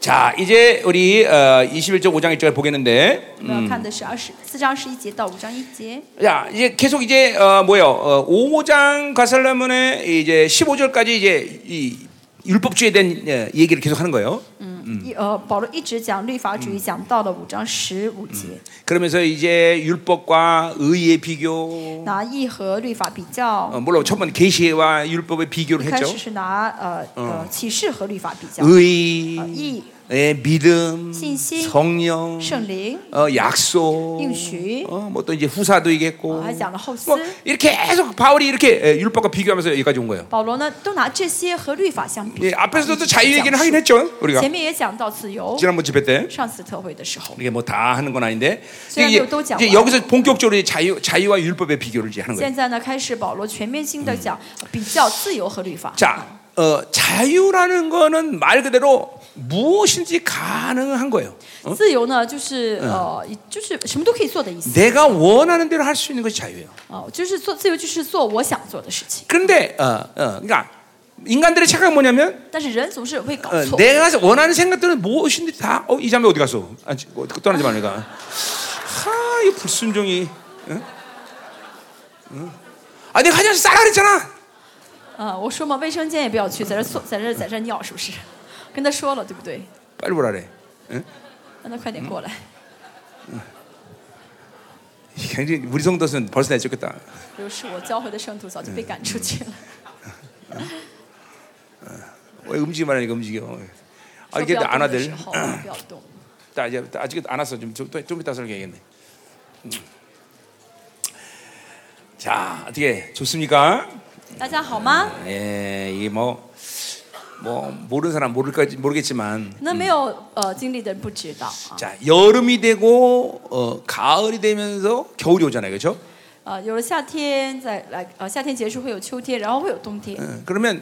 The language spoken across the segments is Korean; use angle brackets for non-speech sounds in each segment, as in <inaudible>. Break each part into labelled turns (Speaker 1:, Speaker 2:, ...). Speaker 1: 자, 이제 우리 어, 21절 5장 1절을 보겠는데
Speaker 2: 我们要看的是二十四章十一节到五章一节。
Speaker 1: 자, 이제 계속 이제 어, 뭐예요? 어, 5장 가살라문에 이제 15절까지 이제 이 율법주의에 대한 예, 얘기를 계속 하는 거예요.
Speaker 2: 一呃，保罗一直讲律法主义，讲到了五章十五节，
Speaker 1: 그러면서 이제 율법과 의의 비교,
Speaker 2: 拿义和律法比较
Speaker 1: 어, 。 물론 첫번 계시와 율법의 비교를
Speaker 2: 一开
Speaker 1: 했죠.
Speaker 2: 始是拿呃呃启示和律法比较， 어,
Speaker 1: 의,
Speaker 2: 이.
Speaker 1: 예, 믿음,
Speaker 2: 신신,
Speaker 1: 성령,
Speaker 2: 圣灵
Speaker 1: 어, 약속,
Speaker 2: 인식.
Speaker 1: 어, 뭐또 이제 후사도 얘기했고,
Speaker 2: 어, 하지 않아, 헛스.
Speaker 1: 뭐 이렇게 계속 바울이 이렇게 예, 율법과 비교하면서 여기까지 온 거예요.
Speaker 2: 保罗呢都拿这些和律法相比。
Speaker 1: 예, 앞에서도 또 자유
Speaker 2: 讲
Speaker 1: 얘기는
Speaker 2: 述
Speaker 1: 하긴 했죠. 우리가
Speaker 2: 前面也讲到自由，
Speaker 1: 지난번 집회 때
Speaker 2: 上次特会的时候，
Speaker 1: 이게 뭐 다 하는 건 아닌데
Speaker 2: 시간도
Speaker 1: 이제,
Speaker 2: 또 잡아.
Speaker 1: 이제 여기서 본격적으로 이제 자유 자유와 율법의 비교를 이제 하는 거예요.
Speaker 2: 现在呢开始保罗全面性的讲比较自由和律法。
Speaker 1: 자, 어, 자유라는 거는 말 그대로 무엇인지 가능한 거예요.
Speaker 2: 自由呢就是呃就是什么都可以做的意思
Speaker 1: 내가 원하는 대로 할 수 있는 것이 자유예요.
Speaker 2: 哦，就是做自由就是做我想做的事情。
Speaker 1: 그런데 어, 어, 그러니까 인간들의 착각은 뭐냐면
Speaker 2: 但是人总是会搞
Speaker 1: 어,
Speaker 2: 错，
Speaker 1: 내가 원하는 생각들은 무엇인지 다 어 이 자매 어디 갔어? 아, 지- 어, 떠나지 마 내가. 하, 이 불순종이. 응? 응? 아, 내가 화장실 싸라 그랬잖아.
Speaker 2: 呃，我说嘛，卫生间也不要去，在这坐，在这在这尿是不 <laughs> 是？跟他说了对不对？
Speaker 1: 빨리 보라 그래. 응?
Speaker 2: 让他快点过来。
Speaker 1: 굉장히 우리 성도는 벌써 내쫓겠다.
Speaker 2: 如是我教会的圣徒早就被赶出去了，
Speaker 1: 왜 움직이지 말라니까 움직여. 아
Speaker 2: 说
Speaker 1: 이게
Speaker 2: 不要
Speaker 1: 안
Speaker 2: 动的
Speaker 1: 와들.
Speaker 2: 时候不要动。
Speaker 1: 나 이제 아직 안 왔어. 좀좀 좀 이따 설명해야겠네. 음. 자 어떻게 좋습니까?
Speaker 2: 大家好吗？
Speaker 1: 예, 이게 뭐. 뭐 모르는 사람 모를까지 모르겠지만
Speaker 2: 可能没有呃经历的人不知道啊。
Speaker 1: 아. 자 여름이 되고 어, 가을이 되면서 겨울이 오잖아요 그렇죠?
Speaker 2: 呃，有了夏天再来，呃，夏天结束会有秋天，然后会有冬天。
Speaker 1: 어, 그러면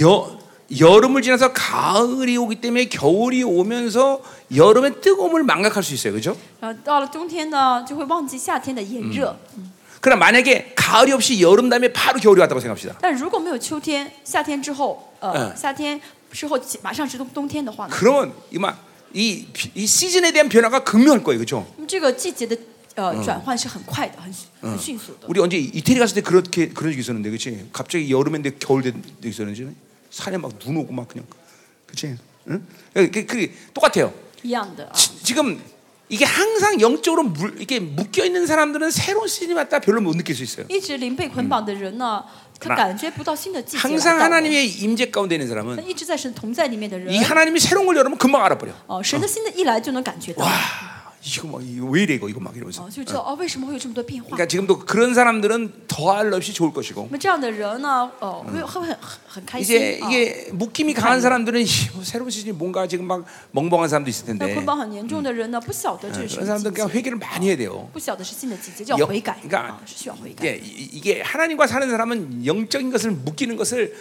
Speaker 1: 여 여름을 지나서 가을이 오기 때문에 겨울이 오면서 여름의 뜨거움을 망각할 수 있어요 그렇죠?
Speaker 2: 然后到了冬天呢，就会忘记夏天的炎热。
Speaker 1: 그러나 만약에 가을이 없이 여름 다음에 바로 겨울이 왔다고 생각합시다.
Speaker 2: 但如果没有秋天，夏天之后，呃，
Speaker 1: 嗯
Speaker 2: 夏天之后起马上是冬冬天的话呢，
Speaker 1: 그러면 이마 이, 이 시즌에 대한 변화가 극명할 거예요, 그렇죠?
Speaker 2: 那么这个季节的呃转换是很快的，很很迅速的。
Speaker 1: 우리 언제 이태리 갔을 때 그렇게 그런 적 있었는데, 그렇지? 갑자기 여름인데 겨울 된 적 있었는지 산에 막 눈 오고 막 그냥, 그렇지? 응? 그, 그, 그 똑같아요.
Speaker 2: 一样的啊，
Speaker 1: 지, 지금 이게 항상 영적으로 물, 이렇게 묶여 있는 사람들은 새로운 시즌이 왔다 별로 못 느낄 수 있어요.
Speaker 2: 一直零被捆绑的人呢，他
Speaker 1: 那
Speaker 2: 感觉不到新的季节来
Speaker 1: 항상
Speaker 2: 到了。
Speaker 1: 하나님의 임재 가운데 있는
Speaker 2: 那
Speaker 1: 사람은
Speaker 2: 一直在神同在里面的人
Speaker 1: 이 ， 하나님이 새로운 걸 열으면 금방 알아버려.
Speaker 2: 哦，神的心的一来就能感觉到，
Speaker 1: 와, 이거 막 이거 왜 이래 이거 이거 막 이러면서.
Speaker 2: 哦，就知道哦为什么会有这么多变化。
Speaker 1: 그러니까 지금도 그런 사람들은 더할 나 없이 좋을 것이고
Speaker 2: 那么这样的人呢，哦，会会很很很开
Speaker 1: 이제
Speaker 2: 心。啊。
Speaker 1: 이게 묶임이 강한 사람들은 이, 뭐 새로운 시즌이 뭔가 지금 막 멍멍한 사람도 있을
Speaker 2: 那
Speaker 1: 텐데
Speaker 2: 捆绑很严重的人呢，不晓得这是什
Speaker 1: 그런
Speaker 2: 么季
Speaker 1: 사람들은
Speaker 2: 节
Speaker 1: 그냥 ， 회개를 많이 해야 돼요.
Speaker 2: 不晓得是新的季节，就
Speaker 1: 여
Speaker 2: 要悔改
Speaker 1: 그러니까
Speaker 2: 啊，是需要悔改
Speaker 1: 이게, 。 이- 이게 하나님과 사는 사람은 영적인 것을 묶이는 것을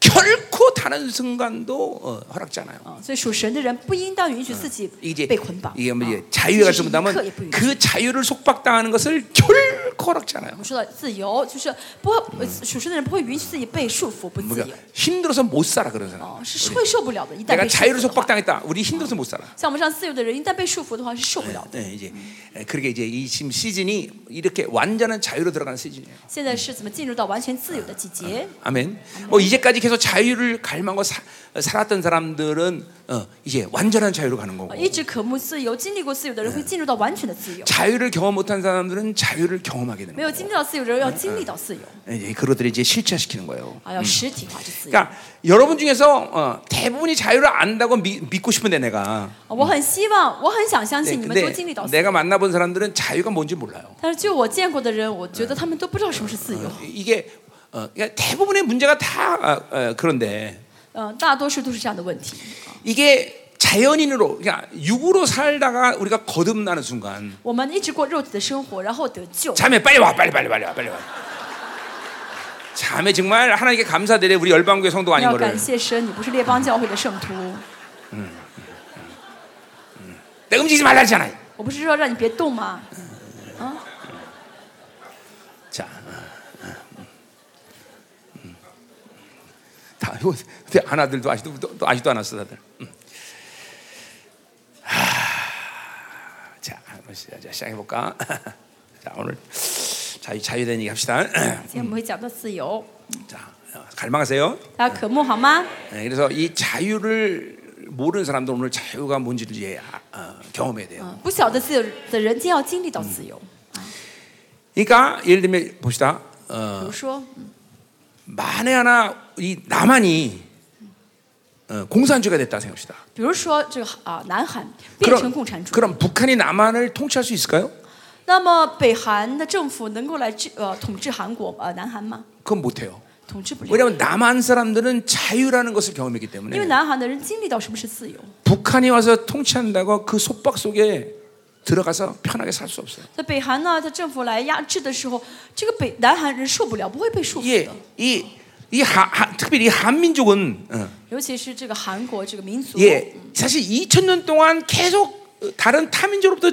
Speaker 1: 결코 단 한 순간도 어, 허락지 않아요.
Speaker 2: 啊，所以属神的人不应当允许自己
Speaker 1: 이게 이제
Speaker 2: 被捆绑。
Speaker 1: 이게 뭐 이제
Speaker 2: 即
Speaker 1: 자유가
Speaker 2: 使是一刻
Speaker 1: 잘못하면
Speaker 2: 也不允许。
Speaker 1: 그 자유를 속박당하는 것을 결코 허락지 않아요.
Speaker 2: 我们说到自由，就是不会呃属神的人不会允许自己被束缚，不自由
Speaker 1: 그러니까 。 힘들어서 못 살아 그런 사람.
Speaker 2: 哦，是会受不了的。一旦
Speaker 1: 내가
Speaker 2: 被束缚
Speaker 1: 자유를
Speaker 2: 的话，
Speaker 1: 속박당했다. 우리 힘들어서 못 살아.
Speaker 2: 像我们这样自由的人，一旦被束缚的话是受不了的。
Speaker 1: 네, 이제 에, 그렇게 이제 이 지금 시즌이 이렇게 완전한 자유로 들어가는 시즌이에요.
Speaker 2: 现在是怎么进入到完全自由的季节？
Speaker 1: 아멘. 어, 이제까지 계속 자유를 갈망하고 사, 어, 살았던 사람들은 어, 이제 완전한 자유로 가는 거고.
Speaker 2: 呃一直渴慕自由、经历过自由的人会进入到完全的自由，
Speaker 1: 자유를 경험 못한 사람들은 자유를 경험하게
Speaker 2: 没
Speaker 1: 되는
Speaker 2: 有经历到自由的人要经历到自由
Speaker 1: 거예요. 이제 그러들이 이제 실체화시키는 거예요.
Speaker 2: 啊，要实体化这自由。
Speaker 1: 그러니까 여러분 중에서 어, 대부분이 자유를 안다고 미- 믿고 싶은데 내가.
Speaker 2: 啊我很希望，我很想相
Speaker 1: 네,
Speaker 2: 信你们都经历
Speaker 1: 근데
Speaker 2: 到自由，
Speaker 1: 내가 만나본 사람들은 자유가 뭔지 몰라요.
Speaker 2: 但是就我见过的人，我觉得他们都不知道什么是自由。
Speaker 1: 이게 어, 그러니까 대부분의 문제가 다 어, 어, 그런데
Speaker 2: 嗯，大多数都是这样的问题。
Speaker 1: 이게 자연인으로 그러니까 육으로 살다가 우리가 거듭나는 순간
Speaker 2: 我们一直过肉体的生活，然后得救。
Speaker 1: 자매 빨리 와 빨리 빨리 빨리 와 빨리 와 자매 정말 하나님께 감사드려 우리 열방교회 성도 아닌
Speaker 2: 要感
Speaker 1: 거를
Speaker 2: 谢神，你不是列邦教会的圣徒。
Speaker 1: 내가 움직이지 말라 했잖아
Speaker 2: 我不是说让你别动吗？
Speaker 1: 자 어, 어, 음. 뭐, 다 이거 근데 안 아들도 아직도 또, 또 아직도 안 왔어 다들 음. 자, 자, 시작해볼까? <laughs> 자, 오늘 자유, 자유된 얘기 합시다. <clears throat>
Speaker 2: 今天我们会讲到自由，
Speaker 1: 자, 어, 갈망하세요.
Speaker 2: 大家渴慕好吗？
Speaker 1: 네, 그래서 이 자유를 모르는 사람도 오늘 자유가 뭔지를 이제 아- 어, 경험해야 돼요.
Speaker 2: 嗯不晓得自由的人，今要经历到自由。
Speaker 1: 그러니까 예를 들면 봅시다. 어,
Speaker 2: 比如说，
Speaker 1: 만에 하나 이 남한이 어, 공산주의가 됐다 생각합시다.
Speaker 2: 比如说这个啊，南韩变成
Speaker 1: 그럼,
Speaker 2: 共产主义，
Speaker 1: 그럼 북한이 남한을 통치할 수 있을까요?
Speaker 2: 那么北韩的政府能够来治呃统治韩国呃南韩吗？
Speaker 1: 그건 못해요.
Speaker 2: 统治不了，
Speaker 1: 왜냐하면 남한 사람들은 자유라는 것을 경험했기
Speaker 2: 因为
Speaker 1: 때문에
Speaker 2: 南韩的人经历到什么是自由，
Speaker 1: 북한이 와서 통치한다고 그 속박 속에 들어가서 편하게 살 수 없어요.
Speaker 2: 在北韩呢，他政府来压制的时候，这个北南韩人受不了，不会被束缚
Speaker 1: 예,
Speaker 2: 的。
Speaker 1: 이, 이 하, 하- 특별히 이 한민족은 어,
Speaker 2: 尤其是这个韩国这个民族，
Speaker 1: 예, 사실 2000년 동안 계속 다른 타민족으로부터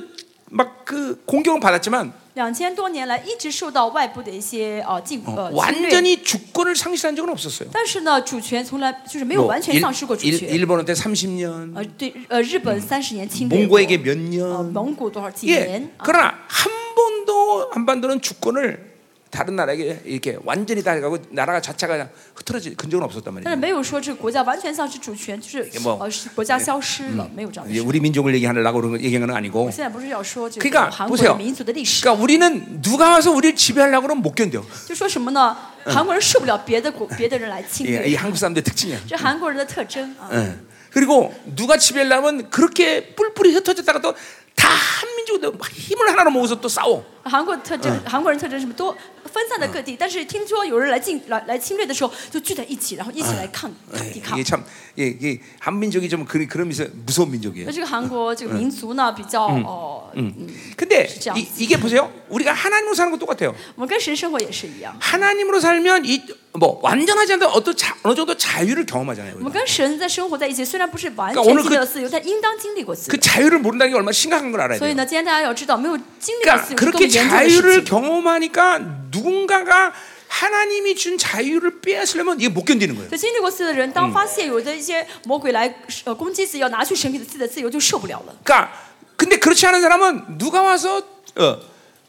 Speaker 1: 막 그 공격을 받았지만
Speaker 2: 两千多年来一直受到外部的一些呃进
Speaker 1: 哦
Speaker 2: 呃侵略，
Speaker 1: 완전히 주권을 상실한 적은 없었어요.
Speaker 2: 但是呢，主权从来就是没有
Speaker 1: 哦
Speaker 2: 完全丧失过主
Speaker 1: 뭐 일,
Speaker 2: 权。
Speaker 1: 일본한테 30년,
Speaker 2: 呃，对，呃，日本三十年侵略过，
Speaker 1: 아, 몽고에게 몇
Speaker 2: 呃，
Speaker 1: 년.
Speaker 2: 蒙古多少几
Speaker 1: 예,
Speaker 2: 年？啊
Speaker 1: 그러나 한 번도 한반도는 주권을 다른 나라에게 이렇게 완전히 다 가고 나라가 자체가 그냥 흐트러진 근적은 없었단
Speaker 2: 但是
Speaker 1: 말이에요.
Speaker 2: 没有说这个国家完全丧失主权，就是
Speaker 1: 이게뭐
Speaker 2: 呃，是国家消失了，没有这样的
Speaker 1: 아, 이제
Speaker 2: 事。
Speaker 1: 우리 민족을 얘기하려고 그런 거 얘기한 건 아니고.
Speaker 2: 我现在不是要说这
Speaker 1: 그러니까
Speaker 2: 个韩国
Speaker 1: 보세요
Speaker 2: 的民族的历史，
Speaker 1: 그러니까 우리는 누가 와서 우리를 지배하려고 그러면 못 견뎌.
Speaker 2: 就说什么呢？韩国人受不了别的国别的人来侵
Speaker 1: <laughs> 예, 이
Speaker 2: 略，
Speaker 1: 한국 사람들의 특징이야.
Speaker 2: 这韩国人的特征啊。
Speaker 1: 예. 그리고 누가 지배하려면 그렇게 뿔뿔이 흩어졌다가 또 다 한민족도 힘을 하나로 모아서 또 싸워.
Speaker 2: 韩国特征，韩国人特征什么多分散在各地，但是听说有人来进来来侵略的时候，就聚在一起，然后一起来抗抗
Speaker 1: 예,
Speaker 2: 抵抗
Speaker 1: 이게 。 참, 예, 이게 한민족이 좀 그런 그런 면에서 무서운 민족이에요.
Speaker 2: 那这个韩国这个民族呢，比较哦，
Speaker 1: 음, 근데
Speaker 2: 진짜.
Speaker 1: 이, 이게 보세요. 우리가 하나님으로 사는 건 똑같아요.
Speaker 2: 我们跟神生活也是一样。
Speaker 1: 하나님으로 살면 이 뭐 완전하지 않아도 어떤 자, 어느 정도 자유를 경험하잖아요.
Speaker 2: 我们
Speaker 1: 우리가.
Speaker 2: 跟神在生活在一起，虽然不是完全
Speaker 1: 그러니까오늘
Speaker 2: 经历了自由，但应当经历过自
Speaker 1: 그
Speaker 2: 由。
Speaker 1: 자유를 모른다는 게 얼마나 심각한 걸 알아야
Speaker 2: 所以
Speaker 1: 돼요.
Speaker 2: 呢，今天大家要知道，没有经历过
Speaker 1: 그러니까 그렇게
Speaker 2: 自由是多么严重的事
Speaker 1: 자유를
Speaker 2: 情。
Speaker 1: 경험하니까 누군가가 하나님이 준 자유를 빼앗으려면 이게 못 견디는 거예요.
Speaker 2: 在经历过自由的人，当发现有的一些魔鬼来呃攻击自己，要拿去神给的自己的自由，就受不了了。
Speaker 1: 그러니까 근데 그렇지 않은 사람은 누가 와서 어,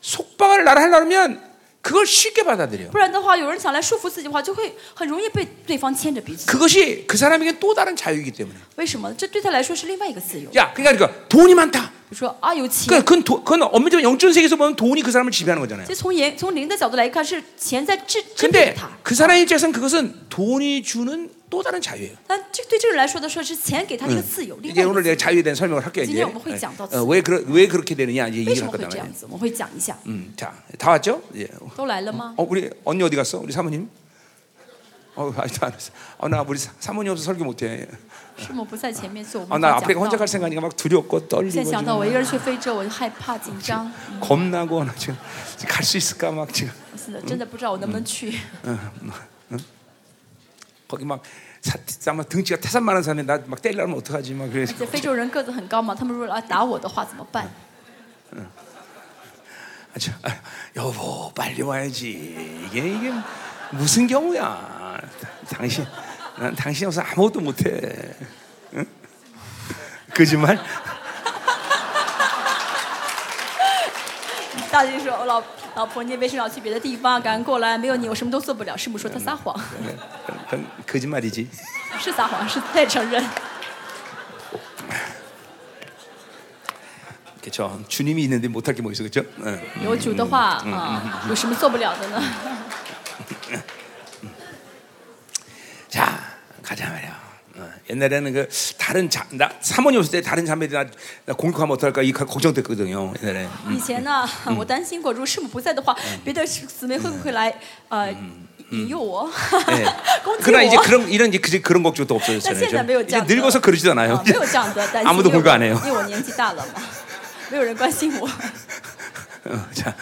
Speaker 1: 속박을 나를 하려면 그걸 쉽게 받아들여요.
Speaker 2: 不然的话，有人想来束缚自己的话，就会很容易被对方牵着鼻子。
Speaker 1: 그것이 그 사람에게 또 다른 자유이기 때문에.
Speaker 2: 为什么？这对他来说是另外一个自由。比
Speaker 1: 야, 그러니까 그러니까 돈이 많다. 그러니까
Speaker 2: 如说啊，有钱，
Speaker 1: 그건 그건, 돈- 그건 엄밀히 영적인 세계에서 보면 돈이 그 사람을 지배하는 거잖아요.
Speaker 2: 其实从严从灵的角度来看，是钱在支支配
Speaker 1: 근데
Speaker 2: 他。
Speaker 1: 그 사람 입장에서는 그것은 돈이 주는 또 다른 자유예요.
Speaker 2: 但这对这个人来说的说是钱给他的一个自由，另
Speaker 1: 이제
Speaker 2: 外嗯一个
Speaker 1: 오늘
Speaker 2: 自由
Speaker 1: 내가 자유에 대한 설명을 할게요. 이제
Speaker 2: 진짜 엄마 회장
Speaker 1: 어, 왜 그러, 왜 그렇게 되느냐 이제
Speaker 2: 为什
Speaker 1: 얘기를 할
Speaker 2: 么会
Speaker 1: 거다
Speaker 2: 这样
Speaker 1: 말이에요.
Speaker 2: 子？我们会讲一嗯下。
Speaker 1: 음, 자, 다 왔죠? 예.
Speaker 2: 都来了吗？
Speaker 1: 어, 우리 언니 어디 갔어? 우리 사모님? 어, 아직도 안 왔어. 어, 나 우리 사- 사모님 없어 서 설교 못해.
Speaker 2: 师母啊不在前面，所以我
Speaker 1: 아,
Speaker 2: 们
Speaker 1: 나
Speaker 2: 会
Speaker 1: 아프리카
Speaker 2: 讲到
Speaker 1: 혼자 갈 생각하니까 막 두렵고
Speaker 2: 现
Speaker 1: 떨리고
Speaker 2: 在想到
Speaker 1: 지금
Speaker 2: 我一个人去非洲，我就害怕紧张，
Speaker 1: 겁나고 나 지금 갈 수 있을까 막 지금
Speaker 2: 是的，真的不知道我能不能去。
Speaker 1: 거기 막 사, 아마 등치가 태산만한 사람이 나 막 때리려면 어떡하지 막 그래.
Speaker 2: 这非洲人个子很高嘛，他们如果来打我的话怎么办？
Speaker 1: 아, 저, 아, 여보 빨리 와야지 이게 이게 무슨 경우야 당신 난 당신 없어 아무것도 못해 응? 거짓말
Speaker 2: 大弟说：“哦老老婆，你为什么要去别的地方？赶快过来，没有你我什么都做不了。”师母说：“他撒谎，
Speaker 1: 그건, 그건 거짓말이지
Speaker 2: 是撒谎，是在承认。
Speaker 1: 그렇죠 주님이 있는데 못할 게 뭐 있어 그렇죠 응.
Speaker 2: 有主的话啊，有什么做不了的呢？”
Speaker 1: 자 가자 말이야 어, 옛날에는 그 다른 자, 나 사모님 없을 때 다른 자매들 나, 나 공격하면 어떨까 이 걱정됐거든요 옛날에
Speaker 2: 以前呢，我担心过，如果师母不在的话，别的姊妹会不会来呃引诱我、 <laughs>
Speaker 1: <laughs>
Speaker 2: 攻击
Speaker 1: 예. 그러나 이제
Speaker 2: 我？
Speaker 1: 그런 이런 이제 그- 그런 걱정도
Speaker 2: 但
Speaker 1: 없어졌잖아요.
Speaker 2: 现在
Speaker 1: 이제.
Speaker 2: 没有这
Speaker 1: 이제
Speaker 2: 样子了
Speaker 1: 늙어서 그러지도 않아요.
Speaker 2: 啊没有这 <laughs> 样的担心，
Speaker 1: 아무도
Speaker 2: 因为
Speaker 1: 공격 안 해요.
Speaker 2: 因为我年纪大了嘛，没有人关心 <laughs> 我，
Speaker 1: 어, 자,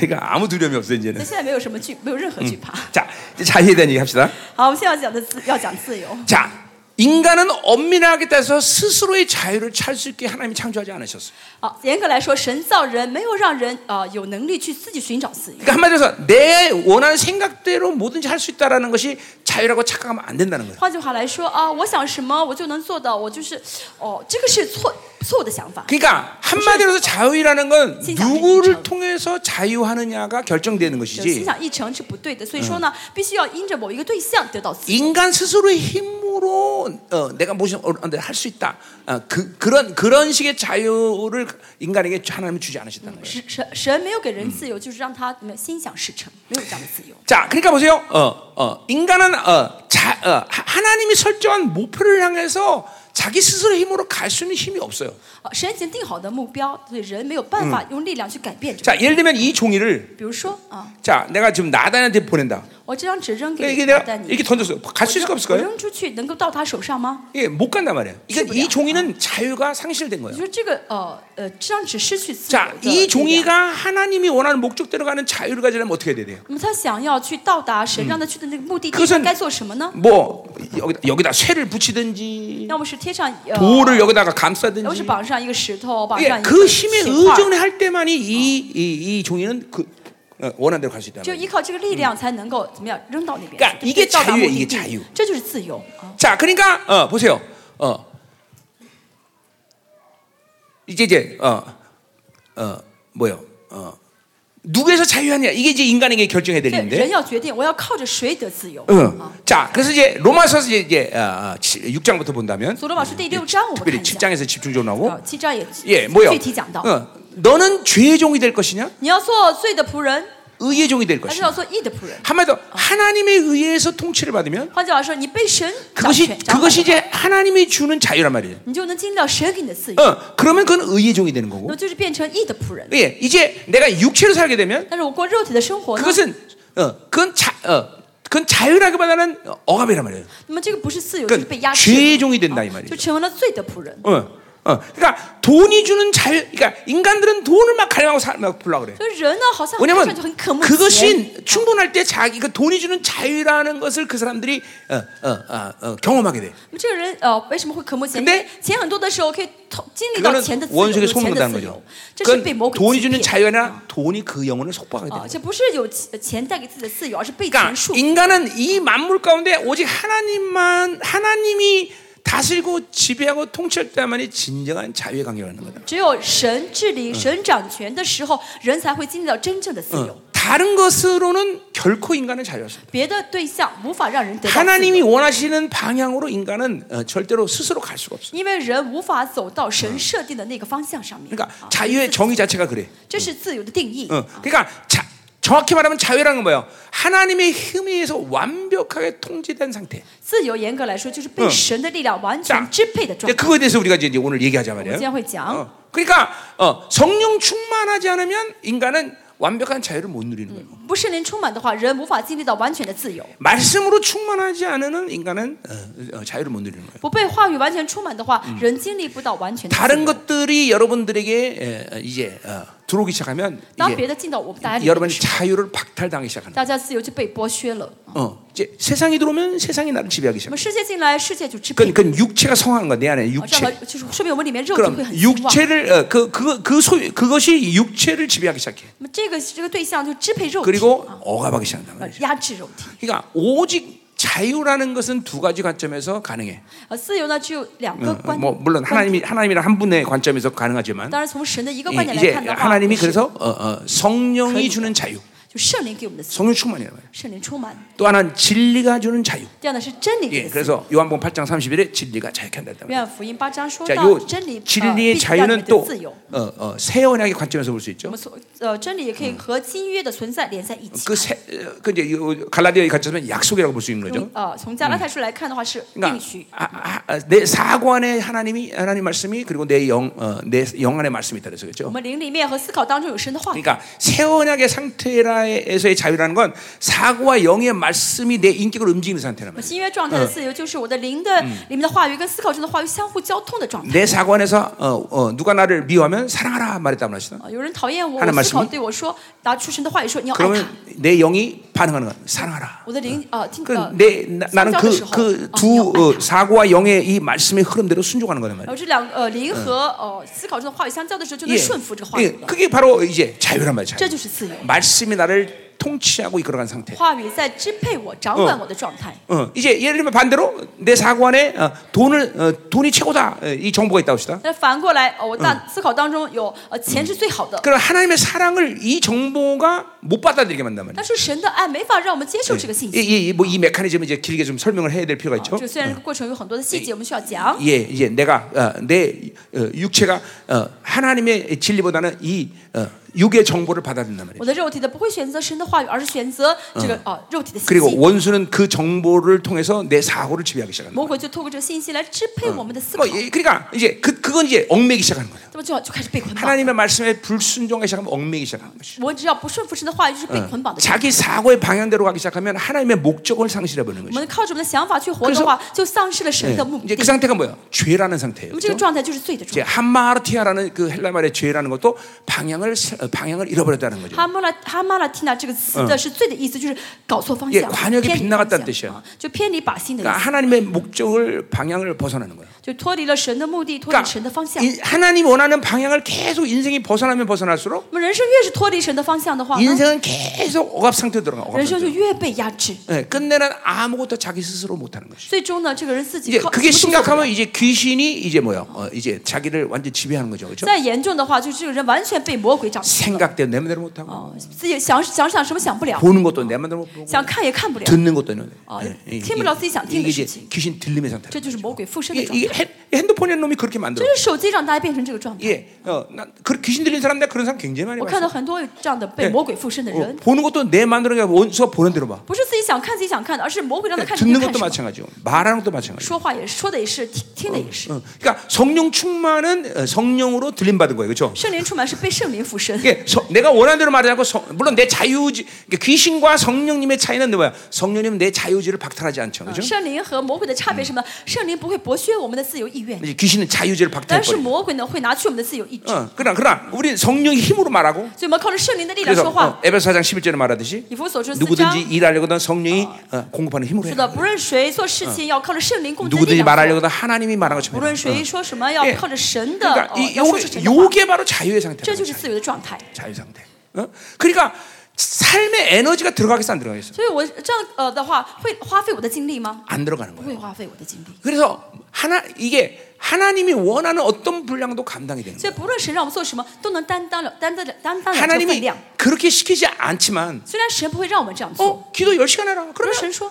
Speaker 1: 그러니까 아무 두려움이 없어 요
Speaker 2: 那
Speaker 1: 이제는.
Speaker 2: 现在没有什么惧，没有任何惧怕。
Speaker 1: 자, 이제 자유에 대한 얘기 합시다.
Speaker 2: 好，我们现在要讲的自要讲自由。
Speaker 1: 자, 인간은 엄밀하게 따서 스스로의 자유를 찾을 수 있게 하나님이 창조하지 않으셨어요.
Speaker 2: 好，严格来说，神造人没有让人啊、呃有能力去自己寻找自由。
Speaker 1: 그러니까 한마디로 해서 내 원하는 생각대로 뭐든지 할 수 있다라는 것이 자유라고 착각하면 안 된다는 거예요.
Speaker 2: 换句话来说啊，我想什么我就能做到，我就是哦，这个是错，错误的想法。
Speaker 1: 그러니까 한마디로 해서 자유라는 건
Speaker 2: 신상,
Speaker 1: 누구를
Speaker 2: 신상.
Speaker 1: 통해서 자유하느냐가 결정되는
Speaker 2: 就心
Speaker 1: 것이지
Speaker 2: 想一成是不对的，所以说呢，必须要因着某一个对象得到自由。
Speaker 1: 인간 스스로의 힘으로 어, 내가 무슨 할수 있다 어, 그, 그런 그런 식의 자유를 인간에게 하나님은 주지 않으셨다는 거예요.
Speaker 2: 神神神没有给人自由，就是让他们心想事成，没有这样的自由。
Speaker 1: 자, 그러니까 보세요. 어, 어, 인간은 어, 자, 어, 하- 하나님이 설정한 목표를 향해서 자기 스스로 의 힘으로 갈 수 있는 힘이 없어요.
Speaker 2: 啊，神已经定好的目标，所以人没有办法用力量去改变这个。
Speaker 1: 자, 예를 들면 이 종이를
Speaker 2: 比如说啊，
Speaker 1: 자, 내가 지금 나단한테 보낸다.
Speaker 2: 我这张纸扔
Speaker 1: 그러니까
Speaker 2: 给
Speaker 1: 이게
Speaker 2: 你拿
Speaker 1: 내가
Speaker 2: 丹尼，
Speaker 1: 이렇게 던졌어요. 갈
Speaker 2: 我
Speaker 1: 수 있을 까
Speaker 2: 扔
Speaker 1: 없을
Speaker 2: 我
Speaker 1: 까요
Speaker 2: 扔出去能够到他手上吗？
Speaker 1: 이게 못 간단 말이에요. 그러니까 이
Speaker 2: 쉬워요.
Speaker 1: 종이는 자유가 상실된
Speaker 2: 你
Speaker 1: 거예요.
Speaker 2: 说这个呃呃，这张纸失去自由
Speaker 1: 자,
Speaker 2: 的
Speaker 1: 이
Speaker 2: 力量
Speaker 1: 종이가 하나님이 원하는 목적대로 가는 자유를 가지려면 어떻게 돼야 돼요?
Speaker 2: 那么他想要去到达神让他去的那个目的
Speaker 1: 可
Speaker 2: 地，
Speaker 1: 是嗯
Speaker 2: 他该做什么呢？
Speaker 1: 뭐 여기다, 여기다 쇠를 붙이든지
Speaker 2: 要么是贴上呃，
Speaker 1: 돌을 여기다가
Speaker 2: 要么是
Speaker 1: 감싸든지
Speaker 2: 绑上一个石头，绑
Speaker 1: 예,
Speaker 2: 上一
Speaker 1: 그
Speaker 2: 个
Speaker 1: 힘에
Speaker 2: 铁块儿
Speaker 1: 의존을 할 때만이 이, 이, 이 종이는 그 어, 원하는 대로 갈 수 있다.
Speaker 2: 只有依靠这个力量才能够怎么样扔到那边去，
Speaker 1: 干
Speaker 2: 对不
Speaker 1: 이
Speaker 2: 对
Speaker 1: 게
Speaker 2: 到达
Speaker 1: 자유
Speaker 2: 目
Speaker 1: 예요
Speaker 2: 的
Speaker 1: 이게
Speaker 2: 地
Speaker 1: 자유 ，
Speaker 2: 这就是自由啊！
Speaker 1: 자, 그러니까 어, 보세요. 어. 이제 이제 어, 어, 뭐요? 어. 누구에서 자유하냐? 이게 이제 인간에게 결정해야
Speaker 2: 对，人
Speaker 1: 되는데.
Speaker 2: 要决定我要靠着谁得自由
Speaker 1: 어.
Speaker 2: 啊！
Speaker 1: 자, 그래서 이제 로마서 이제 이제 어, 6장부터 본다면
Speaker 2: 所罗马书第六章我们看
Speaker 1: 특별히
Speaker 2: 一下，
Speaker 1: 7장에서 집중적으로
Speaker 2: 啊
Speaker 1: 나오고 ，
Speaker 2: 七章也嗯
Speaker 1: 예, 뭐요?
Speaker 2: 具体讲到，
Speaker 1: 어, 너는 죄의 종이 될 것이냐?
Speaker 2: 你要做罪的仆人，
Speaker 1: 의의 종이 될
Speaker 2: 还是
Speaker 1: 것이냐?
Speaker 2: 要做义的仆人？
Speaker 1: 한마디 더 하나님에 의해서 통치를 받으면
Speaker 2: 换句话说，你被神掌
Speaker 1: 그것이
Speaker 2: 权，掌
Speaker 1: 그것이
Speaker 2: 管，
Speaker 1: 이제 하나님이 주는 자유란 말이에요.
Speaker 2: 你就能经历到神给你的自由，
Speaker 1: 어, 그러면 그건 의의 종이 되는 거고.
Speaker 2: 那就是变成义的仆人。
Speaker 1: 예, 이제 내가 육체로 살게 되면
Speaker 2: 但是我过肉体的生活呢？
Speaker 1: 그것은 어, 그건 자, 어, 그건 자유라기보다는 억압이란 말이에요.
Speaker 2: 那么这个不是自由，
Speaker 1: 그
Speaker 2: 就是被压制的，
Speaker 1: 죄의 종이 된다 이 말이죠.
Speaker 2: 就成为了罪的仆人。
Speaker 1: 어, 어, 그러니까 돈이 주는 자유, 그러니까 인간들은 돈을 막 가려고 살, 막 불라 그래.
Speaker 2: 所以人呢，好像看
Speaker 1: 왜냐면
Speaker 2: 上去很渴慕钱。
Speaker 1: 그것이 충분할 때 자기 그 돈이 주는 자유라는 것을 그 사람들이 어, 어, 어, 어, 경험하게 돼.
Speaker 2: 那么这个人呃，为什么会渴慕钱？因
Speaker 1: 근데
Speaker 2: 为钱很多的时候可以透经历到
Speaker 1: 그러니까 이거는
Speaker 2: 钱的自由，
Speaker 1: 원수에게
Speaker 2: 有钱的
Speaker 1: 속는다는
Speaker 2: 自
Speaker 1: 거죠.
Speaker 2: 由，这是被魔
Speaker 1: 그건
Speaker 2: 鬼
Speaker 1: 돈이
Speaker 2: 欺
Speaker 1: 주는
Speaker 2: 骗
Speaker 1: 자유가 아니라 돈이 그 영혼을 속박하게 돼요.
Speaker 2: 啊，这不是有钱钱带给自己的自由，而是被
Speaker 1: 그러니까
Speaker 2: 钱束缚。
Speaker 1: 인간은 이 만물 가운데 오직 하나님만 하나님이 다스리고 지배하고 통치할 때만이 진정한 자유의 관계가 있는 거다.
Speaker 2: 只有神治
Speaker 1: 嗯
Speaker 2: 理、神掌权的时候，人才会经历到真正的自
Speaker 1: 嗯
Speaker 2: 由。
Speaker 1: 다른 것으로는 결코 인간은 자유할 수 없다.
Speaker 2: 别的对象无法让人得到自由，
Speaker 1: 하나님이 원하시는 방향으로 인간은 어, 절대로 스스로 갈 수가 없어.
Speaker 2: 因为人无法走到神设定的那个方向上面。
Speaker 1: 그러니까
Speaker 2: 啊
Speaker 1: 자유의 정의 嗯 자체가 그래.
Speaker 2: 这是自由的定义。
Speaker 1: 어, 그러니까 자- 정확히 말하면 자유라는 건 뭐예요? 하나님의 힘에 의해서 완벽하게 통제된 상태.
Speaker 2: 自由严格来说，就是被
Speaker 1: 嗯
Speaker 2: 神的力量完全
Speaker 1: 자,
Speaker 2: 支配的状
Speaker 1: 이제
Speaker 2: 态。
Speaker 1: 그거에 대해서 우리가 이제 오늘 얘기하자
Speaker 2: 我们
Speaker 1: 말이에요.
Speaker 2: 今天会讲，
Speaker 1: 어, 그러니까 어, 성령 충만하지 않으면 인간은 완벽한 자유를 못 누리는 거예요.
Speaker 2: 不圣灵充满的话，人无法经历到完全的自由；
Speaker 1: 말씀으로 충만하지 않으면 인간은 어, 어, 자유를 못 누리는 거예요.
Speaker 2: 不被话语完全充满的话，人经历不到完全的自
Speaker 1: 다른
Speaker 2: 由。
Speaker 1: 것들이 여러분들에게 에, 에, 이제 어, 들어오기 시작하면
Speaker 2: 当别
Speaker 1: 이제
Speaker 2: 的进到我们大家里面的
Speaker 1: 여러분이
Speaker 2: 时候，
Speaker 1: 자유를 박탈당하기 시작하는
Speaker 2: 大家自由就被剥削了。
Speaker 1: 거예요. 어, 이제 세상이 들어오면 세상이 나를 지배하기
Speaker 2: 那
Speaker 1: 시작해요.
Speaker 2: 么世界进来，世界就支配
Speaker 1: 그건, 。 그건 육체가 성한 거내 안에
Speaker 2: 啊
Speaker 1: 육체.
Speaker 2: 这样的就是说明我们里面肉体
Speaker 1: 그럼
Speaker 2: 会很兴旺。
Speaker 1: 육체를 어, 그, 그, 그 소, 그것이 육체를 지배하기 시작해.
Speaker 2: 那么这个这个对象就支配肉体，
Speaker 1: 그리고
Speaker 2: 啊，
Speaker 1: 억압하기 시작한다.
Speaker 2: 呃压制肉体。
Speaker 1: 그러니까 오직 자유라는 것은 두 가지 관점에서 가능해.
Speaker 2: 呃，自由呢只有两个观
Speaker 1: 뭐
Speaker 2: 点，
Speaker 1: 물론 하나님이 하나님이란 한 분의 관점에서 가능하지만
Speaker 2: 当然从神的一个
Speaker 1: 이-
Speaker 2: 观点来
Speaker 1: 이제
Speaker 2: 看的话，
Speaker 1: 하나님이
Speaker 2: 就是
Speaker 1: 그래서 어, 어, 성령이
Speaker 2: 그러니까.
Speaker 1: 주는 자유,
Speaker 2: 就圣灵给我们的自由，
Speaker 1: 성령 충만이라고 해요.
Speaker 2: 圣灵充满。
Speaker 1: 또 하나는 진리가 주는 자유.
Speaker 2: 第二呢是真理给
Speaker 1: 예,
Speaker 2: 的自由。
Speaker 1: 그래서 요한복음 8장 31에 진리가 자유케 한다.
Speaker 2: 约翰福音八章说
Speaker 1: 자,
Speaker 2: 到
Speaker 1: 요
Speaker 2: 真理，呃，
Speaker 1: 진리의 아,
Speaker 2: 必须让你们
Speaker 1: 자유는
Speaker 2: 的
Speaker 1: 또
Speaker 2: 自由。
Speaker 1: 어, 어, 새 언약의 관점에서 볼 수
Speaker 2: 我
Speaker 1: 있죠.
Speaker 2: 们所呃真理也可以和新约的存在连在一起
Speaker 1: 그 。 새, 어, 그 이제 요 갈라디아의 관점에서 약속이라고 볼 수 있는
Speaker 2: 从
Speaker 1: 거죠.
Speaker 2: 呃从加拉太书来看的话是应
Speaker 1: 그러니까
Speaker 2: 许，
Speaker 1: 아, 아, 내 사고 안에 하나님이 하나님 말씀이 그리고 내영내영 안에 말씀이 있다 그래서
Speaker 2: 我
Speaker 1: 그렇죠.
Speaker 2: 们灵里面和思考当中有神的话语。
Speaker 1: 그러니까 새 언약의 상태에서의 자유라는 건 사고와 영의 말씀이 내 인격을 움직이는 상태란
Speaker 2: 我
Speaker 1: 말이에요.
Speaker 2: 新约状态的自由就是我的灵的里面的话语跟思考中的话语相互交通的状态。
Speaker 1: 내 사고 안에서 어, 어, 누가 나를 미워하면 사랑하라 말했다고 하시나?
Speaker 2: 啊，有人讨厌我，
Speaker 1: 하나님
Speaker 2: 我思考
Speaker 1: 말씀이
Speaker 2: 对我说，拿出神的话语说你要爱他。
Speaker 1: 그러면 내 영이 반응하는 건 사랑하라.
Speaker 2: 我的灵啊，听呃，
Speaker 1: 아. 그내 나는
Speaker 2: 相交的时候，
Speaker 1: 그
Speaker 2: 啊你要
Speaker 1: 두
Speaker 2: 爱他
Speaker 1: 사고와 영의 이 말씀의 흐름대로 순종하는 거란
Speaker 2: 然后
Speaker 1: 말이에요.
Speaker 2: 这两呃灵和呃思考中的话语相交的时候，就能
Speaker 1: 예.
Speaker 2: 顺服这个话
Speaker 1: 예,
Speaker 2: 语了。
Speaker 1: 그게 바로 이제 자유란 말이죠.
Speaker 2: 这就是自由。
Speaker 1: 말씀이 나를 통치하고 이끌어간 상태.
Speaker 2: 话语在支配我、掌管我的状态。
Speaker 1: 어, 이제 예를 들면 반대로 내 사고 안에 어, 돈을 어, 돈이 최고다 어, 이 정보가 있다고 합시다.
Speaker 2: 那反过来，哦，我大思考当中有，呃，钱是最好的，
Speaker 1: 그럼 하나님의 사랑을 이 정보가 못 받아들이게 만단 말이에요.
Speaker 2: 但是神的爱没法让我们接受这个信息。
Speaker 1: 이뭐이 메커니즘 이제 길게 좀 설명을 해야 될 필요가 있죠.
Speaker 2: 这虽然这个过程有很多的细节，我们需要讲。
Speaker 1: 예, 이제 내가 어, 내 어, 육체가 어, 하나님의 진리보다는 이 어, 육의 정보를 받아들인단 말이에요.
Speaker 2: 我的肉体的不会选择神的话语，而是选择这个啊肉体的信
Speaker 1: 그리고
Speaker 2: 息。
Speaker 1: 원수는 그 정보를 통해서 내 사고를 지배하기 시작한다.
Speaker 2: 魔鬼就透过这个信息来支配我们的思考
Speaker 1: 뭐 ， 예, 그러니까 이제 그 그건 이제 얽매기 시작하는 거예요.
Speaker 2: 那么就要就开始被捆绑。
Speaker 1: 하나님의 말씀에 불순종하기 시작하면 얽매기 시작하는 거죠.
Speaker 2: 我只要不顺服神的话语，嗯就是被捆绑的。
Speaker 1: 자기 사고의 방향대로 가기 시작하면 하나님의 목적을 상실해 버리는
Speaker 2: 我
Speaker 1: 거죠.
Speaker 2: 们靠着我们的想法去活的话，就丧失了神的目
Speaker 1: 이제
Speaker 2: 的
Speaker 1: 그 。 상태가 뭐예요? 죄라는
Speaker 2: 那
Speaker 1: 상태예요.
Speaker 2: 么这个
Speaker 1: 그렇죠?
Speaker 2: 状态就是罪的状
Speaker 1: 이제
Speaker 2: 态。
Speaker 1: 함마르티아라는 그 헬라 말의 죄라는 것도 방향을 세- 어, 방향을 잃어버렸다는 거죠.
Speaker 2: 哈马拉哈马拉提娜这个词的是罪的意思，就是搞错方
Speaker 1: 예
Speaker 2: 向，
Speaker 1: 관역이빗
Speaker 2: 偏离
Speaker 1: 나갔다는
Speaker 2: 方
Speaker 1: 뜻이에
Speaker 2: 向，
Speaker 1: 요
Speaker 2: 啊就偏离靶心的意
Speaker 1: 그러니까
Speaker 2: 思，
Speaker 1: 하나님의 목적을 방향을 벗어나는 거예요.
Speaker 2: 就脱离了神的目的，脱离
Speaker 1: 그러니까
Speaker 2: 神的方向。
Speaker 1: 이- 하나님 원하는 방향을 계속 인생이 벗어나면 벗어날수록
Speaker 2: 我们人生越是脱离神的方向的话呢，嗯
Speaker 1: 인생은 계속 억압 상태 에 들어가. 억압
Speaker 2: 人生就
Speaker 1: 상태.
Speaker 2: 越被压制。
Speaker 1: 예, 끝내는 아무것도 자기 스스로 못하는 것이.
Speaker 2: 最终呢，这个人自己
Speaker 1: 이제
Speaker 2: 靠
Speaker 1: 그게
Speaker 2: 什么都做不了
Speaker 1: 심각하면 이제 귀신이 이제 뭐요? 어, 이제 자기를 완전 지배하는 거죠, 그렇죠?
Speaker 2: 再严重的话，就是这个人完全被魔鬼掌控。
Speaker 1: 생각대로 내 마음대로 못하고.
Speaker 2: 哦，自己想想想什么想不了，
Speaker 1: 보는 것도 내 마음대로 못 보고
Speaker 2: 想看也看不了，
Speaker 1: 듣는 것도 내 마음대로
Speaker 2: 어,
Speaker 1: 예, 예,
Speaker 2: 팀을 얻을 수 있지 않- 팀을
Speaker 1: 이게 이제
Speaker 2: 주지.
Speaker 1: 귀신 들림의 상태
Speaker 2: 这就是魔鬼附身的
Speaker 1: 이게,
Speaker 2: 状态。
Speaker 1: 이게 핸- 핸드폰이라는 놈이 그렇게 만들어
Speaker 2: 就是手机让大家变成这个状态。
Speaker 1: 예, 어, 난 그, 귀신 들린 사람 내가 그런 사람 굉장히 많이
Speaker 2: 我看到
Speaker 1: 봤어
Speaker 2: 很多有这样的被
Speaker 1: 예
Speaker 2: 魔鬼附身的
Speaker 1: 어,
Speaker 2: 人，
Speaker 1: 보는 것도 내 마음대로 그냥 원수가 보는 대로 봐
Speaker 2: 不是自己想看自己想看哎的，而是魔鬼让他看自己
Speaker 1: 듣는
Speaker 2: 看
Speaker 1: 것도
Speaker 2: 什么。
Speaker 1: 마찬가지고 말하는 것도 마찬가지고
Speaker 2: 说话也是，说的也是，听听的也是。
Speaker 1: 어, 그러니까 성령 충만은 어, 성령으로 들림 받은 거예요 그렇죠?
Speaker 2: 圣灵充满是被圣灵附身。
Speaker 1: 이게 서- 내가 원하는 대로 말하지 않고 성- 물론 내 자유지 그러니까 귀신과 성령님의 차이는 뭐야? 성령님은 내 자유지를 박탈하지 않죠 그렇죠?
Speaker 2: 圣灵和魔鬼的差别是什么？圣灵不会剥削我们的自由意愿，
Speaker 1: 이제 귀신은 자유지를
Speaker 2: 但是
Speaker 1: 박탈해버려
Speaker 2: 魔鬼呢会拿去我们的自由意志。
Speaker 1: 어, 그러나 그러나 우리는 성령의 힘으로 말하고
Speaker 2: 所以我们靠着圣灵的力量
Speaker 1: 그래서
Speaker 2: 说
Speaker 1: 어,
Speaker 2: 话。
Speaker 1: 에베소 4장 11절에 말하듯이
Speaker 2: 以弗所书四章
Speaker 1: 누구든지 일하려거든 성령이 어, 공급하는 힘으로
Speaker 2: 是
Speaker 1: 해.
Speaker 2: 的，不论谁做事情要靠着圣灵共振力
Speaker 1: 누구든지
Speaker 2: 量做，
Speaker 1: 말하려거든 하나님이 말한 것처럼.
Speaker 2: 无
Speaker 1: 해라.
Speaker 2: 论谁
Speaker 1: 어.
Speaker 2: 说什么要
Speaker 1: 예
Speaker 2: 靠着神的，
Speaker 1: 그러니까
Speaker 2: 哦，
Speaker 1: 이
Speaker 2: 要说出
Speaker 1: 요게,
Speaker 2: 神的话，
Speaker 1: 요게 바로 자유의
Speaker 2: 这
Speaker 1: 상태라는
Speaker 2: 就是
Speaker 1: 거예요.
Speaker 2: 自由的状态。
Speaker 1: 자유 상태. 어? 그러니까 삶의 에너지가 들어가겠어 안 들어가겠어?
Speaker 2: 所以我这样呃的话，会花费我的精力吗？
Speaker 1: 안 들어가는
Speaker 2: 不
Speaker 1: 거예요.
Speaker 2: 会花费我的精力。
Speaker 1: 그래서 하나 이게 하나님이 원하는 어떤 분량도 감당이 되는 거예요.
Speaker 2: 所以不论神让我们做什么，都能担当了担当了担当了这个分
Speaker 1: 하나님이
Speaker 2: 量。
Speaker 1: 그렇게 시키지 않지만
Speaker 2: 虽然神不会让我们这样做，
Speaker 1: 어 기도 10시간 해라.
Speaker 2: 그럴
Speaker 1: 그러면
Speaker 2: 순서?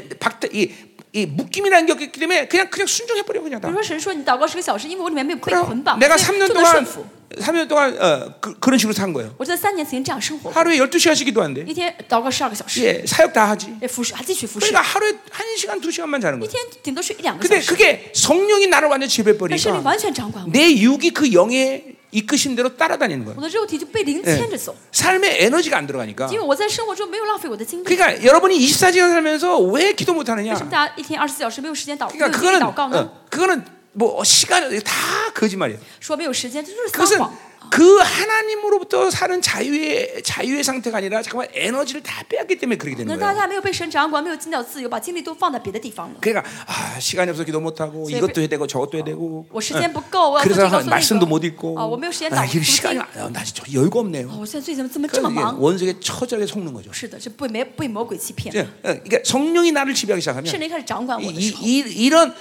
Speaker 1: 내자내이박이 묶임이라는 게 없기 때문에 그냥 그냥 순종해 버려 그냥
Speaker 2: 比如
Speaker 1: 다.
Speaker 2: 说神说你祷告十个小时，因为我里面没有被
Speaker 1: 그럼
Speaker 2: 捆绑，
Speaker 1: 내가
Speaker 2: 所以
Speaker 1: 3년
Speaker 2: 就能
Speaker 1: 동안
Speaker 2: 顺服。
Speaker 1: 3년 동안 어, 그, 그런 식으로 산 거예요.
Speaker 2: 我这三年曾经这样生活，
Speaker 1: 하루에 12시간씩 기도한대.
Speaker 2: 一天祷告十二个小时，
Speaker 1: 예, 사역 다 하지.
Speaker 2: 也服侍还继续服侍
Speaker 1: 그러니까 ， 하루에 1시간, 2시간만 자는
Speaker 2: 一
Speaker 1: 거예요.
Speaker 2: 天顶多睡一两个小
Speaker 1: 근데
Speaker 2: 时。
Speaker 1: 그게 성령이 나를 완전 히
Speaker 2: 但圣灵
Speaker 1: 지배버리니까
Speaker 2: 完全掌管我，
Speaker 1: 내 육이 그 영의 이끄심 대로 따라다니는 거예요.
Speaker 2: 我的肉体就被灵牵着走，
Speaker 1: 삶에 에너지가 안 들어가니까.
Speaker 2: 因为我在生活中没有浪费我的精力。
Speaker 1: 그러니까 여러분이 24시간 살면서 왜 기도 못
Speaker 2: 为什么
Speaker 1: 하느냐?
Speaker 2: 大家一天二十四小时没有时间祷，没有
Speaker 1: 그러니까
Speaker 2: 精力
Speaker 1: 그거는
Speaker 2: 祷告呢？
Speaker 1: 어, 그거는 뭐 시간 다 거짓말이에요.
Speaker 2: 说没有时间，这就是撒
Speaker 1: 그것은
Speaker 2: 谎。
Speaker 1: 그 하나님으로부터 사는 자유의 자유의 상태가 아니라 잠깐만 에너지를 다 빼앗기 때문에 그렇게
Speaker 2: 那
Speaker 1: 되는
Speaker 2: 大
Speaker 1: 거예요.
Speaker 2: 家没有被神掌管，没有尽到自由，把精力都放在别的地方了。
Speaker 1: 그러니까 아, 시간이 없어 기도 못 하고 이것도 해야 되고 저것도 해야 되고 어.
Speaker 2: 我时间不够，我要做这
Speaker 1: 그래서
Speaker 2: 个做那
Speaker 1: 말씀도 못
Speaker 2: 个。
Speaker 1: 읽고
Speaker 2: 啊，我没有时间
Speaker 1: 아,
Speaker 2: 祷
Speaker 1: 이게
Speaker 2: 读
Speaker 1: 시간이
Speaker 2: 经。
Speaker 1: 많아요. 나 진짜 여유가
Speaker 2: 哦
Speaker 1: 없네요.
Speaker 2: 我现在最近怎么这么
Speaker 1: 그러니까
Speaker 2: 这么
Speaker 1: 이게
Speaker 2: 忙？
Speaker 1: 원수에게 처절하게 속는 거죠.
Speaker 2: 是的，这被没被魔鬼欺骗
Speaker 1: 이제, ， 어, 그러니까 성령이 나를 지배하기
Speaker 2: 圣
Speaker 1: 시작하면
Speaker 2: 灵开始掌管
Speaker 1: 이,
Speaker 2: 我的时候。
Speaker 1: 이, 이, 런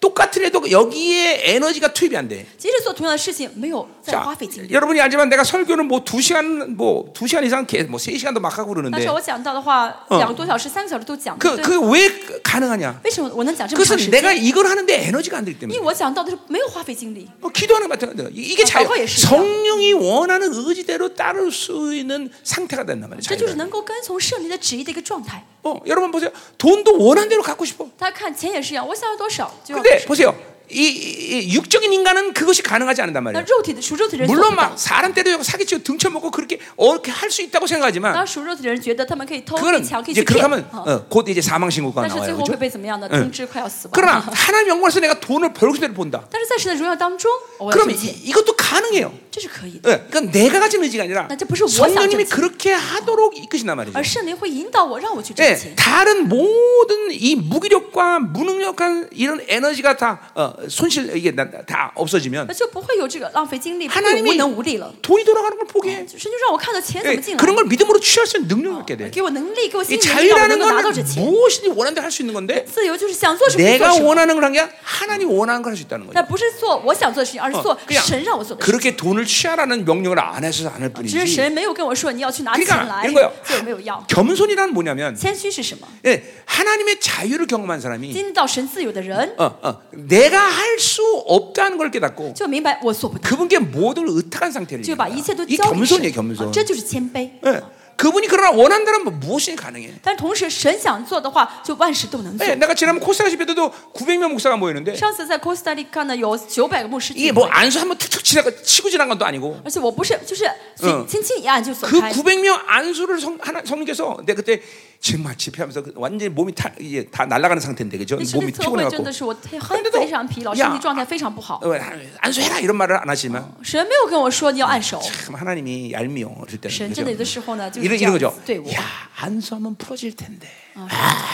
Speaker 1: 똑같은 해도 여기에 에너지가 투입이 안 돼.
Speaker 2: 即使做同样的事情，没有再
Speaker 1: 자,
Speaker 2: 花费精力。
Speaker 1: 여러분이 알지만 내가 설교는 뭐 두 시간 뭐 두 시간 이상 계- 뭐세 시간도 막 하고
Speaker 2: 但
Speaker 1: 그러는데
Speaker 2: 是我讲到的话，
Speaker 1: 嗯
Speaker 2: 两个多小时、三个小时都讲的。
Speaker 1: 그
Speaker 2: 对
Speaker 1: 그 왜 가능하냐?
Speaker 2: 为什么我能讲这么长时
Speaker 1: 그것은 내가
Speaker 2: 间？
Speaker 1: 이걸 하는데 에너지가 안 되기
Speaker 2: 因
Speaker 1: 때문에.
Speaker 2: 为我讲到的是没有花费精力，
Speaker 1: 어, 기도하는 것 같아요. 이게
Speaker 2: 어,
Speaker 1: 자유.
Speaker 2: 과거에 실패한.
Speaker 1: 성령이 원하는 의지대로 따를 수 있는 상태가 된단 말이에요.
Speaker 2: 这就是
Speaker 1: 자유가.
Speaker 2: 能够跟从圣灵的旨意的一个状态。
Speaker 1: 어, 여러분 보세요. 돈도 원하는 대로 갖고 싶어.
Speaker 2: 大家看钱也是一样，我想要多少就要多
Speaker 1: 근데
Speaker 2: 少。
Speaker 1: 보세요. 이, 이- 이 육적인 인간은 그것이 가능하지 않는단
Speaker 2: 那
Speaker 1: 말이에요.
Speaker 2: 肉体的属肉体的人做
Speaker 1: 물론
Speaker 2: 不到
Speaker 1: 막 ， 사람 때려주고 사기치고 등쳐먹고 그렇게 어떻게 할 수 있다고
Speaker 2: 当
Speaker 1: 생각하지만
Speaker 2: 然属肉体的人觉得他们可以偷、可以
Speaker 1: 그거는
Speaker 2: 抢、可以
Speaker 1: 이제
Speaker 2: 去
Speaker 1: 그렇게
Speaker 2: 骗。
Speaker 1: 하면
Speaker 2: 啊
Speaker 1: 어, 곧 이제 사망 신고가
Speaker 2: 但是最
Speaker 1: 나와요.
Speaker 2: 后会
Speaker 1: 그죠?
Speaker 2: 被怎么样呢？通知快要死亡。
Speaker 1: 그러나
Speaker 2: <laughs>
Speaker 1: 하나님 영광에서 내가 돈을 벌고 싶을 때를 본다.
Speaker 2: 但是在神的荣耀当中，我要
Speaker 1: 그럼 이,
Speaker 2: 挣钱，
Speaker 1: 이것도 가능해요.
Speaker 2: 这这是可以的。
Speaker 1: 예, 그러니까 내가 가진 의지가 아니라
Speaker 2: 나这不是我想
Speaker 1: 성령님이 그렇게 하도록 이끄신단 말이죠.
Speaker 2: 而圣灵会引导我，让我去挣
Speaker 1: 예,
Speaker 2: 钱。
Speaker 1: 다른 모든 이 무기력과 무능력한 이런 에너지가 다 어, 손실 이게 나- 다
Speaker 2: 那
Speaker 1: 없어지면
Speaker 2: 就不会有这个浪费精力，不会有无
Speaker 1: 하나님이
Speaker 2: 能无力了。
Speaker 1: 돈이 돌아가는 걸 포기해.
Speaker 2: 神就让哎我看到钱怎
Speaker 1: 예,
Speaker 2: 么进来
Speaker 1: 어, 그런 ，걸 믿음으로 취할 수 있는 능력을 갖게 돼.
Speaker 2: 给我能力，给我
Speaker 1: 이
Speaker 2: 心灵，让我
Speaker 1: 자유라는
Speaker 2: 能够拿到
Speaker 1: 건
Speaker 2: 这钱。
Speaker 1: 무엇이든 원하는 대로 할 수 있는 건데
Speaker 2: 自由就是想做什么就做
Speaker 1: 내가
Speaker 2: 什么，
Speaker 1: 원하는 걸한게 아니라 하나님이 원하는 걸 할 수 있다는 거죠.
Speaker 2: 但不是做我想做的事情，而是做
Speaker 1: 哦그냥
Speaker 2: 神让我做的事情。
Speaker 1: 그렇게 돈을 취하라는 명령을 안 해서 안할
Speaker 2: 只是
Speaker 1: 아, 뿐이지.
Speaker 2: 神没有跟我说你要去拿
Speaker 1: 그러니
Speaker 2: 钱
Speaker 1: 까
Speaker 2: 来，
Speaker 1: 이런거예요
Speaker 2: 所以我没有要。
Speaker 1: 겸손이란 뭐냐면
Speaker 2: 谦虚是什么？
Speaker 1: 예, 하나님의 자유를 경험한 사람이
Speaker 2: 经历到神自由的人，
Speaker 1: 어, 어, 내가 할 수 없다는 걸 깨닫고
Speaker 2: 就明白我所不能，
Speaker 1: 그분께 모든 걸 의탁한 상태를
Speaker 2: 就把一切都
Speaker 1: 이
Speaker 2: 交给
Speaker 1: 겸손이에요
Speaker 2: 神，
Speaker 1: 겸손
Speaker 2: 啊这就是谦卑。
Speaker 1: 예, 그분이 그러나 원한다면 뭐 무엇이 가능해
Speaker 2: 但同时，神想做的话，就万事都能做
Speaker 1: 예, 。 내가 지난번 코스타리카 집에도 900명 목사가 모였는데
Speaker 2: 上次在 Costa Rica 呢，有九百个牧师
Speaker 1: 이게
Speaker 2: 聚
Speaker 1: 뭐
Speaker 2: 会，
Speaker 1: 안수 한번 툭툭 지나가 치고 지난 것도 아니고
Speaker 2: 而且我不是就是
Speaker 1: 嗯
Speaker 2: 随轻轻一按就走
Speaker 1: 그
Speaker 2: 开。
Speaker 1: 900명 안수를 성, 하나, 성님께서 내가 그때 정말 집회하면서 그 완전히 몸이 타, 이제 다 날아가는 상태인데 그죠
Speaker 2: 那次
Speaker 1: 몸이
Speaker 2: 那次会真
Speaker 1: 피곤해갖고
Speaker 2: 的是 <laughs> 我太很
Speaker 1: 근데도
Speaker 2: 非常疲劳，
Speaker 1: 야
Speaker 2: 身体状态非常不好。
Speaker 1: 어, 안수해라 이런 말을 안 하시지만
Speaker 2: 神没有跟我说你要按手，
Speaker 1: 참 하나님이 얄미워 그럴 때는
Speaker 2: 神
Speaker 1: 그죠?
Speaker 2: 真的有的时候呢就是这
Speaker 1: 이런 이런
Speaker 2: 样
Speaker 1: 거죠.
Speaker 2: 对我。
Speaker 1: 야 안수하면 풀어질 텐데.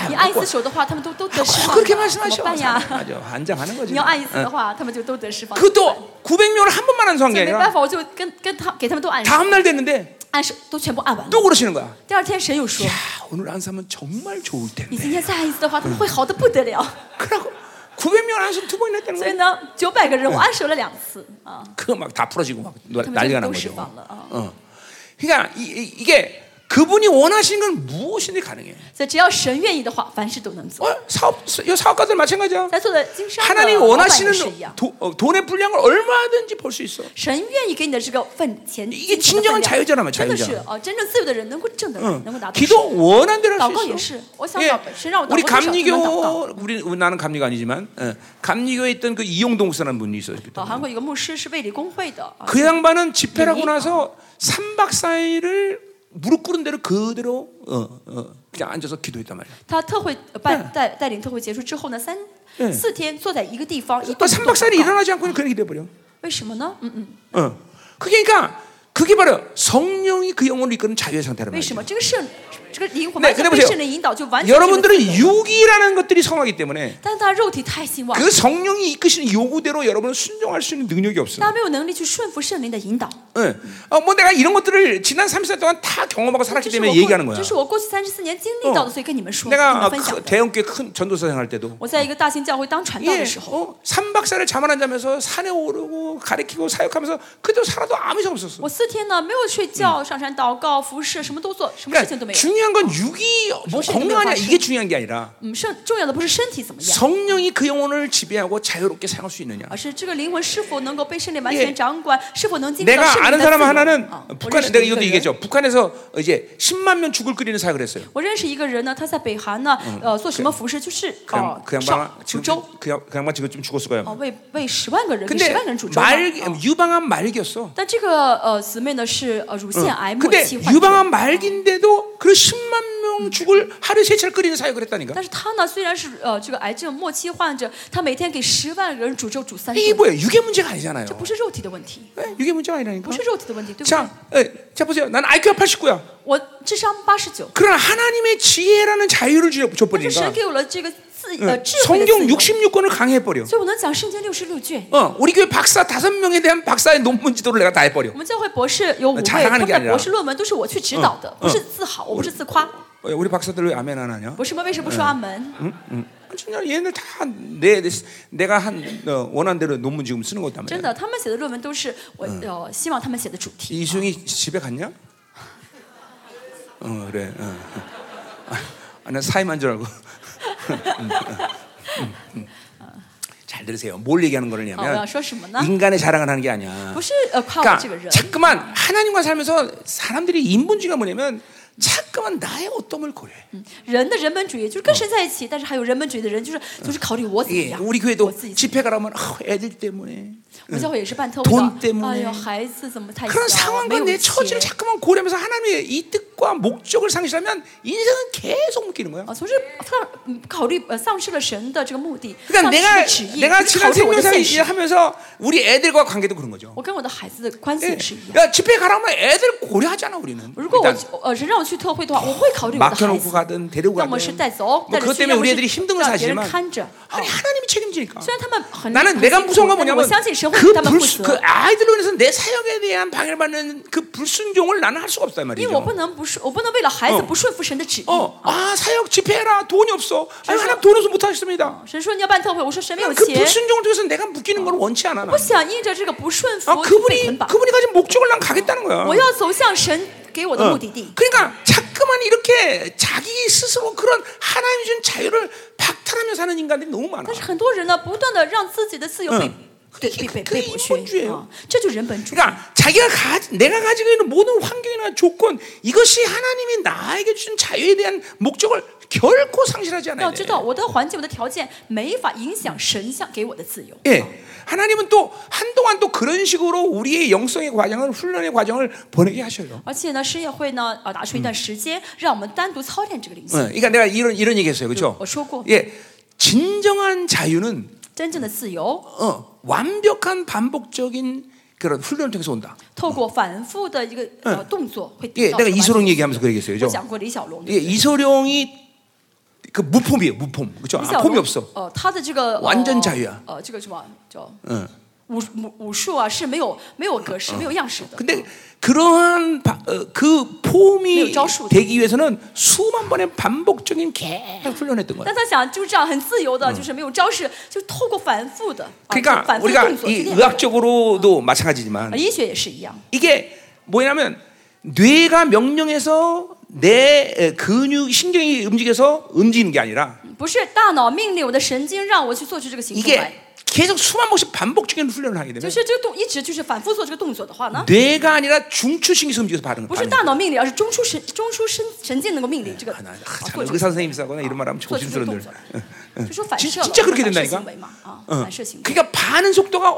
Speaker 2: 你按一次手的话，他们都都得释
Speaker 1: 꼭
Speaker 2: 放了，
Speaker 1: 그렇게
Speaker 2: 怎
Speaker 1: 말씀하셔.
Speaker 2: 么办呀？
Speaker 1: 맞아, 안장하는 거지.
Speaker 2: 你要按一次的话，他们就都得释放。所
Speaker 1: 그것도 900명을 한 번만 안수한 게
Speaker 2: 以没办
Speaker 1: 아니라
Speaker 2: 法，我就跟跟他啊给他们都按手，
Speaker 1: 다음 날 됐는데
Speaker 2: 按手都全部按完了。
Speaker 1: 또 그러시는 거야.
Speaker 2: 第二天神又说，
Speaker 1: 야, 오늘 안수하면 정말 좋을
Speaker 2: 你
Speaker 1: 텐데.
Speaker 2: 今天再按一次的话，他们会好的不得了。
Speaker 1: 그러고 900명 안수 두 번이나 했다는
Speaker 2: 所以
Speaker 1: 거야.
Speaker 2: 呢，九百个人我按手了两次啊，
Speaker 1: 그거 막 다 풀어지고 막 노-
Speaker 2: 他们
Speaker 1: 난리가
Speaker 2: 就
Speaker 1: 난
Speaker 2: 都释
Speaker 1: 거죠.
Speaker 2: 放了啊。
Speaker 1: 어. 그러니까 이, 이, 이게 그분이 원하시는 건 무엇이든 가능해.
Speaker 2: 所以只要神愿意的话，凡事都能做。
Speaker 1: 어, 사업, 이 사업가들 마찬가지야.
Speaker 2: 在座的经商的
Speaker 1: 하나님이
Speaker 2: 老板也是一
Speaker 1: 원하시는
Speaker 2: 样，
Speaker 1: 도- 어, 돈의 분량을 얼마든지 벌 수 있어.
Speaker 2: 神愿意给你的这个份钱，
Speaker 1: 이게
Speaker 2: 金钱
Speaker 1: 진정한
Speaker 2: 的分量
Speaker 1: 자유잖아,
Speaker 2: 真的
Speaker 1: 자유자.
Speaker 2: 是哦，真正自由的人能够挣得来，
Speaker 1: 응.
Speaker 2: 能够拿到手。
Speaker 1: 기도 원한 대로 할
Speaker 2: 祷告
Speaker 1: 수
Speaker 2: 也
Speaker 1: 있어.
Speaker 2: 是，我想
Speaker 1: 예.
Speaker 2: 祷，神让我祷
Speaker 1: 우리
Speaker 2: 告多少就能祷告。
Speaker 1: 감리교 우리 나는 감리가 아니지만 예. 감리교에 있던 그 이용동 사람 분이 있어요.
Speaker 2: 哦，韩国有个牧师是卫理公会的啊，
Speaker 1: 그 양반은 집회하고
Speaker 2: 네.
Speaker 1: 나서 3박 4일을 무릎 꿇은 대로 그대로 어, 어, 그냥 앉아서 기도했단 말이야.
Speaker 2: 他特会呃办带带领特会结束之后呢，三
Speaker 1: 嗯
Speaker 2: 四天坐在一个地方，一
Speaker 1: 또
Speaker 2: 动不
Speaker 1: 3박
Speaker 2: 动
Speaker 1: 4일
Speaker 2: 祷告
Speaker 1: 일어나지 않고는 그냥 기도해 버려.
Speaker 2: 为什么呢？嗯嗯，
Speaker 1: 어. 그게 그러니까 그게 바로 성령이 그 영혼을 이끄는 자유의 상태란
Speaker 2: 为
Speaker 1: 말이야.
Speaker 2: 什么这个圣这个灵魂
Speaker 1: 네
Speaker 2: 完全
Speaker 1: 근데 보
Speaker 2: 被
Speaker 1: 세요
Speaker 2: 圣灵引导，就完全进入自
Speaker 1: 여러분들은
Speaker 2: 由
Speaker 1: 육이라는 것들이 성하기 때문에
Speaker 2: 但是他肉体太兴
Speaker 1: <laughs>
Speaker 2: 旺，
Speaker 1: 그 성령이 이끄시는 요구대로 여러분은 순종할 수 있는 능력이 없어.
Speaker 2: 他没有能力去顺服圣灵的引导。
Speaker 1: 예. 어, 뭐 내가 이런 것들을 지난 30년 동안 다 경험하고
Speaker 2: 这
Speaker 1: 살았기
Speaker 2: 是我
Speaker 1: 때문에 얘기하는
Speaker 2: 过，
Speaker 1: 거야.
Speaker 2: 这是我过去三十四年经历到
Speaker 1: 哦
Speaker 2: 的，所以跟你们说，跟你
Speaker 1: 내가
Speaker 2: 们分享
Speaker 1: 그
Speaker 2: 的。
Speaker 1: 대형교회 큰 전도사 생활 때도
Speaker 2: 我在一个大型教会当传道
Speaker 1: 예,
Speaker 2: 的时候，
Speaker 1: 어, 3박사를 자만 앉으면서 산에 오르고 가리키고 사역하면서 그래도 살아도 아무 이상 없었어.
Speaker 2: 我四天呢没有睡觉，上山祷告、服侍，什么都做，什么事
Speaker 1: 그러니까
Speaker 2: 情都没有。
Speaker 1: 중요한 건 육이 뭐
Speaker 2: 무슨 일도
Speaker 1: 건강하냐
Speaker 2: 없어.
Speaker 1: 이게 중요한 게 아니라
Speaker 2: 嗯，圣重要的不是身体怎么样，
Speaker 1: 성령이 그 영혼을 지배하고 자유롭게 사용할 수 있느냐.
Speaker 2: 而是这个灵魂是否能够被圣灵完
Speaker 1: 예
Speaker 2: 全掌管，是否能经历到
Speaker 1: 내가
Speaker 2: 圣灵
Speaker 1: 아는
Speaker 2: 的自
Speaker 1: 사람
Speaker 2: 由
Speaker 1: 하나는
Speaker 2: 啊。我
Speaker 1: 북한
Speaker 2: 认识
Speaker 1: 내가
Speaker 2: 的一个
Speaker 1: 이것도
Speaker 2: 人。
Speaker 1: 얘기했죠. 북한에서 이제 10만 명 죽을 끓이는 사역을 했어요.
Speaker 2: 我认识一个人呢，他在北韩呢，呃，做什么服饰？就是
Speaker 1: 그 양-
Speaker 2: 哦
Speaker 1: 그 ，
Speaker 2: 上
Speaker 1: 양반
Speaker 2: 煮
Speaker 1: 지금
Speaker 2: 粥，
Speaker 1: 좀- 그 양- 그 양반 지금 좀 죽었을 거야.
Speaker 2: 哦，为为十万个人，给十
Speaker 1: 근데
Speaker 2: 万个人煮粥嘛。
Speaker 1: 말,
Speaker 2: 哦
Speaker 1: 유방암 말기였어.
Speaker 2: 但这个呃姊妹呢是呃乳腺癌末
Speaker 1: 근데
Speaker 2: 期患者，
Speaker 1: 유방암 말기인데도 그 10만 명 죽을 하루에 세 차례 끓이는 사역을 했다니까.
Speaker 2: 但是她呢虽然是呃这个癌症末期患者，她每天给十万人煮粥煮三
Speaker 1: 이게
Speaker 2: 顿，
Speaker 1: 뭐예요? 유괴 문제가 아니잖아요.
Speaker 2: 不是肉体的问题，
Speaker 1: 네, 유괴 문제가 아니라니까.
Speaker 2: 不是肉体的问题，对不对？
Speaker 1: 자, 예, 자 보세요. 난 IQ가 89야.
Speaker 2: 我智商八十九，
Speaker 1: 그러나 하나님의 지혜라는 자유를 주-
Speaker 2: 但是神
Speaker 1: 줘버리니까
Speaker 2: 给我了这个自
Speaker 1: 응,
Speaker 2: 呃智慧的
Speaker 1: 예, 성경
Speaker 2: 自由，
Speaker 1: 66권을 강해버려.
Speaker 2: 所以我能讲圣经六十六卷。
Speaker 1: 어, 우리 교회 박사 다섯 명에 대한 박사의 논문 지도를 내가 다 해버려.
Speaker 2: 我们教会博士有五位，
Speaker 1: 자랑하는게
Speaker 2: 他们
Speaker 1: 아니라
Speaker 2: 的博士论文都是我去指导的，不是自豪，嗯我不是自夸。
Speaker 1: 어, 우리 박사들 왜 아멘 안 하냐?
Speaker 2: 博士们为什么不说阿门？
Speaker 1: 진짜 얘네들 다내 내가 한 어, 원한 대로 논문 지금 쓰는 거단
Speaker 2: 真
Speaker 1: 말이야.
Speaker 2: 的，他们写的论文都是我呃希望他们写的主题。
Speaker 1: 이수영이 집에 갔냐? 어 그래. 어. 아, 아, 나 사이만 줄 알고. <laughs> 음, 음, 음. 잘 들으세요. 뭘 얘기하는
Speaker 2: 어,
Speaker 1: 거냐면
Speaker 2: 뭐야, 说什么呢?
Speaker 1: 인간의 자랑을 하는 게 아니야.
Speaker 2: 不是呃夸我这个
Speaker 1: 그러니까
Speaker 2: 人，
Speaker 1: 자꾸만 하나님과 살면서 사람들이 인본주의가 뭐냐면 잠깐만 나의 어떤 걸 고려해.
Speaker 2: 人的人本主义就是跟神在一起，但是还有人本主义的人，就是总是考虑我怎么
Speaker 1: 예,
Speaker 2: 样，
Speaker 1: 우리
Speaker 2: 我
Speaker 1: 교회도
Speaker 2: 自己怎么样。
Speaker 1: 집회 가라면 아, 애들 때문에
Speaker 2: 我们教会也是办特
Speaker 1: 돈때문
Speaker 2: 祷，
Speaker 1: 에
Speaker 2: 哎呦，孩子怎么太小
Speaker 1: 그런 ，
Speaker 2: 没
Speaker 1: 상황과
Speaker 2: 有
Speaker 1: 내
Speaker 2: 钱
Speaker 1: 처지를 。 자꾸만 고려하면서 하나님의 이 뜻과 목적을 상실하면 인생은 계속 묶이는 거예요.
Speaker 2: 啊，从这丧嗯考虑呃丧失了神的这个目的，
Speaker 1: 그러니까
Speaker 2: 丧失
Speaker 1: 내가
Speaker 2: 了旨意，
Speaker 1: 내가
Speaker 2: 就是考
Speaker 1: 지난
Speaker 2: 虑我的
Speaker 1: 생명사
Speaker 2: 现实。
Speaker 1: 일하면서 우리 애들과 관계도 그런 거죠.
Speaker 2: 我跟我的孩子的关系
Speaker 1: 예.
Speaker 2: 也是一样。
Speaker 1: 야, 집회 가라면 애들 고려하잖아 우리는.
Speaker 2: 如果
Speaker 1: 일단
Speaker 2: 我呃神让我去特会的话，我会考虑我的孩
Speaker 1: 막혀놓고
Speaker 2: 子，
Speaker 1: 가든 데리고
Speaker 2: 要么是
Speaker 1: 가든
Speaker 2: 带走，
Speaker 1: 뭐
Speaker 2: 带着
Speaker 1: 그것
Speaker 2: 去，
Speaker 1: 때문에
Speaker 2: 要么
Speaker 1: 우리
Speaker 2: 是
Speaker 1: 애들이 힘든 건
Speaker 2: 让别人
Speaker 1: 사실이지만
Speaker 2: 看着。
Speaker 1: 아니 하나님이 책임지니까
Speaker 2: 虽然他们很
Speaker 1: 나는
Speaker 2: 很
Speaker 1: 내가
Speaker 2: 辛苦
Speaker 1: 무서운 건
Speaker 2: 但是我
Speaker 1: 뭐냐면
Speaker 2: 相信神会
Speaker 1: 그
Speaker 2: 对他们负
Speaker 1: 불수,
Speaker 2: 责
Speaker 1: 그 。 아이들로 인해서 내 사역에 대한 방해를 받는 그 불순종을 나는 할 수가 없단
Speaker 2: 因为我不
Speaker 1: 말이죠
Speaker 2: 能不顺，我不能为了孩子
Speaker 1: 어
Speaker 2: 不顺服神的旨意。
Speaker 1: 어, 아 사역 집회해라 돈이 없어 아
Speaker 2: 그래서-
Speaker 1: 하나님 돈 없어 못하겠습니다
Speaker 2: 神说你要办特会，我说神没有
Speaker 1: 그
Speaker 2: 钱，
Speaker 1: 불순종을 통해서 내가 묶이는 걸 원치 않아
Speaker 2: 我
Speaker 1: 나는
Speaker 2: 想因着这个不顺服
Speaker 1: 아,
Speaker 2: 被
Speaker 1: 그분이
Speaker 2: 捆绑，
Speaker 1: 그분이 가진 목적을 난 가겠다는 거야
Speaker 2: 我要走向神给我的目的地。
Speaker 1: 그러니까 자꾸만 이렇게 자기 스스로 그런 하나님 준 자유를 박탈하며 사는 인간들이 너무 많아
Speaker 2: 但是很多人呢，不断的让自己的自由被、
Speaker 1: 嗯
Speaker 2: 对被被
Speaker 1: 可以
Speaker 2: 被剥削
Speaker 1: 不觉
Speaker 2: 啊，这就是人本主义。
Speaker 1: 그러니까 자기가 가, 내가 가지고 있는 모든 환경이나 조건 이것이 하나님이 나에게 주신 자유에 대한 목적을 결코 상실하지
Speaker 2: 要
Speaker 1: 않아야
Speaker 2: 知
Speaker 1: 돼.
Speaker 2: 道，我的环境、我的条件没法影响神想给我的自由。
Speaker 1: 예. 하나님은 또 한동안 또 그런 식으로 우리의 영성의 과정을 훈련의 과정을 보내게 하셔요.
Speaker 2: 而且呢，神也会呢，啊，拿出一段时间，
Speaker 1: 嗯
Speaker 2: 让我们单独操练这个灵
Speaker 1: 예,
Speaker 2: 性。
Speaker 1: 그러니까 내가 이런 이런 얘기했어요, 그렇죠?
Speaker 2: 我说过，
Speaker 1: 예, 진정한 자유는
Speaker 2: 真正的自由
Speaker 1: 어, 완벽한 반복적인 그런 훈련을 통해서 온다.
Speaker 2: 透过反复的一个
Speaker 1: 嗯
Speaker 2: 呃动作会
Speaker 1: 예,
Speaker 2: 得到
Speaker 1: 내가
Speaker 2: 完整。
Speaker 1: 이소룡 얘기하면서 그 얘기했어요,
Speaker 2: 我
Speaker 1: 그렇죠?
Speaker 2: 讲过李小龙，
Speaker 1: 예, 이소룡이 그 무폼이에요, 무폼, 그렇죠?
Speaker 2: 李
Speaker 1: 아,
Speaker 2: 小
Speaker 1: 폼이
Speaker 2: 龙
Speaker 1: 없어. ，
Speaker 2: 呃，他的这个
Speaker 1: 完全자유
Speaker 2: 呃
Speaker 1: 야
Speaker 2: 呃，这个什么叫
Speaker 1: 응.
Speaker 2: 武武武术啊，是没有没有格式、没有样式的。
Speaker 1: 근데 그러한 바- 어, 그 폼이
Speaker 2: 매우 저수다.
Speaker 1: 되기 위해서는 수만 번의 반복적인 계속 훈련했던 거예요.
Speaker 2: 但他想就是这样很自由的，就是没有招式，就透过反复的，啊、就
Speaker 1: 그러니까
Speaker 2: 反复
Speaker 1: 우리가
Speaker 2: 动作去
Speaker 1: 이
Speaker 2: 练习。
Speaker 1: 의학적으로도 마찬가지지만
Speaker 2: 啊医学也是一样，
Speaker 1: 이게 뭐냐면 뇌가 명령해서 내 에, 근육 신경이 움직여서 움직이는 게 아니라
Speaker 2: 不是大脑命令我的神经让我去做出这个行动来，
Speaker 1: 이게 계속 수만 번씩 반복적인 훈련을 하게
Speaker 2: 就
Speaker 1: 되면
Speaker 2: 是这个动一直就是反复做这个动作的话呢，
Speaker 1: 뇌가 아니라 중추신경이 움직여서 반응을
Speaker 2: 不是
Speaker 1: 반응을
Speaker 2: 大脑命令，而是中枢神中枢神神经能够命令这个
Speaker 1: 아, 나-
Speaker 2: 啊
Speaker 1: 아, 참,
Speaker 2: 做这
Speaker 1: 의사
Speaker 2: 个
Speaker 1: 선생님 있어가나 이런 말하면
Speaker 2: 做出这
Speaker 1: 조심스러운
Speaker 2: 个动
Speaker 1: 데
Speaker 2: 作，就说反射
Speaker 1: 진짜그렇게된다니까
Speaker 2: 反射行为嘛啊，反射行为。
Speaker 1: 그러니까 반응 속도가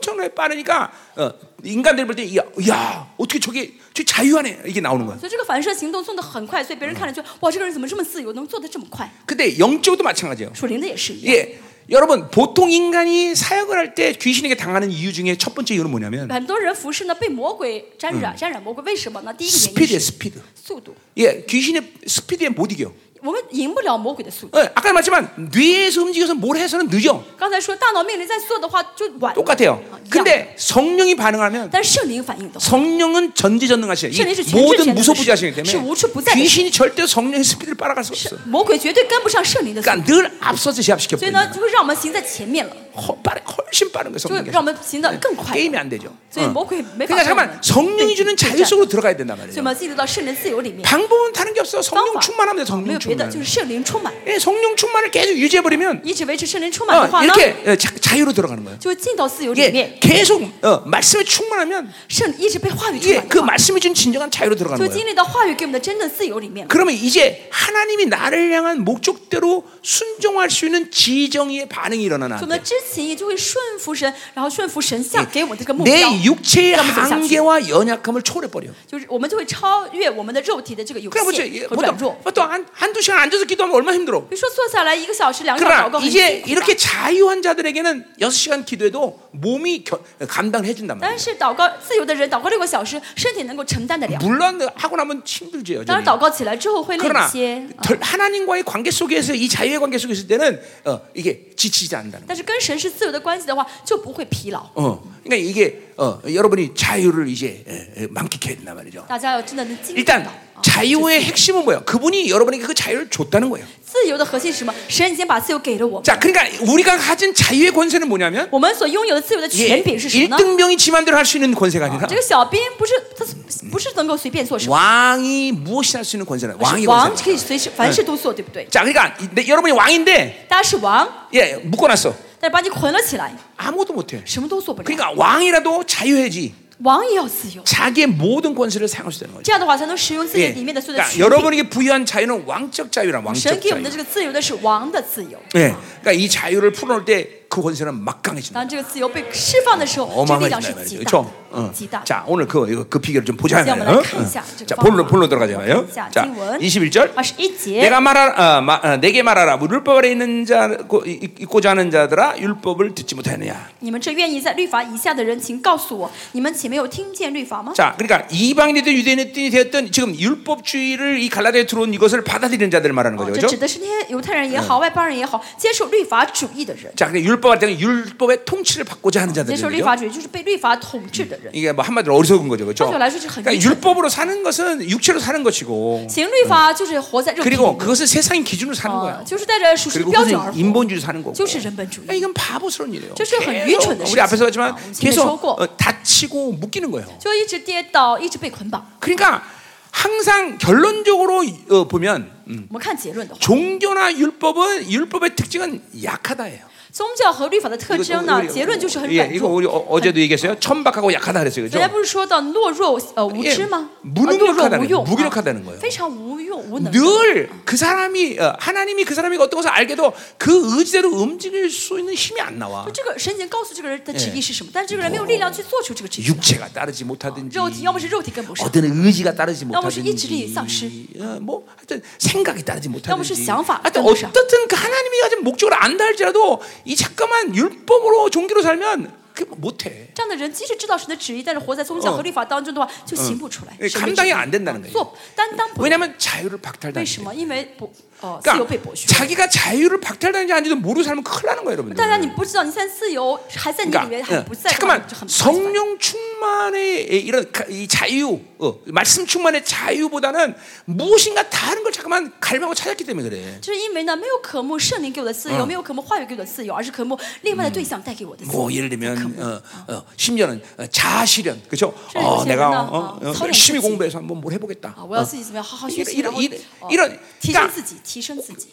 Speaker 1: 엄청나게 빠르니까 어, 인간들 볼 때 야, 야 어떻게 저게 저 자유하네 이게 나오는 거야.
Speaker 2: 所以这个反射行动做得很快，所以别人看了就哇，这个人怎么这么自由，能做得这么快？
Speaker 1: 근데 영적으로도 마찬가지예요.
Speaker 2: 属灵的也是一样。
Speaker 1: 예, 여러분 보통 인간이 사역을 할 때 귀신에게 당하는 이유 중에 첫 번째 이유는 뭐냐면
Speaker 2: 很多人服饰呢被魔鬼沾染，沾染魔鬼，为什么呢？第一个原
Speaker 1: 스피드예요,
Speaker 2: 因嗯是
Speaker 1: 스피드.
Speaker 2: 速度，
Speaker 1: 예, 귀신의 스피드에 못 이겨.
Speaker 2: 我们赢不了魔鬼的速度。
Speaker 1: 예, 아까 말했지만 뇌에서 움직여서 뭘 해서는 늦어.
Speaker 2: 刚才说大脑命令在做的话就晚了，
Speaker 1: 똑같아요.
Speaker 2: 啊一样
Speaker 1: 근데 성령이 반응하면
Speaker 2: 但是圣灵反应的话，
Speaker 1: 성령은 전지전능하시에요. 이
Speaker 2: 圣灵是全知全能的
Speaker 1: 모든 무소부지 하시기
Speaker 2: 是
Speaker 1: 때문에
Speaker 2: 无处不在的
Speaker 1: 귀신이 절대 성령의 스피드를 따라갈 수가 없어.
Speaker 2: 魔鬼绝对跟不上圣灵的速度，
Speaker 1: 그러니까 늘 앞서서 제압시켜
Speaker 2: 所以
Speaker 1: 버리는
Speaker 2: 呢
Speaker 1: 거예요.
Speaker 2: 就会让我们行在前面了，
Speaker 1: 허- 빠른- 훨씬 빠른 거예요.
Speaker 2: 就会
Speaker 1: 성령께서.
Speaker 2: 让我们行得更快。
Speaker 1: 게임이 안 되죠.
Speaker 2: 所以
Speaker 1: 어.
Speaker 2: 魔鬼没法
Speaker 1: 그러니까
Speaker 2: 跟我们
Speaker 1: 잠깐만 성령이 주는 자유
Speaker 2: 对战所
Speaker 1: 속으로 들어가야 된단
Speaker 2: 以我
Speaker 1: 말이에요.
Speaker 2: 们要进入到圣灵自由里面，
Speaker 1: 방법은 다른 게 없어.
Speaker 2: 方
Speaker 1: 뭐 성령
Speaker 2: 法
Speaker 1: 충만하면 돼.
Speaker 2: 没有
Speaker 1: 성령
Speaker 2: 别的，
Speaker 1: 충만.
Speaker 2: 就是圣灵充满，
Speaker 1: 예, 성령 충만을 계속 유지해 버리면
Speaker 2: 一直维持圣灵充满的话呢，
Speaker 1: 이렇게 예, 자, 자유로 들어가는 거예요.
Speaker 2: 就会进到自由里
Speaker 1: 이게
Speaker 2: 面，
Speaker 1: 계속 어, 말씀에 충만하면
Speaker 2: 圣一直被话语充
Speaker 1: 이게
Speaker 2: 满
Speaker 1: 그
Speaker 2: 的话，
Speaker 1: 말씀이 준 진정한 자유로
Speaker 2: 就
Speaker 1: 들어가는
Speaker 2: 会
Speaker 1: 거예요.
Speaker 2: 经历到话语给我们的真正自由里面。
Speaker 1: 그러면 이제 하나님이 나를 향한 목적대로 순종할 수 있는 지정의의 반응이 일어나나.
Speaker 2: 所以我们的知情意就会顺服神，然后顺服神像给我们这个目标，
Speaker 1: 내 육체의
Speaker 2: 让我们走下去
Speaker 1: 한계와 연약함을 초월해버려.
Speaker 2: 就是我们就会超越我们的肉体的这个有
Speaker 1: 그래 예, 보죠.
Speaker 2: 限和软
Speaker 1: 보통
Speaker 2: 弱。
Speaker 1: 보통 한 한두 시간 앉아서 기도하면 얼마나 힘들어.
Speaker 2: 比如说坐下来一个小时、两个小时祷
Speaker 1: 그러나
Speaker 2: 告很
Speaker 1: 이제
Speaker 2: 辛苦的
Speaker 1: 이렇게 자유한 자들에게는 여섯 시간 기도해도 몸이 겨- 감당을 해준단
Speaker 2: 但
Speaker 1: 말이야.
Speaker 2: 是祷告自由的人，祷告六个小时，身体能够承担得了。
Speaker 1: 물론 하고 나면 힘들지
Speaker 2: 当
Speaker 1: 여전히.
Speaker 2: 然，祷告起来之后会累一
Speaker 1: 그러나
Speaker 2: 些，啊
Speaker 1: 덜- 하나님과의 관계 속에서 이 자유의 관계 속에 있을 때는 어, 이게 지치지 않는다는 거야.
Speaker 2: 但是跟神是自由的关系的话，就不会疲劳。
Speaker 1: 어, 그러니까 이게 어, 여러분이 자유를 이제 에, 에, 만끽해야 된단 말이죠.
Speaker 2: 大家要真的能经历到
Speaker 1: 일단
Speaker 2: 啊
Speaker 1: 자유의 핵심은 뭐예요? 그분이 여러분에게 그 자유를 줬다는 거예요.
Speaker 2: 自由的核心是什么？神已经把自由给了我们，
Speaker 1: 자, 그러니까 우리가 가진 자유의 권세는 뭐냐면
Speaker 2: 我们所拥有的自由的
Speaker 1: 예,
Speaker 2: 权柄是什么呢？
Speaker 1: 일등병이 지만대로 할 수 있는 권세가 아니라 네.
Speaker 2: 这个小兵不是他不是能够随便做什么，
Speaker 1: 왕이 무엇이 할 수 있는 권세는 아, 왕의
Speaker 2: 是王
Speaker 1: 권세.
Speaker 2: 可以随时凡事都做，对不对？
Speaker 1: 자, 그러니까 이- 내- 여러분이 왕인데
Speaker 2: 大家是王，
Speaker 1: 예, 묶어놨어.
Speaker 2: 但是把你捆了起来，
Speaker 1: 아무것도 못해.
Speaker 2: 什么都做不了。
Speaker 1: 그러니까 왕이라도 자유해지.
Speaker 2: 王也要自由，
Speaker 1: 자기의 모든 권세를 사용할 수 있는 거죠.
Speaker 2: 这样的话才能使用自己
Speaker 1: 예.
Speaker 2: 里面的所有的
Speaker 1: 그러니까
Speaker 2: 权柄。
Speaker 1: 여러분에게 부여한 자유는 왕적 자유란
Speaker 2: 神
Speaker 1: 왕적
Speaker 2: 给我们的这
Speaker 1: 자유.
Speaker 2: 个自由的是王的自由。
Speaker 1: 예, 그러니까 이 자유를 풀어놓을 때 그 권세는 막강해진다.
Speaker 2: 当这个自由被释放的时候，这个力量
Speaker 1: 어마어마해진다
Speaker 2: 是
Speaker 1: 이
Speaker 2: 极
Speaker 1: 말이죠.
Speaker 2: 大的
Speaker 1: 그렇죠? ，응.
Speaker 2: 极大的。
Speaker 1: 자, 오늘 그 이거 그 비결을 좀 보자.
Speaker 2: 现在我们
Speaker 1: 말이에요.
Speaker 2: 来看一下
Speaker 1: 응.
Speaker 2: 这个
Speaker 1: 자,
Speaker 2: 方法
Speaker 1: 본론 본론 들어가자
Speaker 2: 看
Speaker 1: 말이에요.
Speaker 2: 一下
Speaker 1: 자,
Speaker 2: 经文二
Speaker 1: 21절.
Speaker 2: 十一节，
Speaker 1: 내가 말하라, 어, 마, 어, 내게 말하라. 율법 아래 있는 자, 고, 있- 있고자 하는 자들아, 율법을 듣지 못하느냐.
Speaker 2: 你们这愿意在律法以下的人，请告诉我，你们岂没有听见律法吗？
Speaker 1: 자, 그러니까 이방인이든 유대인이든 되었던 지금 율법주의를 이 갈라디아에 들어온 이것을 받아들이는 자들을 말하는
Speaker 2: 哦
Speaker 1: 거죠,
Speaker 2: 这
Speaker 1: 그렇죠?
Speaker 2: 指的是那些犹太人也好，外邦人也好，接受律法主义的人，
Speaker 1: 자, 근데 율법 같은 경우 율법의 통치를 받고자 하는
Speaker 2: 接受
Speaker 1: 자들이죠.
Speaker 2: 律法主义就是嗯被律法统治的人。
Speaker 1: 이게 뭐 한마디로 어리석은 거죠, 그렇죠?
Speaker 2: 한마디로 말해서 좀
Speaker 1: 그러니까
Speaker 2: 한 미친.
Speaker 1: 율법으로 사는 것은 육체로 사는 것이고,
Speaker 2: 行律法就是活在肉体里
Speaker 1: 그리고
Speaker 2: 面，
Speaker 1: 그것은 세상의 기준으로 사는
Speaker 2: 啊
Speaker 1: 거야.
Speaker 2: 就是带着属实
Speaker 1: 그리고
Speaker 2: 标准而
Speaker 1: 그것은
Speaker 2: 活。
Speaker 1: 인본주의 사는 거고.
Speaker 2: 就是人本主义。
Speaker 1: 그러니까 이건 바보스러운 일이에요.
Speaker 2: 这是很
Speaker 1: 계속
Speaker 2: 愚蠢的
Speaker 1: 아,
Speaker 2: 事情。
Speaker 1: 우리 앞에서 봤지만
Speaker 2: 啊，我们前面
Speaker 1: 계속
Speaker 2: 说过。
Speaker 1: 어, 다치고 묶이는 거예요.
Speaker 2: 就一直跌倒，一直被捆绑。
Speaker 1: 그러니까 항상 결론적으로 어, 보면 음,
Speaker 2: 我们看结论的话，
Speaker 1: 종교나 율법은 율법의 특징은 약하다예요.
Speaker 2: 宗教和律法的特
Speaker 1: 이거
Speaker 2: 征呢，
Speaker 1: 우리-
Speaker 2: 结论就是很
Speaker 1: 예,
Speaker 2: 软
Speaker 1: 이거
Speaker 2: 弱。
Speaker 1: 우리 어, 제도 얘기했어요. 천박하고 약하다 그랬어요.
Speaker 2: 人家
Speaker 1: 그죠?
Speaker 2: 不是说到懦弱呃无
Speaker 1: 예,
Speaker 2: 知吗？啊懦弱
Speaker 1: 무능력하다는
Speaker 2: 无
Speaker 1: 거예요.
Speaker 2: 用，
Speaker 1: 무기력하다는
Speaker 2: 啊
Speaker 1: 거예요.
Speaker 2: 非常无用无能。
Speaker 1: 늘 그 사람이 어, 하나님이 그 사람이 어떤 것을 알게도 그 의지대로 움직일 수 있는 힘이 안 나와.
Speaker 2: 这个神已经告诉这个人的旨意是什么，但是这个人没有力量去做出这个旨意。
Speaker 1: 육체가 따르지 못하든지
Speaker 2: 肉体要么是肉体跟不上，
Speaker 1: 어떤 의지가 따르지
Speaker 2: 야, 我是意志力丧失。
Speaker 1: 못하든지 어, 뭐 하여튼 생각이 따르지 못하든지
Speaker 2: 我是想法
Speaker 1: 하여튼
Speaker 2: 跟不上。
Speaker 1: 어떻든 그 하나님이 가진 목적을 안다 할지라도 이 잠깐만 율법으로 종기로 살면 그 못해
Speaker 2: 这样的人即使知道神的旨意，但是活在宗教和律法当中的话，就行不出来
Speaker 1: 예 ，
Speaker 2: 神的
Speaker 1: 감당이
Speaker 2: 旨
Speaker 1: 안 된다는
Speaker 2: 意
Speaker 1: 거예요
Speaker 2: 做担当不了。
Speaker 1: 왜냐하면 자유를
Speaker 2: 为
Speaker 1: 박탈당해
Speaker 2: 什么？因为不呃自由被
Speaker 1: 그러니까
Speaker 2: 剥削。
Speaker 1: 자기가 자유를 박탈당하는지 아닌지도 모르고 살면 큰일 나는 거예요 여러분들
Speaker 2: 大家你不知道，你现在自由还在你里面，
Speaker 1: 그러니까
Speaker 2: 还
Speaker 1: 어,
Speaker 2: 不在的话，
Speaker 1: 잠깐만
Speaker 2: 就很麻烦
Speaker 1: 성령 충만의 이- 이런 가- 이 자유 어, 말씀 충만의 자유보다는 무엇인가 다른 걸 잠깐만 갈망하고 찾았기 때문에 그래
Speaker 2: 就是因为呢，没有渴慕圣灵给我的自由，没有渴慕话语给我的自由，而是渴慕另外的对象带给我的自由。
Speaker 1: 뭐 예를 들면 어, 어, 심지어는 어, 자아실현 그렇죠? 어,
Speaker 2: 실현은
Speaker 1: 내가
Speaker 2: 어,
Speaker 1: 어, 아, 어,
Speaker 2: 어,
Speaker 1: 열심히
Speaker 2: 성취.
Speaker 1: 공부해서 한번 뭘 해보겠다.
Speaker 2: 啊，我要自己怎么样好好学习，然
Speaker 1: 이런
Speaker 2: 后
Speaker 1: 이런,
Speaker 2: 哦
Speaker 1: 이런
Speaker 2: 提升
Speaker 1: 그러니까
Speaker 2: 自己，提升自己。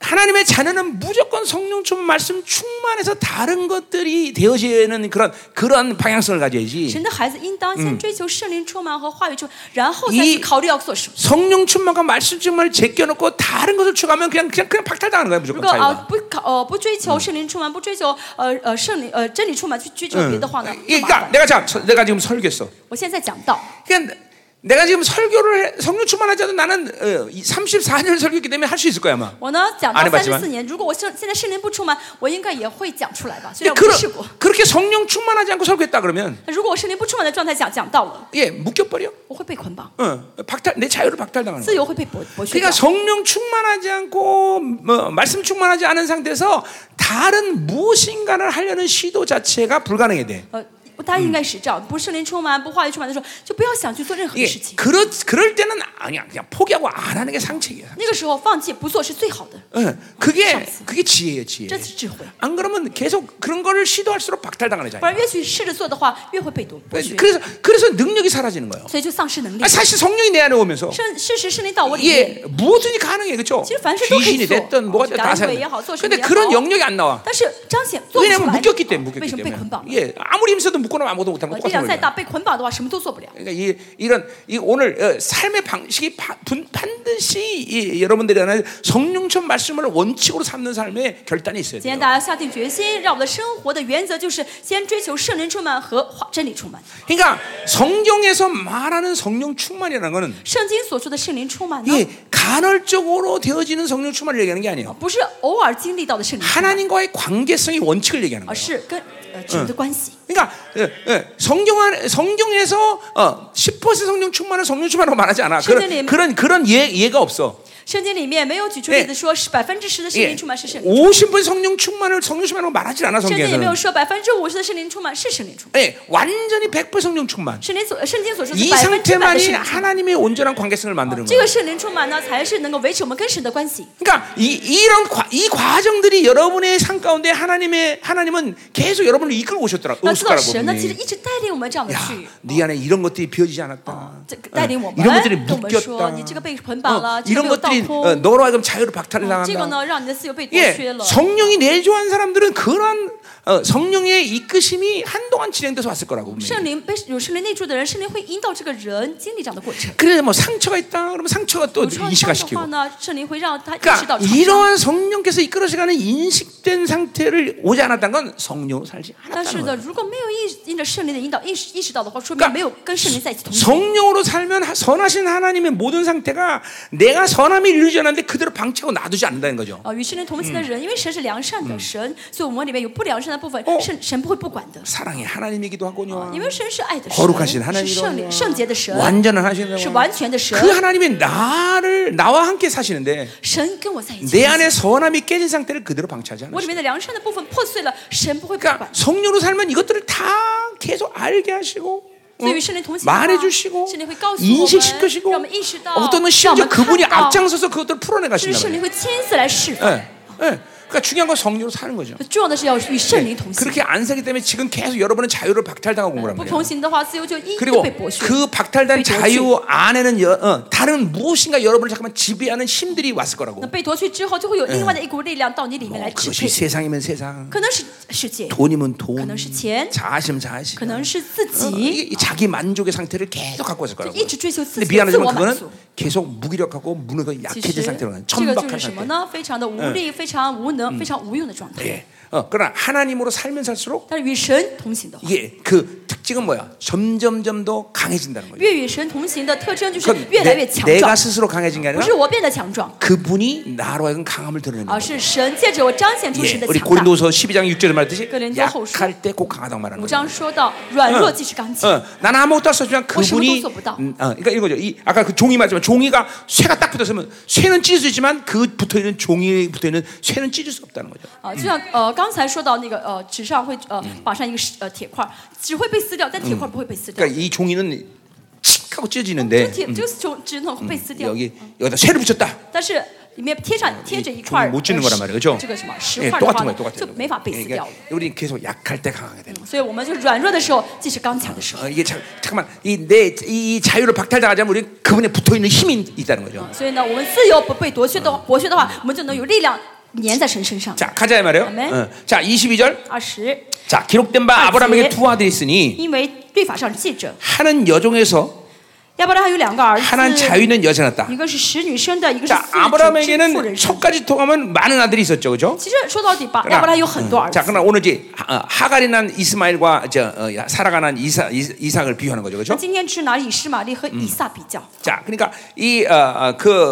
Speaker 1: 하나님의 자녀는 무조건 성령 충만 말씀 충만해서 다른 것들이 되어지는 그런 그런 방향성을
Speaker 2: 神
Speaker 1: 가져야지.
Speaker 2: 的孩子应当先追求圣灵充满和话语充满，然后再
Speaker 1: 이
Speaker 2: 去考虑要做什么。
Speaker 1: 성령 충만과 말씀 충만을 제껴놓고 다른 것을 추가하면 그냥 그냥 그냥 박탈당하는 거야 아,
Speaker 2: 如
Speaker 1: 무조건
Speaker 2: 果啊
Speaker 1: 자유가.
Speaker 2: 不考呃不追求圣灵充满，不追求呃呃圣灵呃真理充满，去追求别的话呢，就
Speaker 1: 이-
Speaker 2: 麻
Speaker 1: 그러니까
Speaker 2: 烦。
Speaker 1: 내가 자 내가 지금 설교했어.
Speaker 2: 我现在讲道，
Speaker 1: 그러니까 내가 지금 설교를 해, 성령 충만하지 않아도 나는 어, 34년을 설교했기 때문에 할 수 있을 거야 아마.
Speaker 2: 我呢讲到
Speaker 1: 안
Speaker 2: 三
Speaker 1: 해봤지만
Speaker 2: 十四年，如果我圣现在圣灵不充满，我应该也会讲出来吧？虽
Speaker 1: 근데
Speaker 2: 然我没试过，
Speaker 1: 그러, 그렇게 성령 충만하지 않고 설교했다 그러면
Speaker 2: 那如果我圣灵不充满的状态讲讲道了，
Speaker 1: 예 묶여버려.
Speaker 2: 我会被捆绑，
Speaker 1: 어, 박탈 내 자유를 박탈당하는
Speaker 2: 自
Speaker 1: 거야.
Speaker 2: 由会被剥剥削
Speaker 1: 그러니까 。
Speaker 2: 掉
Speaker 1: 성령 충만하지 않고 뭐, 말씀 충만하지 않은 상태에서 다른 무엇인가를 하려는 시도 자체가 불가능해 돼.
Speaker 2: 呃，大家应该是这样，不是圣灵充满，不话语充满的时候，就不要想去做任何的
Speaker 1: 예,
Speaker 2: 事情。
Speaker 1: 그럴 그럴 때는 아니야 그냥 포기하고 안 하는 게 상책이야.
Speaker 2: 那个时候放弃不做是最好的，
Speaker 1: 어, 그게
Speaker 2: 참았어.
Speaker 1: 그게 지혜예요 지혜.
Speaker 2: 这是智慧。
Speaker 1: 안 그러면 계속 그런 거를 시도할수록 박탈당하는
Speaker 2: 不然
Speaker 1: 자예요.
Speaker 2: 越去试着做的话，越会被夺剥削，
Speaker 1: 그래서 그래서 능력이 사라지는 거예요.
Speaker 2: 所以就丧失能力
Speaker 1: 아, 。 사실 성령이 내 안에 오면서
Speaker 2: 圣事实圣灵到我里
Speaker 1: 예,
Speaker 2: 面，
Speaker 1: 무엇이든 가능해 그렇죠?
Speaker 2: 지금 반시 또
Speaker 1: 귀신이
Speaker 2: 했어.
Speaker 1: 됐든 뭐가 됐든
Speaker 2: 어,
Speaker 1: 다 사는.
Speaker 2: 양도예요. 어,
Speaker 1: 근데
Speaker 2: 소심해요.
Speaker 1: 그런
Speaker 2: 어.
Speaker 1: 영역이 안 나와.
Speaker 2: 但是彰显做不出
Speaker 1: 왜냐면
Speaker 2: 来。
Speaker 1: 묶였기 때문에
Speaker 2: 为
Speaker 1: 묶였기
Speaker 2: 什么被
Speaker 1: 때문에.
Speaker 2: 捆绑？
Speaker 1: 예, 아무리 힘써도 묶어놓으면 아무것도 못하는
Speaker 2: 呃
Speaker 1: 거
Speaker 2: 力
Speaker 1: 똑같은
Speaker 2: 量再
Speaker 1: 거예요.
Speaker 2: 大，被捆绑的话，什么都做不了。
Speaker 1: 그러니까 이 이런 이 오늘 어, 삶의 방식이 바- 분- 반드시 이, 여러분들이 하는 성령천 말씀을 원칙으로 삼는 삶의 결단이 있어야
Speaker 2: 今天
Speaker 1: 돼요.
Speaker 2: 大家下定决心，让我们的生活的原则就是先追求圣灵充满和话真理充满。
Speaker 1: 그러니까 성경에서 말하는 성령 충만이라는 거는
Speaker 2: 圣经所说的圣灵充满呢，
Speaker 1: 이게 예, 간헐적으로 되어지는 성령 충만을 얘기하는 게 아니에요.
Speaker 2: 不是偶尔经历到的圣灵充满，
Speaker 1: 하나님과의 관계성의 원칙을 얘기하는
Speaker 2: 而
Speaker 1: 거예요.
Speaker 2: 是跟呃主的关系。
Speaker 1: 그러니까 예, 예, 성경 안, 성경에서 어, 10% 성령 충만을 성령 충만으로 말하지 않아. 그런
Speaker 2: 신들님.
Speaker 1: 그런 그런 예 예가 없어.
Speaker 2: 圣经里面没有举出
Speaker 1: 예
Speaker 2: 例子说是百分之十的圣
Speaker 1: 예,
Speaker 2: 灵充满是圣灵，
Speaker 1: 50% 성령 충만을 성령 충만으로 말하지 않아
Speaker 2: 圣经也没
Speaker 1: 성경에서는.
Speaker 2: 有说百分之五十的圣灵充满是圣灵充满。
Speaker 1: 예, 완전히 100% 성령 충만.
Speaker 2: 圣灵所圣经所说
Speaker 1: 이
Speaker 2: 的百分之百的
Speaker 1: 상태만이
Speaker 2: 圣灵充满，
Speaker 1: 하나님의 온전한 관계성을 만드는
Speaker 2: 这
Speaker 1: 거예요.
Speaker 2: 个圣灵充满呢，才是能够维持我们跟神的关系。
Speaker 1: 그러니까 이 이런 과, 이 과정들이 여러분의 삶 가운데 하나님의 하나님은 계속 여러분을 이끌어 오셨더라.
Speaker 2: 那知道神呢，其实
Speaker 1: 오셨더라고.
Speaker 2: 一直带领我们这样的
Speaker 1: 야,
Speaker 2: 去。
Speaker 1: 네 안에 이런 것들이 비어지지 않았다.
Speaker 2: 这个
Speaker 1: 어,
Speaker 2: 带领我们
Speaker 1: 이런 것들이
Speaker 2: 跟我们说，
Speaker 1: 묶였다.
Speaker 2: 你这个被捆绑
Speaker 1: 어,
Speaker 2: 了，这个没
Speaker 1: 이런
Speaker 2: 有道
Speaker 1: 것들이 자유들이
Speaker 2: 被打破。
Speaker 1: 어, 너로 하여금 자유를 박탈을
Speaker 2: 哦这个
Speaker 1: 당한다.
Speaker 2: 呢，让你的自由被夺
Speaker 1: 예,
Speaker 2: 缺了。
Speaker 1: 성령이 내조한 사람들은 그러한 어, 성령의 이끄심이 한동안 진행돼서 왔을 거라고. 분명히.
Speaker 2: 圣灵被有圣灵内住的人，圣灵会引导这个人经历这样的过程。
Speaker 1: 그래서 뭐 상처가 있다 그러면 상처가 또
Speaker 2: 有创伤的
Speaker 1: 인식화시키고.
Speaker 2: 话呢，圣灵会让他意识到
Speaker 1: 그러니까
Speaker 2: 创伤。
Speaker 1: 이러한 성령께서 이끌어가는 인식된 상태를 오지 않았다는 건 성령으로 살지
Speaker 2: 但是
Speaker 1: 않았다는
Speaker 2: 呢，
Speaker 1: 거예요.
Speaker 2: 如果没有意因着圣灵的引导意识意识到的话，说
Speaker 1: 그러니
Speaker 2: 明
Speaker 1: 까
Speaker 2: 没有跟圣灵在一起同行。
Speaker 1: 성령으로 살면 하- 선하신 하나님의 모든 상태가 내가 선함이 일루전한데 그대로 방치하고 놔두지 않는다는 거죠.
Speaker 2: 啊，与圣灵同行的人，因为神是良善的神，所以我们里面有不良善的部分
Speaker 1: 어 ，
Speaker 2: 神神不会不管的，
Speaker 1: 사랑이 하나님이기도 하고요.
Speaker 2: 因为神是爱的
Speaker 1: 거룩하신
Speaker 2: 神，是圣
Speaker 1: 하나님이로구나
Speaker 2: 灵圣洁的神，
Speaker 1: 완전한
Speaker 2: 是
Speaker 1: 하시는
Speaker 2: 嗯完全的神。
Speaker 1: 그 하나님이 나를 나와 함께 사시는데
Speaker 2: 神跟我在一起
Speaker 1: 내 ， 안에 선함이 깨진 상태를 그대로 방치하지
Speaker 2: 我里
Speaker 1: 않아요.
Speaker 2: 面的良善的部分破碎了，神不会不
Speaker 1: 그러니까
Speaker 2: 管。
Speaker 1: 성령으로 살면 이것들을 다 계속 알게 하시고 어?
Speaker 2: 所以与圣灵同行的话，
Speaker 1: 아, 말해주시고
Speaker 2: 圣灵会告诉我
Speaker 1: 인식시킬
Speaker 2: 们，
Speaker 1: 것이고
Speaker 2: 让我们意识到，让
Speaker 1: 어떤
Speaker 2: 我
Speaker 1: 건
Speaker 2: 们
Speaker 1: 심지어 그분이
Speaker 2: 看到，甚
Speaker 1: 앞장서서 그것들을 풀어내
Speaker 2: 至
Speaker 1: 가신다.
Speaker 2: 圣灵会亲自来释放。
Speaker 1: 예, 예. 그러니까 중요한 건 성령으로 사는 거죠. 예.
Speaker 2: 重要的是要与圣灵同行，
Speaker 1: 그렇게 안 살기 때문에 뭐 지금 계속 여러분은 자유를 박탈당하고 온 거란
Speaker 2: 不
Speaker 1: 말이에요.
Speaker 2: 同行的话，自由就一一地
Speaker 1: 그리고
Speaker 2: 被剥削。
Speaker 1: 그 박탈된
Speaker 2: 被夺去
Speaker 1: 자유 안에는 여, 어, 다른 무엇인가 여러분을 잠깐만 지배하는 힘들이 왔을 거라고.
Speaker 2: 那被夺去之后，就会有另外的一股力量到你里面来
Speaker 1: 어,
Speaker 2: 支
Speaker 1: 그것이
Speaker 2: 配，
Speaker 1: 세상이면 세상,
Speaker 2: 嗯哦可能是世界，
Speaker 1: 돈이면 돈,
Speaker 2: 可能是钱，
Speaker 1: 자아시면 자아시.
Speaker 2: 可能是自
Speaker 1: 어,
Speaker 2: 己，
Speaker 1: 이게 이 자기 만족의 상태를 계속 갖고 왔을 거라고.
Speaker 2: 一直追求自
Speaker 1: 근데
Speaker 2: 己的自
Speaker 1: 미안하지만
Speaker 2: 我满
Speaker 1: 그거는
Speaker 2: 足。
Speaker 1: 계속 무기력하고 무너져
Speaker 2: 其
Speaker 1: 약해진
Speaker 2: 实
Speaker 1: 상태로 가는
Speaker 2: 这个就
Speaker 1: 천박한
Speaker 2: 是什么
Speaker 1: 상태.
Speaker 2: 呢？非常的无力，非常无能，非常无用的状态。
Speaker 1: 예. 어, 그러나 하나님으로 살면 살수록
Speaker 2: 但是与神同行的话，
Speaker 1: 이게 그 특징은 뭐야? 점점점 더 강해진다는 거예요.
Speaker 2: 越与神同行的特征就是
Speaker 1: 건
Speaker 2: 越来越
Speaker 1: 내,
Speaker 2: 强
Speaker 1: 내가
Speaker 2: 壮，
Speaker 1: 스스로 강해진 게
Speaker 2: 不
Speaker 1: 아니라
Speaker 2: 是我变得强壮，
Speaker 1: 그분이 나로 하여금 강함을 드러내는
Speaker 2: 而
Speaker 1: 거예요.
Speaker 2: 是神借着我彰显出神
Speaker 1: 예,
Speaker 2: 的
Speaker 1: 우리
Speaker 2: 强大。
Speaker 1: 고린도서 12장 6절에 말했듯이
Speaker 2: 고린도 후서.
Speaker 1: 약할 때 꼭 강하다고 말하는
Speaker 2: 五
Speaker 1: 거예요.
Speaker 2: 章说到，软弱即是刚强。
Speaker 1: 어, 나는 아무것도 할 수 없지만 그분이
Speaker 2: 어, 시험도
Speaker 1: 음, 어, 그러니까 이거죠. 이 아까 그 종이 말했지만 종이가 쇠가 딱 붙었으면 쇠는 찢을 수 있지만 그 붙어 있는 종이에 붙어 있는 쇠는 찢을 수 없다는 거죠.
Speaker 2: 啊，就像呃刚才说到那个呃纸上会呃绑上一个石呃铁块儿，纸会被撕掉，但铁块儿不会被撕掉。
Speaker 1: 그러니까 이 종이는 칙 하고
Speaker 2: 这
Speaker 1: 찢어지는데
Speaker 2: 铁就是从纸筒会被撕掉，
Speaker 1: 여기 여기다 쇠를 붙였다.
Speaker 2: 但是里面贴上贴着一块
Speaker 1: 종이못찢는거란말이에요
Speaker 2: 呃
Speaker 1: 그죠
Speaker 2: 这个什么石
Speaker 1: 예,
Speaker 2: 块儿的话
Speaker 1: 똑같은
Speaker 2: 呢
Speaker 1: 거예요, 똑같은
Speaker 2: 就
Speaker 1: 거예요.
Speaker 2: 没法被
Speaker 1: 예,
Speaker 2: 撕掉
Speaker 1: 그러니까
Speaker 2: 了。
Speaker 1: 우리 계속 약할 때 강하게 되는 거예요.
Speaker 2: 所以我们就是软弱的时候，即是刚强的时候。
Speaker 1: 어, 이게 자, 잠깐만 이 내 이 자유를 박탈당하자면 우리 그분에 붙어 있는 힘이 있다는 거죠.
Speaker 2: 所以呢，我们自由不被夺去的剥削的话，我们就能有力量粘在神身上。
Speaker 1: 자, 가자 이 말이에요.
Speaker 2: 아멘.
Speaker 1: 어. 자, 22절.
Speaker 2: 二十，
Speaker 1: 자, 기록된 바
Speaker 2: 아,
Speaker 1: 아브라함에게
Speaker 2: 예.
Speaker 1: 두 아들이 있으니
Speaker 2: 因为律法上记着，
Speaker 1: 하는 여종에서
Speaker 2: 亚伯拉罕有两个儿
Speaker 1: 하나는
Speaker 2: 子，
Speaker 1: 자유는 여자 낳다.
Speaker 2: 一个是使女生的，一个是
Speaker 1: 자,
Speaker 2: 妇人妇
Speaker 1: 아브라함에게는
Speaker 2: 人生的。
Speaker 1: 첩까지 통하면 많은 아들이 있었죠. 그죠? 음.
Speaker 2: 其实说到底吧，嗯亚伯拉罕有很多儿
Speaker 1: 자,
Speaker 2: 子。
Speaker 1: 그러나 오늘 이제 하- 어, 하갈이 난 이스마일과 저 어, 야, 사라가 난 이사, 이- 이삭을 비교하는 거죠. 그죠?
Speaker 2: 今天只拿以实玛利和以撒比较，
Speaker 1: 자, 그러니까 이그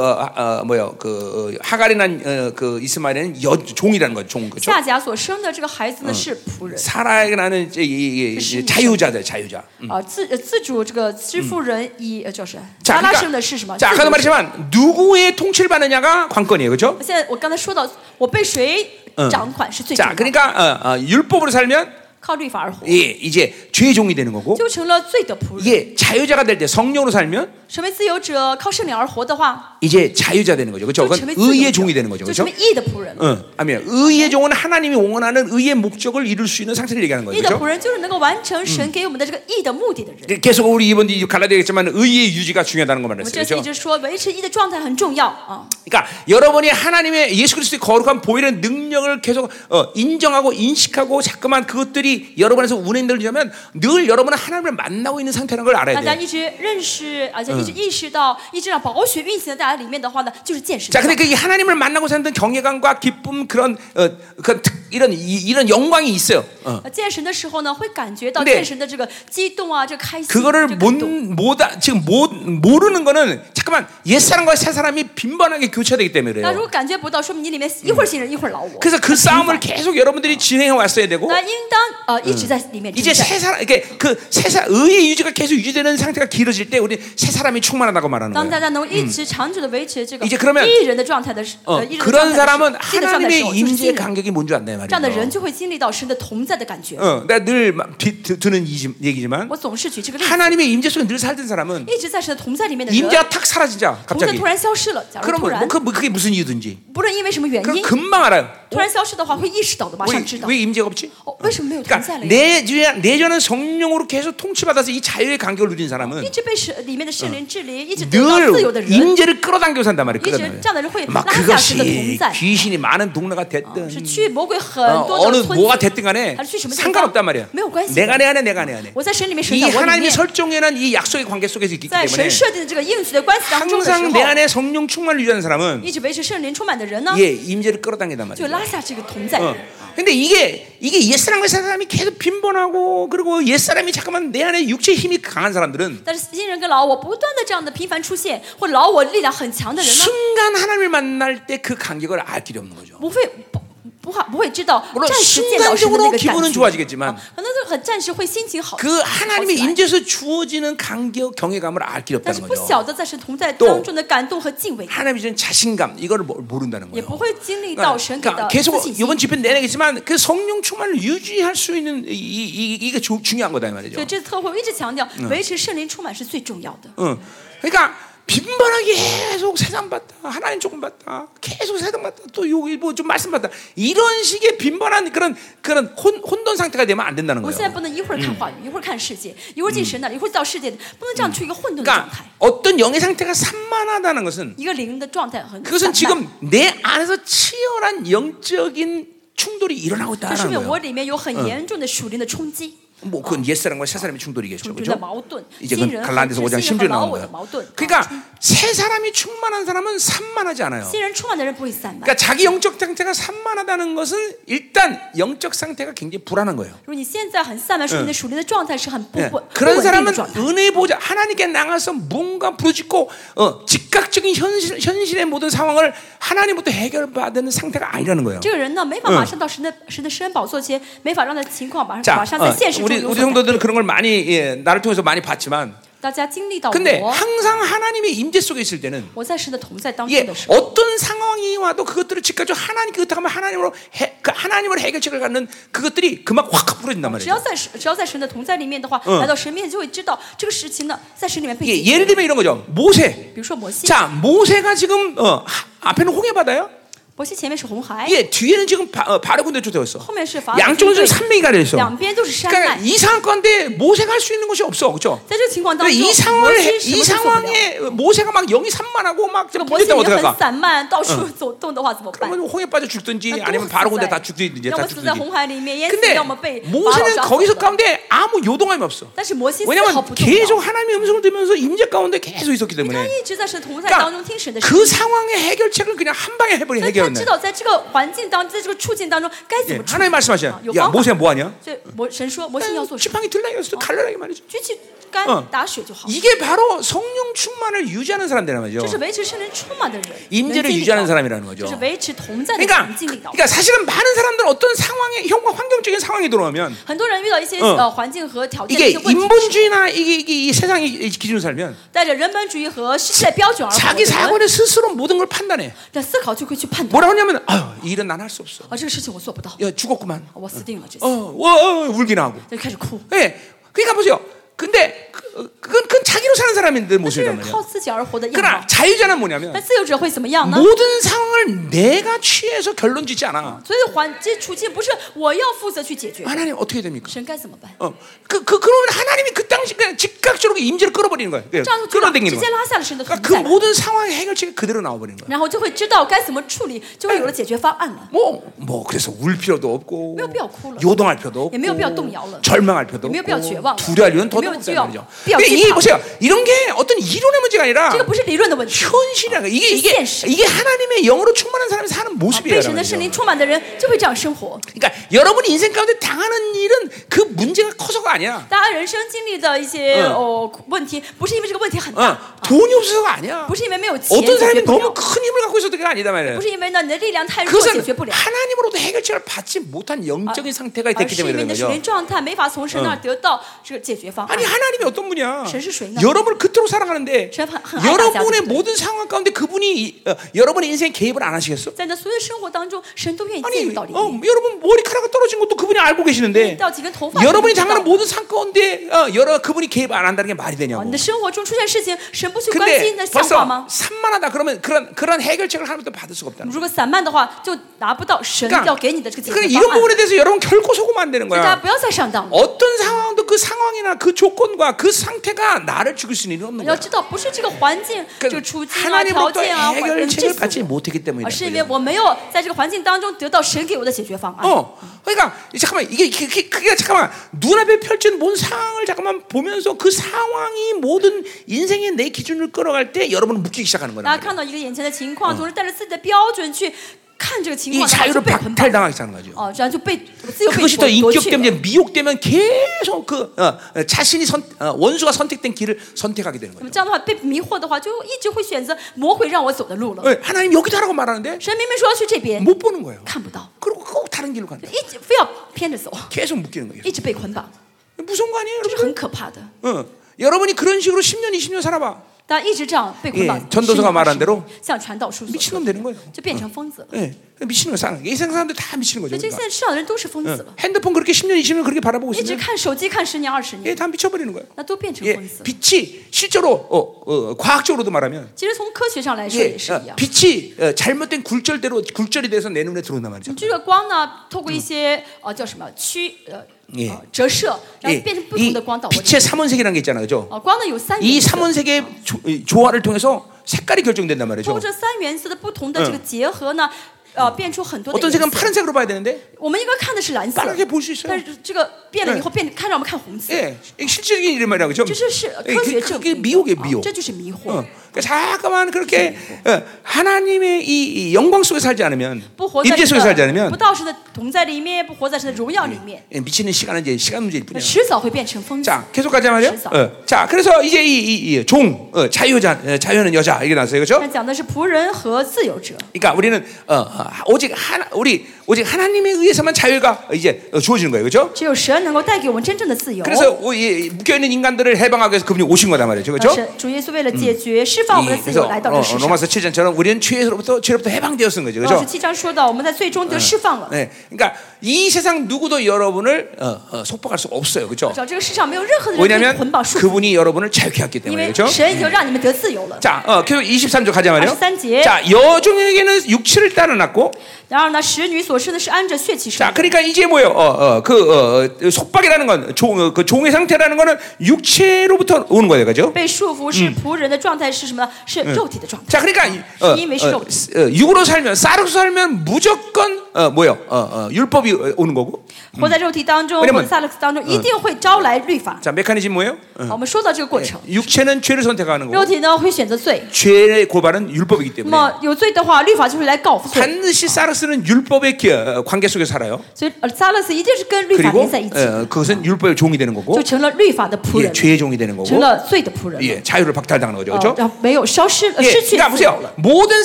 Speaker 1: 어, 어, 뭐요? 그 어, 하갈이 난그 이스마일은 여 종이라는 거죠. 종. 그죠?
Speaker 2: 夏甲所生的这个孩子呢是仆人，
Speaker 1: 사라에게 나는 이제 이- 이- 이
Speaker 2: 그치.
Speaker 1: 자유자들 자유자.
Speaker 2: 啊自呃自主这个支付人以呃就是拉
Speaker 1: 자,
Speaker 2: 拉
Speaker 1: 그러니까,
Speaker 2: 生的是什么？
Speaker 1: 자,
Speaker 2: 自
Speaker 1: 아까도
Speaker 2: 由
Speaker 1: 말했지만 누구의 통치를 받느냐가 관건이에요, 그렇죠?
Speaker 2: 现在我刚才说到，我被谁掌管是最重
Speaker 1: 자,
Speaker 2: 要的，
Speaker 1: 그러니까 어, 어, 율법으로 살면
Speaker 2: 靠律法而活，
Speaker 1: 예, 이제 죄의 종이 되는 거고
Speaker 2: 就成了罪的仆人。
Speaker 1: 이게 자유자가 될 때 성령으로 살면
Speaker 2: 成为自由者，靠圣灵而活的话，
Speaker 1: 이제 자유자 되는 거죠, 그렇죠?
Speaker 2: 就
Speaker 1: 그건
Speaker 2: 成为自由
Speaker 1: 의의
Speaker 2: 者
Speaker 1: 종이 되는 거죠,
Speaker 2: 就成
Speaker 1: 그렇죠?
Speaker 2: 为义的仆人了。
Speaker 1: 응, 아멘. 의의 종은 하나님이 원하는 의의 목적을 이룰 수 있는 상태를 얘기하는 거죠,
Speaker 2: 义的仆
Speaker 1: 그렇죠?
Speaker 2: 人就是能够完成神给我们的这个义的目的的人。
Speaker 1: 그 계속 우리 이번 갈라디아겠지만 의의 유지가 중요하다는 거
Speaker 2: 我们
Speaker 1: 말했어요,
Speaker 2: 这次一
Speaker 1: 그렇죠?
Speaker 2: 直说维持义的状态很重要啊。
Speaker 1: 그러니까 여러분이 하나님의 예수 그리스도의 거룩한 보일의 능력을 계속 어, 인정하고 인식하고 자꾸만 그것들이 여러분에서 운행되려면 늘 여러분은 하나님을 만나고 있는 상태라는 걸
Speaker 2: 大
Speaker 1: 알아야
Speaker 2: 家
Speaker 1: 돼요.
Speaker 2: 一直认识，而且一直意识到，一直让保血运行在大家里面的话呢，就是见识
Speaker 1: 자, 。 근데 그 하나님을 만나고 사는 경외감과 기쁨 그런 어, 그런 특- 이런 이, 런 영광이 있어요. 어.
Speaker 2: 呃见神的时候呢，会感觉到
Speaker 1: 근데
Speaker 2: 见神的这个激动啊，这个开心，
Speaker 1: 그거를
Speaker 2: 这个
Speaker 1: 못
Speaker 2: 感动。
Speaker 1: 못아 지금 못 모르는 거는 잠깐만 옛 사람과 새 사람이 빈번하게 교차되기 때문에
Speaker 2: 那如
Speaker 1: 그래요.
Speaker 2: 果感觉不到，说明你里面一会儿信任，一会儿老我。
Speaker 1: 그래서 그
Speaker 2: 很频繁
Speaker 1: 싸움을 계속 여러분들이 진행해 왔어야 되고
Speaker 2: 那应当呃一直在里面征
Speaker 1: 이제
Speaker 2: 战。
Speaker 1: 세 사람 이게 그 세사 의의 유지가 계속 유지되는 상태가 길어질 때 우리 세 사람이 충만하다고 말하는
Speaker 2: 当
Speaker 1: 거예요.
Speaker 2: 大家能一直长久的维持这个
Speaker 1: 이제그러면
Speaker 2: 一人的状态的时，
Speaker 1: 어,
Speaker 2: 呃，一人的状
Speaker 1: 그런
Speaker 2: 态的时候
Speaker 1: 사람은
Speaker 2: 一人的状态的时
Speaker 1: 하나님의
Speaker 2: 候就是信
Speaker 1: 임재의
Speaker 2: 任
Speaker 1: 간격이 뭔지 안다
Speaker 2: 这样的
Speaker 1: 말이에요.
Speaker 2: 人就会经历到神的同在的感觉。
Speaker 1: 어, 내가 늘 막 뒤- 드- 드는 이- 얘기지만
Speaker 2: 我总是举这个例子，
Speaker 1: 하나님의 임재 속에 늘 살던 사람은
Speaker 2: 一直在神的同在里面的人，
Speaker 1: 임재가 탁 사라지자
Speaker 2: 同在
Speaker 1: 갑자기.
Speaker 2: 突然消失了。假如突
Speaker 1: 그러면
Speaker 2: 然
Speaker 1: 뭐 그, 뭐 그게 무슨 이유든지
Speaker 2: 不论因为什么原
Speaker 1: 그
Speaker 2: 因
Speaker 1: 금방 알아요. 아,
Speaker 2: 突然消失的话，会意识到的，马上知道
Speaker 1: 왜 。 임재가 없지? 그러니까
Speaker 2: 哦，为什么没有同下了一个，
Speaker 1: 내 죄, 내 죄는 성령으로 계속 통치받아서 이 자유의 간격을 누린
Speaker 2: 一
Speaker 1: 사람은
Speaker 2: 直被神里面的圣灵治理，一直得到自由的
Speaker 1: 늘
Speaker 2: 人，
Speaker 1: 인재를 끌어당겨 산단 말이에요.
Speaker 2: 이제
Speaker 1: 끌어당겨.
Speaker 2: 짱을
Speaker 1: 막
Speaker 2: 회-
Speaker 1: 그것이
Speaker 2: 拉下神的同在。
Speaker 1: 귀신이 많은 동네가 됐든
Speaker 2: 是去魔鬼很
Speaker 1: 어,
Speaker 2: 多
Speaker 1: 어느
Speaker 2: 的村
Speaker 1: 뭐가 됐든
Speaker 2: 子，
Speaker 1: 간에
Speaker 2: 还是去什么地方
Speaker 1: 상관없단 말이야.
Speaker 2: 没有关系的。
Speaker 1: 내가 내 안에 내가 내 안에.
Speaker 2: 我在神里面，神
Speaker 1: 이
Speaker 2: 在我里
Speaker 1: 하나님의
Speaker 2: 面，
Speaker 1: 설정에는 이 약속의 관계 속에서 있기
Speaker 2: 在神
Speaker 1: 때문에
Speaker 2: 设定的这个应许的关系当中的时
Speaker 1: 항상 내
Speaker 2: 候，
Speaker 1: 안에 성령 충만을 유지하는 사람은
Speaker 2: 一直维持圣灵充满的人呢，
Speaker 1: 예, 임재를 끌어당긴단
Speaker 2: 就
Speaker 1: 말이야.
Speaker 2: 拉下这个同在。
Speaker 1: 어. 근데 이게 이게 옛사람과 새사람이 계속 빈번하고 그리고 옛사람이 잠깐만 내 안에 육체의 힘이 강한 사람들은
Speaker 2: 但是新人跟老我不断的这样的频繁出现，或老我力量很强的人呢，
Speaker 1: 순간 하나님을 만날 때 그 간격을 알 길이 없는 거죠.
Speaker 2: 不会不不好不会知道
Speaker 1: 물론
Speaker 2: 暂时见到神的那个
Speaker 1: 순간적으로기분은
Speaker 2: 感
Speaker 1: 좋아지
Speaker 2: 觉。
Speaker 1: 겠지만
Speaker 2: 啊可能就很暂时会心情好，
Speaker 1: 그
Speaker 2: 好
Speaker 1: 하나님의
Speaker 2: 起来
Speaker 1: 임재에서 주어지는 간격 경외감을 알 길이
Speaker 2: 但是
Speaker 1: 없다는
Speaker 2: 不
Speaker 1: 거죠.
Speaker 2: 晓得在神同在
Speaker 1: 또
Speaker 2: 当中的感动和敬畏，
Speaker 1: 하나님이 주는 자신감 이거를 모- 모른다는
Speaker 2: 也
Speaker 1: 거예요.
Speaker 2: 不会经历到
Speaker 1: 그러니까
Speaker 2: 神给的
Speaker 1: 그러니까
Speaker 2: 自
Speaker 1: 계속
Speaker 2: 信心。
Speaker 1: 이번 집회 내내겠지만 그 성령 충만을 유지할 수 있는 이, 이, 이, 게 중요한 거다 이
Speaker 2: 所
Speaker 1: 말이죠.
Speaker 2: 以这次特会我一直强调，维持圣灵充满是最重要的。
Speaker 1: 응. 그러니까 빈번하게 계속 세상 봤다 하나님 조금 봤다 계속 세상 봤다 또 여기 뭐좀 말씀 봤다 이런 식의 빈번한 그런 그런 혼, 혼돈 상태가 되면 안 된다는
Speaker 2: 我们现在
Speaker 1: 거예요.
Speaker 2: 不能一会儿看话语，一会儿看世界，一会儿进神那里，一会儿到世界，不能这样处于一个混沌的状
Speaker 1: 그러니까
Speaker 2: 态，
Speaker 1: 어떤 영의 상태가 산만하다는 것은
Speaker 2: 一个灵的状态很。
Speaker 1: 그것은
Speaker 2: 散漫
Speaker 1: 지금 내 안에서 치열한 영적인 충돌이 일어나고
Speaker 2: 这说
Speaker 1: 있다는
Speaker 2: 明我
Speaker 1: 거예요.
Speaker 2: 里面有很严重的属灵的冲击，
Speaker 1: 뭐 그건 옛 사람과 새 사람의 충돌이겠죠,
Speaker 2: 种族的
Speaker 1: 그렇죠?
Speaker 2: 矛盾，
Speaker 1: 이제
Speaker 2: 新
Speaker 1: 그
Speaker 2: 人
Speaker 1: 갈라디아서 5장
Speaker 2: 新人和
Speaker 1: 10절에
Speaker 2: 老
Speaker 1: 나오는
Speaker 2: 我的矛
Speaker 1: 거예요.
Speaker 2: 盾。
Speaker 1: 그러니까 새 사람이 충만한 사람은 산만하지 않아요.
Speaker 2: 新人充满的人不会散漫。
Speaker 1: 그러니까 자기 영적 상태가 산만하다는 것은 일단 영적 상태가 굉장히 불안한 거예요.
Speaker 2: 如果你现在很散漫，说明你的属灵的状态是很不
Speaker 1: 예.
Speaker 2: 稳不
Speaker 1: 그런
Speaker 2: 稳定的
Speaker 1: 사람은
Speaker 2: 状态。
Speaker 1: 은혜 보자 하나님께 나가서 뭔가 부르짖고 어, 즉각적인 현실 현실의 모든 상황을 하나님부터 해결받는 상태가 아니라는 거예요.
Speaker 2: 这个人呢，没法马上到神的神的施恩宝座前，没法让他的情况马上
Speaker 1: 자,
Speaker 2: 马上在
Speaker 1: 어,
Speaker 2: 现实中
Speaker 1: 우리
Speaker 2: 有
Speaker 1: 우리
Speaker 2: 所改
Speaker 1: 성도들은 그런 걸 많이 예, 나를 통해서 많이 봤지만,
Speaker 2: 大家经历到
Speaker 1: 근데
Speaker 2: 我，
Speaker 1: 항상 하나님의 임재 속에 있을 때는
Speaker 2: 我在神的同在当
Speaker 1: 예,
Speaker 2: 中的时候，
Speaker 1: 어떤 상황이 와도 그것들을 즉각적으로 하나님께 의탁하면 하나님으로 해, 그 하나님으로 해결책을 갖는 그것들이 그만 확확 부러진단
Speaker 2: 只要
Speaker 1: 말이에요.
Speaker 2: 在神只要在神的同在里面的话，来到神面前就会知道这个事情呢，在神里面被
Speaker 1: 예,
Speaker 2: 解决
Speaker 1: 예를 。 들면 이런 거죠. 모세.
Speaker 2: 比如说摩西，
Speaker 1: 자, 모세가 지금 어, 하- 앞에는 홍해 바다요.
Speaker 2: 摩西前面是红海，
Speaker 1: 예, 뒤에는 지금 바, 어, 바로 군대 쫓아왔어.
Speaker 2: 后面是法老军
Speaker 1: 양쪽은
Speaker 2: 队
Speaker 1: 지 ， 산맥이 가려 있어.
Speaker 2: 两边都是山
Speaker 1: 그러니까
Speaker 2: 脉。
Speaker 1: 이 상황 건데 모세가 할 수 있는 것이 없어, 그렇죠?
Speaker 2: 在这情况当
Speaker 1: 근데
Speaker 2: 中，
Speaker 1: 이
Speaker 2: 摩
Speaker 1: 상황을 해, 이
Speaker 2: 西什么都做不了。
Speaker 1: 상황에 모세가 막 영이 산만하고 막
Speaker 2: 这个摩嗯西
Speaker 1: 불렸다면
Speaker 2: 人很
Speaker 1: 어떡할까?
Speaker 2: 散漫，到处走动的话怎么办？
Speaker 1: 그러면 홍해 빠져 죽든지
Speaker 2: 那
Speaker 1: 아니면
Speaker 2: 冻死
Speaker 1: 바로 군대 다
Speaker 2: 在
Speaker 1: 죽든지
Speaker 2: 要
Speaker 1: 다
Speaker 2: 么死在
Speaker 1: 죽든지.
Speaker 2: 红海里面淹死，
Speaker 1: 근데
Speaker 2: 要么被法老
Speaker 1: 모세는
Speaker 2: 抓
Speaker 1: 거기서
Speaker 2: 走的。
Speaker 1: 가운데 아무 요동함이 없어.
Speaker 2: 但是摩西丝毫
Speaker 1: 왜냐면
Speaker 2: 不动摇
Speaker 1: 계속 ， 하나님의 음성을 들으면서 임재 가운데 계속 있었기
Speaker 2: 他
Speaker 1: 때문에.
Speaker 2: 一直在神同在当中
Speaker 1: 그러니까
Speaker 2: 听神的声
Speaker 1: 그
Speaker 2: 音。
Speaker 1: 상황의 해결책을 그냥 한 방에 해버린
Speaker 2: 但他知
Speaker 1: 해결은.
Speaker 2: 道在这个环境当，在这个处境当中该怎
Speaker 1: 예,
Speaker 2: 么处理
Speaker 1: 하나님 。 말씀하시야.
Speaker 2: 有
Speaker 1: 야
Speaker 2: 方法
Speaker 1: 모세야 뭐하냐? 아,
Speaker 2: 所以摩神说，
Speaker 1: 뭐
Speaker 2: 摩西你要做什么？
Speaker 1: 지팡이 들라이어서 아. 갈라라기 말이죠.
Speaker 2: 举起
Speaker 1: 嗯
Speaker 2: 竿打水就好。
Speaker 1: 이게 바로 성령 충만을 유지하는 사람들이란
Speaker 2: 这是
Speaker 1: 말이죠.
Speaker 2: 维持圣灵充满的人，
Speaker 1: 임재를
Speaker 2: 能经历
Speaker 1: 유지하는
Speaker 2: 到
Speaker 1: 사람이라는거죠
Speaker 2: 就是维持同在的人
Speaker 1: 그러니까,
Speaker 2: 经历到。
Speaker 1: 그러니까 사실은 많은 사람들은 어떤 상황에 형과 환경적인 상황이 들어오면
Speaker 2: 很多人遇到一些
Speaker 1: 嗯
Speaker 2: 呃环境和条件的
Speaker 1: 아, 그러니까 이게
Speaker 2: 一些问题，
Speaker 1: 인본주의나 이게, 이게 이 세상의 기준으로 살면
Speaker 2: 带着人本主义和世界标准而活的
Speaker 1: 자기
Speaker 2: 人
Speaker 1: 사고를 스스로 모든 걸 판단해.
Speaker 2: 的思考就会去判断，
Speaker 1: 뭐라고 하냐면 아유 이 일은 난 할 수 없어.
Speaker 2: 啊，这个事情我做不到，
Speaker 1: 야 죽었구만.
Speaker 2: 我死定了，这
Speaker 1: 어,
Speaker 2: 次
Speaker 1: 어, 어 울긴 하고.
Speaker 2: 就开始哭。
Speaker 1: 예. 그러니까 보세요. 근데 그, 그건, 그건 자기로 사는 사람인데
Speaker 2: 这是
Speaker 1: 모습이란 말이야.
Speaker 2: 靠自己而活的样貌
Speaker 1: 그러나 。 자유자는 뭐냐면
Speaker 2: 那自由者会怎么样呢？
Speaker 1: 모든 상황을 내가 취해서 결론 짓지 않아.
Speaker 2: 所以环这处境不是我要负责去解决，
Speaker 1: 하나님 어떻게 됩니까?
Speaker 2: 神该怎么办？
Speaker 1: 어, 그, 그, 그러면 하나님이 그 당시 그냥 즉각적으로 임재를 끌어버리는 거예요.
Speaker 2: 这样就知道直
Speaker 1: 끌어당기는
Speaker 2: 接
Speaker 1: 거예요.
Speaker 2: 拉下了神的同
Speaker 1: 그러니까 그
Speaker 2: 在，
Speaker 1: 모든 상황의 해결책이 그대로 나와버리는 거예요.
Speaker 2: 然后就会知道该怎么处理，就会有了解决方案了。
Speaker 1: 뭐, 뭐 그래서 울 필요도 없고
Speaker 2: 没有必要哭了。
Speaker 1: 요동할 필요도 없고
Speaker 2: 也没有必要动摇了。
Speaker 1: 절망할 필요도 없고
Speaker 2: 也没有必要绝望了。
Speaker 1: 두려울 이유는 더
Speaker 2: 也没有必要-
Speaker 1: 없다는 거죠.
Speaker 2: 必要
Speaker 1: 근데 이게
Speaker 2: 惧怕。
Speaker 1: 보세요. 이런 게 어떤 이론의 문제가 아니라
Speaker 2: 这个不哎是理论的问题，
Speaker 1: 현실이라는 거예요. 이게, 이게,
Speaker 2: 是现实。
Speaker 1: 이게 하나님의 영으로 충만한 사람이 사는
Speaker 2: 啊被
Speaker 1: 모습이에요.
Speaker 2: 神的
Speaker 1: 라는
Speaker 2: 圣
Speaker 1: 거죠.
Speaker 2: 灵充满的人就会这样生活。
Speaker 1: 그러니까 여러분 인생 가운데 당하는 일은 그 문제가 커서가 아니야.
Speaker 2: 大家人生经历的一些
Speaker 1: 嗯
Speaker 2: 哦问题，不是因为这个问题很
Speaker 1: 어,
Speaker 2: 大，
Speaker 1: 돈이 없어서가 아니야.
Speaker 2: 不是因为没有钱
Speaker 1: 어떤
Speaker 2: 解决
Speaker 1: 사람이
Speaker 2: 不
Speaker 1: 너무
Speaker 2: 了，
Speaker 1: 큰 힘을 갖고 있어도 그게 아니다
Speaker 2: 不
Speaker 1: 말이야.
Speaker 2: 是因为呢你的力量太弱解决不
Speaker 1: 그것은
Speaker 2: 了，
Speaker 1: 하나님으로도 해결책을 받지 못한 영적인 상태가
Speaker 2: 而
Speaker 1: 됐기
Speaker 2: 是因
Speaker 1: 때문에
Speaker 2: 为
Speaker 1: 그런
Speaker 2: 你的属
Speaker 1: 거죠.
Speaker 2: 灵状态没法从神那儿得到这个解决方案
Speaker 1: 아니 。 하나님이 어떤 분이야?
Speaker 2: 쟤는 쟤는
Speaker 1: 여러분을 그토록 사랑하는데
Speaker 2: 쟤는 한- 한
Speaker 1: 여러분의
Speaker 2: 아이가
Speaker 1: 모든 상황 가운데 그분이 이- 어, 여러분의 인생 개입을 안 하시겠어?
Speaker 2: 在你的所有生活当中，神都愿意介入
Speaker 1: 아니
Speaker 2: 到里
Speaker 1: 어,
Speaker 2: 面。
Speaker 1: 여러분 머리카락이 떨어진 것도 그분이 알고 계시는데
Speaker 2: 到几根头发，
Speaker 1: 여러분이 당하는 그런 모든 상권인데 어, 여러 그분이 개입 안 한다는 게 말이
Speaker 2: 啊，
Speaker 1: 되냐고.
Speaker 2: 你的生活中出现事情，神不去关
Speaker 1: 근데
Speaker 2: 心，那像话
Speaker 1: 벌써
Speaker 2: 吗？
Speaker 1: 산만하다 그러면 그런 그런 해결책을 하나님도 받을 수가 없다.
Speaker 2: 如果散漫的话，就拿不到神要给你的这嗯哦个解
Speaker 1: 그러니까
Speaker 2: 决
Speaker 1: 이런
Speaker 2: 方案。
Speaker 1: 부분에 대해서 여러분 결코 속으면 안 되는
Speaker 2: 大家
Speaker 1: 거야.
Speaker 2: 不要再上当了，
Speaker 1: 어떤 상황도 그 상황이나 그 조건과 그 상태가 나를 죽일 수는 일은 없는
Speaker 2: 你
Speaker 1: 거야.
Speaker 2: 要知道，不是这个环境，这个
Speaker 1: 그러니까
Speaker 2: 处境啊、条
Speaker 1: 하나님으로부터
Speaker 2: 件啊，环境致
Speaker 1: 해결책을
Speaker 2: 死
Speaker 1: 받지 못했기
Speaker 2: 我，
Speaker 1: 때문이다.
Speaker 2: 而是因为我没有在这个环境当中得到神给我的解决方案。
Speaker 1: 어, 그러니까 잠깐만 이게 이게- 이게 그게 잠깐만 눈앞에 펼친 뭔 상황을 잠깐만 보면서 그 상황이 모든 인생의 내 기준을 끌어갈 때 여러분은 묶이기 시작하는
Speaker 2: 大
Speaker 1: 거란 말이야.
Speaker 2: 家看到一个眼前的情况，嗯总是带着自己的标准去看这个情
Speaker 1: 이
Speaker 2: 况，然后就
Speaker 1: 자유를
Speaker 2: 被捆绑。
Speaker 1: 박탈당하기 시작하는 거죠.
Speaker 2: 哦，这样就被自由被
Speaker 1: 그것이 더
Speaker 2: 夺夺
Speaker 1: 인격되면
Speaker 2: 去了。
Speaker 1: 이제 미혹되면 계속 그 어, 어, 자신이 선 어, 원수가 선택된 길을 선택하게 되는
Speaker 2: 那
Speaker 1: 거죠.
Speaker 2: 么这样的话，被迷惑的话，就一直会选择魔鬼让我走的路了。
Speaker 1: 예, 하나님 여기도 하라고 말하는데
Speaker 2: 神明明说要去这边，
Speaker 1: 못 보는 거예요.
Speaker 2: 看不到，
Speaker 1: 그리고 꼭 다른 길로 간다.
Speaker 2: 一直非要偏着走，
Speaker 1: 계속 묶이는 거예요.
Speaker 2: 一直被捆绑，
Speaker 1: 무서운 거 아니에요,
Speaker 2: 这是
Speaker 1: 여러분?
Speaker 2: 很可怕的。
Speaker 1: 어, 여러분이 그런 식으로 10년, 20년 살아봐
Speaker 2: 但一直这样被捆
Speaker 1: 예
Speaker 2: 绑，
Speaker 1: 전도서가말한대로
Speaker 2: 像传道书所说
Speaker 1: 미친놈
Speaker 2: 的，
Speaker 1: 되는 거예요. 嗯
Speaker 2: 就变成疯子了。
Speaker 1: 예, 미치는 거상이 세상 사람들 다 미치는
Speaker 2: 所
Speaker 1: 거죠.
Speaker 2: 以这现
Speaker 1: 그러니까.
Speaker 2: 在市场的人都是疯子了
Speaker 1: 어, ， 핸드폰 그렇게 10년, 20년 그렇게 바라보고
Speaker 2: 一直
Speaker 1: 있으면
Speaker 2: 看手机看十年二十年
Speaker 1: 예, ，다 미쳐버리는 거예요.
Speaker 2: 那都变成
Speaker 1: 예,
Speaker 2: 疯子了。
Speaker 1: 빛이 실제로 어, 어, 과학적으로도 말하면
Speaker 2: 其实从科学上来说
Speaker 1: 예,
Speaker 2: 也是一
Speaker 1: 어,
Speaker 2: 样，
Speaker 1: 빛이 어, 잘못된 굴절대로 굴절이 돼서 내 눈에 들어온단 말이죠.
Speaker 2: 你这个光呢，透过一
Speaker 1: 嗯
Speaker 2: 些呃叫什么驱呃
Speaker 1: 예
Speaker 2: 呃折射，然
Speaker 1: 예,
Speaker 2: 后变成不同
Speaker 1: 이
Speaker 2: 的光到我这里。
Speaker 1: 빛의 삼원색이라는 게 있잖아요, 네. 그죠?
Speaker 2: 哦，光呢有三
Speaker 1: 이
Speaker 2: 原色，
Speaker 1: 삼원색의 조, 이 조화를 통해서 색깔이 결정된단
Speaker 2: 通
Speaker 1: 말이죠.
Speaker 2: 过这三原色的不同的
Speaker 1: 嗯
Speaker 2: 这个结合呢，呃，变出很多
Speaker 1: 어떤
Speaker 2: 的颜
Speaker 1: 색은
Speaker 2: 色。
Speaker 1: 파란색으로 봐야 되는데,
Speaker 2: 我们应该看的是蓝色，
Speaker 1: 빨갛게볼수있어요
Speaker 2: 但是哎这个变了以后变，看让我们看红色，
Speaker 1: 예, 이게 실질적인 일이 말이야, 그죠?
Speaker 2: 这是是
Speaker 1: 예,
Speaker 2: 科学
Speaker 1: 그-
Speaker 2: 证
Speaker 1: 그게
Speaker 2: 明的。
Speaker 1: 미혹의
Speaker 2: 啊
Speaker 1: 미혹.
Speaker 2: 这就是迷惑。
Speaker 1: 어, 그러니까 잠깐만 그렇게 어, 하나님의 이, 이 영광 속에 살지 않으면
Speaker 2: 不活在
Speaker 1: 임재
Speaker 2: 这
Speaker 1: 속에 살지
Speaker 2: 个
Speaker 1: 않으면
Speaker 2: 不到神的同在里面，不活在神的荣耀里面，
Speaker 1: 예, 미치는 시간은 이제 시간 문제일
Speaker 2: 那
Speaker 1: 뿐이야.
Speaker 2: 迟早会变成疯子。
Speaker 1: 자, 계속 가자 말이요.
Speaker 2: 실상.
Speaker 1: 어, 자, 그래서 이제 이, 이, 이 종, 어, 자유자, 어, 자유는 여자 이게 나왔어요, 그렇죠?
Speaker 2: 那讲的是仆人和自由者，
Speaker 1: 그러니까 우리는 어, 어, 오직 하나, 우리 오직 하나님에 의해서만 자유가 이제 어, 주어지는 거예요, 그렇죠?
Speaker 2: 只有神能够带给我们真正的自由。
Speaker 1: 그래서 우- 이- 이 묶여 있는 인간들을 해방하기 위해서 그분이 오신 거다 말이죠,
Speaker 2: 那
Speaker 1: 그렇죠?
Speaker 2: 是主耶稣为了解决、释放我们的
Speaker 1: 이-
Speaker 2: 自
Speaker 1: 그래서
Speaker 2: 由，来到
Speaker 1: 어,
Speaker 2: 这世
Speaker 1: 어,
Speaker 2: 上。
Speaker 1: 로마서 7장처럼 우리는 죄에서부터 죄로부터 해방되었은 거죠,
Speaker 2: 老师
Speaker 1: 그렇죠?
Speaker 2: 七章说到，我们在最终得释放了。
Speaker 1: 네, 그러니까 이 세상 누구도 여러분을 어, 어, 속박할 수 없어요, 그렇죠?
Speaker 2: 只要这个世上没有任何的人可以
Speaker 1: 왜냐하면
Speaker 2: 捆绑束缚，
Speaker 1: 그분이 여러분을 자유케 했기
Speaker 2: 因
Speaker 1: 때문에
Speaker 2: 为
Speaker 1: 그렇죠?
Speaker 2: 神已经让你们得自由了。
Speaker 1: 자, 어, 계속 23절 가자 말이요.
Speaker 2: 23 절.
Speaker 1: 자, 여종에게는 육체를 따라 낳고,
Speaker 2: 然而呢，使女所生的是按着血气生
Speaker 1: 자,
Speaker 2: 的。
Speaker 1: 그러니까 이제 뭐요? 어, 어, 그 어, 어, 속박이라는 건, 종, 어, 그 종의 상태라는 거는 육체로부터 오는 거예요, 그죠?
Speaker 2: 被束
Speaker 1: 嗯
Speaker 2: 缚是仆人的状态是什么呢？是肉体的状态。
Speaker 1: 자, 그러니까 이- 어,
Speaker 2: 이 메시로.
Speaker 1: 어, 스- 어, 육으로 살면, 쌀로 살면 무조건 어, 뭐요? 어, 어, 율법이 어, 오는 거고.
Speaker 2: 活在肉体当中，
Speaker 1: 嗯为
Speaker 2: 活
Speaker 1: 什么嗯
Speaker 2: 在萨勒斯当中，一定会招来律法。
Speaker 1: 자, 메커니즘 뭐예요? 어,
Speaker 2: 好我们说到这个过
Speaker 1: 哎
Speaker 2: 程，
Speaker 1: 육체는 죄를 선택하는
Speaker 2: 肉
Speaker 1: 거고,
Speaker 2: 体呢会选择罪，
Speaker 1: 죄의 고발은 율법이기
Speaker 2: 那
Speaker 1: 때문에.
Speaker 2: 么有罪的话，律法就会来告罪，
Speaker 1: 반드시 사르스는 율법의 기- 어, 관계 속에 살아요.
Speaker 2: 所以呃萨勒斯一定是跟律法
Speaker 1: 그리고
Speaker 2: 连在一起的，
Speaker 1: 어, 그것은 율법의 종이 되는 거고,
Speaker 2: 就成了律法的仆
Speaker 1: 예,
Speaker 2: 人，
Speaker 1: 죄의 종이 되는
Speaker 2: 成
Speaker 1: 거고,
Speaker 2: 了罪的仆人了。
Speaker 1: 예, 자유를 박탈당하는 거죠,
Speaker 2: 哦
Speaker 1: 그렇죠?
Speaker 2: 然后没有消失，呃
Speaker 1: 예,
Speaker 2: 失去
Speaker 1: 그러니까
Speaker 2: 自由了
Speaker 1: 보세요. 。 모든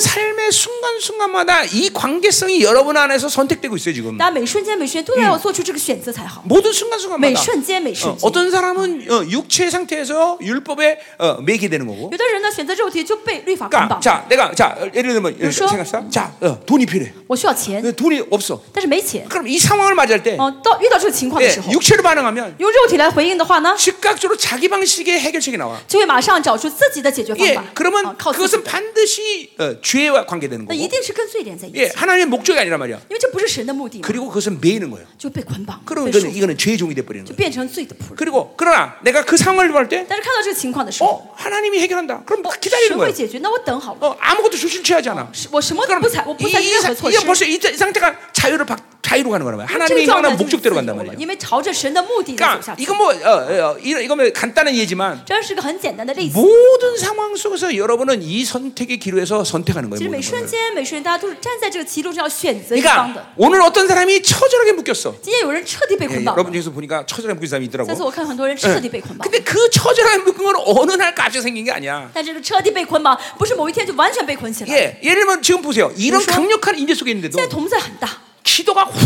Speaker 1: 삶의 순간 순간마다 이 관계성이 여러분 안에서 선택되고 있어요 지금.
Speaker 2: 大家每瞬间每瞬间都要做出这个选择才好，
Speaker 1: 모든 순간
Speaker 2: 每
Speaker 1: 순간마다.
Speaker 2: 瞬间每
Speaker 1: 어,
Speaker 2: 瞬间。
Speaker 1: 어떤 사람은 어, 육체 상태에서 율법에 어, 매게 되는 거고.
Speaker 2: 有的人呢选择肉体就被律法捆
Speaker 1: 그러니까
Speaker 2: 绑，
Speaker 1: 자 내가 자 어, 예를 들면 이렇게
Speaker 2: 그래서-
Speaker 1: 생각합시다. 자 어, 돈이 필요해.
Speaker 2: 我需要钱，
Speaker 1: 근데 돈이 없어.
Speaker 2: 但是没钱。
Speaker 1: 그럼 이 상황을 맞이할 때
Speaker 2: 哦，到遇到这个情况的
Speaker 1: 예,
Speaker 2: 时候，
Speaker 1: 육체로 반응하면
Speaker 2: 用肉体来回应的话呢，
Speaker 1: 즉각적으로 자기 방식의 해결책이 나와.
Speaker 2: 就会马上找出自己的解决方
Speaker 1: 예,
Speaker 2: 法。啊
Speaker 1: 그러면
Speaker 2: 靠自己
Speaker 1: 그것은 ， 반드시 어, 죄와 관계되는
Speaker 2: 那一
Speaker 1: 거고.
Speaker 2: 定是跟罪连在一起，
Speaker 1: 예,
Speaker 2: 因
Speaker 1: 하나님의 목적이 아니란 말이야.
Speaker 2: 为这不是神的目的嘛，
Speaker 1: 그리고 그것은 매이는 거예요.
Speaker 2: 就被捆绑，
Speaker 1: 그럼
Speaker 2: 被束
Speaker 1: 이거는,
Speaker 2: 缚，
Speaker 1: 이거는 죄의 종이 돼버리는
Speaker 2: 就
Speaker 1: 거예요.
Speaker 2: 变成罪的仆人。
Speaker 1: 그리고 그러나 내가 그 상황을 볼 때,
Speaker 2: 但是看到这个情况的时候，
Speaker 1: 어 하나님이 해결한다. 그럼
Speaker 2: 哦
Speaker 1: 기다리는
Speaker 2: 神会
Speaker 1: 거예요.
Speaker 2: 解决，那我等好了，
Speaker 1: 어 아무것도 주춤취하지 않아.
Speaker 2: 是我什么都
Speaker 1: 그럼
Speaker 2: 不采，我不
Speaker 1: 이,
Speaker 2: 采取任何措施
Speaker 1: 이게 。 벌써 이, 이 상태가 자유를 박, 자유로 가는 거란 말이야.
Speaker 2: 这
Speaker 1: 하나님이
Speaker 2: 个状态
Speaker 1: 향한
Speaker 2: 就是自
Speaker 1: 목적대로
Speaker 2: 由
Speaker 1: 간단
Speaker 2: 了，
Speaker 1: 말이야.
Speaker 2: 因为朝着神的目的在走
Speaker 1: 그러니까
Speaker 2: 下去。
Speaker 1: 이건 뭐 어, 어, 이런 이건 뭐 간단한 예지만
Speaker 2: 这是个很简单的例子。
Speaker 1: 모든 상황 속에서 여러분은 이 선택의 기로에서 선택하는 거예요.
Speaker 2: 其实每
Speaker 1: 모든
Speaker 2: 瞬
Speaker 1: 거를.
Speaker 2: 间，每瞬间，大家都是站在这个歧路上要选择一方的
Speaker 1: 그러니까 。 오늘 어떤 사람이 처절하게 묶였어.
Speaker 2: 今天有人彻底被
Speaker 1: 예,
Speaker 2: 捆绑
Speaker 1: 여러분
Speaker 2: 了，
Speaker 1: 중에서 보니까 처절하게 묶인 사람이
Speaker 2: 但是
Speaker 1: 있더라고.
Speaker 2: 我看很多人彻底被捆绑。
Speaker 1: 근데 그 처절하게 묶은 건 어느 날 갑자기 생긴 게 아니야.
Speaker 2: 但这个彻底被捆绑，不是某一天就完全被捆起来。
Speaker 1: 예, 예를 들면 지금 보세요. 이런
Speaker 2: 그래서-
Speaker 1: 강력한 인재 속에 있는데도
Speaker 2: 现在同在很大，
Speaker 1: 기도가 훅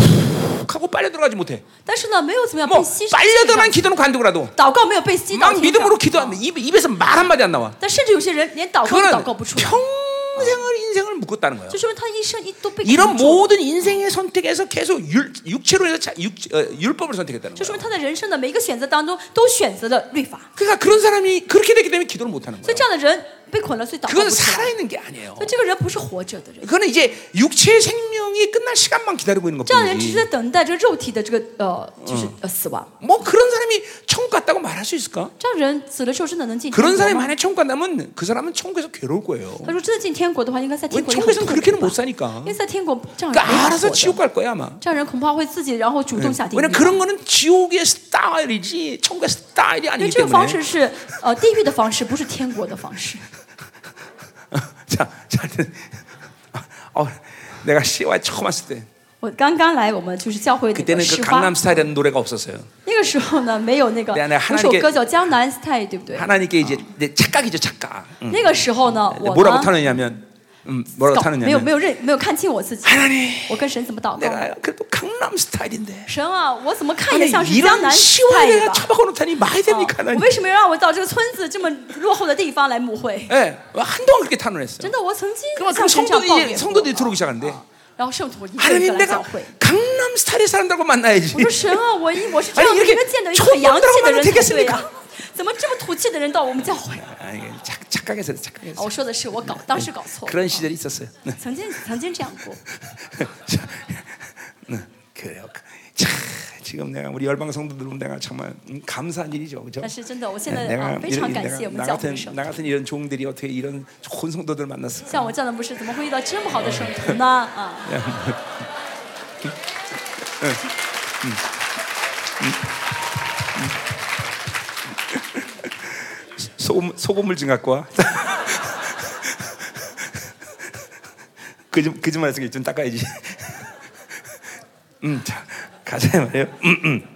Speaker 1: 하고 빨려 들어가지 못해.
Speaker 2: 但是呢，没有怎么样被
Speaker 1: 뭐
Speaker 2: 吸收。
Speaker 1: 빨려 들어간 기도는 관두고라도
Speaker 2: 祷告没有被吸到
Speaker 1: 막
Speaker 2: 天上
Speaker 1: 믿음으로 기도하면 입, 입에서 말 한마디 안 나와.
Speaker 2: 但甚至有些人连祷告都
Speaker 1: 아. 그거는
Speaker 2: 祷告不出来，
Speaker 1: 평생 평생을 인생을 묶었다는 거예요.
Speaker 2: 就说明他一生一都被
Speaker 1: 이런
Speaker 2: 捆住，
Speaker 1: 모든 인생의 선택에서 계속 율, 육체로 해서 자, 육, 어, 율법을 선택했다는
Speaker 2: 就说
Speaker 1: 거예요.
Speaker 2: 明他的人生的每一个选择当中都选择了律法，
Speaker 1: 그러니까 그런 사람이 그렇게 되기 때문에 기도를 못 하는
Speaker 2: 所以
Speaker 1: 거예요.
Speaker 2: 这样的人被捆了，所以祷告
Speaker 1: 그건
Speaker 2: 不起来。
Speaker 1: 살아있는 게 아니에요.
Speaker 2: 所以这个人不是活着的人，
Speaker 1: 그거는 이제 육체의 생명이 끝날 시간만 기다리고 있는
Speaker 2: 这样的人只是
Speaker 1: 것뿐이지.
Speaker 2: 在等待这肉体的这个呃，就是呃死亡。
Speaker 1: 뭐 그런 사람이 천국 갔다고 말할 수 있을까?
Speaker 2: 这样人死了之后真的能进天
Speaker 1: 그런
Speaker 2: 国
Speaker 1: 사람이
Speaker 2: 吗？
Speaker 1: 만약 천국 간다면 그 사람은 천국에서 괴로울 거예요.
Speaker 2: 他说真的进天国的话，应该在
Speaker 1: 왜
Speaker 2: 天国也很
Speaker 1: 천국에서는
Speaker 2: 痛苦
Speaker 1: 그렇게는
Speaker 2: 吧
Speaker 1: 못 ， 사니까.
Speaker 2: 因为在天国这样人
Speaker 1: 예, 그러니까
Speaker 2: 没法
Speaker 1: 알아서
Speaker 2: 活的
Speaker 1: 지옥 갈 거야 아마.
Speaker 2: 这样人恐怕会自己然后主动下地狱
Speaker 1: 왜냐면
Speaker 2: 吧。
Speaker 1: 그런 거는 지옥의 스타일이지 천국의 스타일이
Speaker 2: 因为
Speaker 1: 아니기
Speaker 2: 这种方式
Speaker 1: 때문에.
Speaker 2: 是呃地狱的方式，不是天国的方式。
Speaker 1: <laughs> 자, 자, 하여튼, <laughs> 어, 내가 시와 처음 왔을 때
Speaker 2: <laughs> 我刚刚来我们就是教会那个
Speaker 1: 그때는
Speaker 2: 施
Speaker 1: 그
Speaker 2: 花
Speaker 1: 강남 ， 스타일이라는 노래가 없었어요.
Speaker 2: 那个时候呢没有那个
Speaker 1: 对啊那
Speaker 2: 有首
Speaker 1: 하나님께
Speaker 2: 歌叫《江南 Style》，对不对？
Speaker 1: 하나님께 이제 내 착각이죠 착각. 응.
Speaker 2: 那个时候呢，
Speaker 1: 근데
Speaker 2: 我
Speaker 1: 아. 뭐라고
Speaker 2: 呢
Speaker 1: 타느냐면, 음, 뭐라고
Speaker 2: 搞没有没
Speaker 1: 타느냐면
Speaker 2: 有认没有看清我自 <laughs> 己
Speaker 1: 하나님 ，
Speaker 2: 我跟神怎么祷告？
Speaker 1: 내가 그래도 강남 스타일인데.
Speaker 2: 神啊，我怎么看着
Speaker 1: 아니
Speaker 2: 像是江
Speaker 1: 이런
Speaker 2: 南
Speaker 1: 시와
Speaker 2: Style
Speaker 1: 내가
Speaker 2: 吧？
Speaker 1: 처박아 놓다니 어, 말이
Speaker 2: 哦
Speaker 1: 됩니까
Speaker 2: 我
Speaker 1: 하나님?
Speaker 2: 为什么要让我到这个村子这么落后的地方来牧会？
Speaker 1: 예, 한동안 그렇게 탄원을
Speaker 2: 真
Speaker 1: 했어요.
Speaker 2: 的，我曾经
Speaker 1: 그러면 그
Speaker 2: 向神这样抱怨
Speaker 1: 성도들이
Speaker 2: 过
Speaker 1: 성도들이 들어오기 시작하는데
Speaker 2: 然后圣徒一个一个
Speaker 1: 하나님
Speaker 2: 来
Speaker 1: 내가
Speaker 2: 教会。
Speaker 1: 강남 스타일의 사람들과 만나야지.
Speaker 2: 我说神啊，我一我是这
Speaker 1: 아니,
Speaker 2: 样的，
Speaker 1: 이렇게
Speaker 2: 应该见到一个啊很洋气的人才对
Speaker 1: 촌
Speaker 2: 呀、 <laughs> 怎么这么土气的人到我们教会？啊，
Speaker 1: 아, 이게 착, 착각해서 착각해서
Speaker 2: 我说的是我搞当时搞错，
Speaker 1: 그런 시절이 있었어요. 네.
Speaker 2: 曾经曾经这样过。
Speaker 1: 자, 음, 그래요. 참 지금 내가 우리 열방 성도들 보면 내가 정말 음, 감사한 일이죠, 그렇죠?
Speaker 2: 但是真的，我现在啊
Speaker 1: 내가
Speaker 2: 非
Speaker 1: 이런-
Speaker 2: 常感
Speaker 1: 내가
Speaker 2: 谢我们
Speaker 1: 나
Speaker 2: 教会
Speaker 1: 같은
Speaker 2: 的圣徒
Speaker 1: 나 。 같은 이런 종들이 어떻게 이런 좋은 성도들 만났어?
Speaker 2: 像我这样的牧师，怎么会遇到这么好的圣徒呢？啊， <laughs>
Speaker 1: 소금 소금물 좀 갖고 와. 그좀 그짓말해서 좀 닦아야지. 음, 자 가자 말이에요. 음, 음.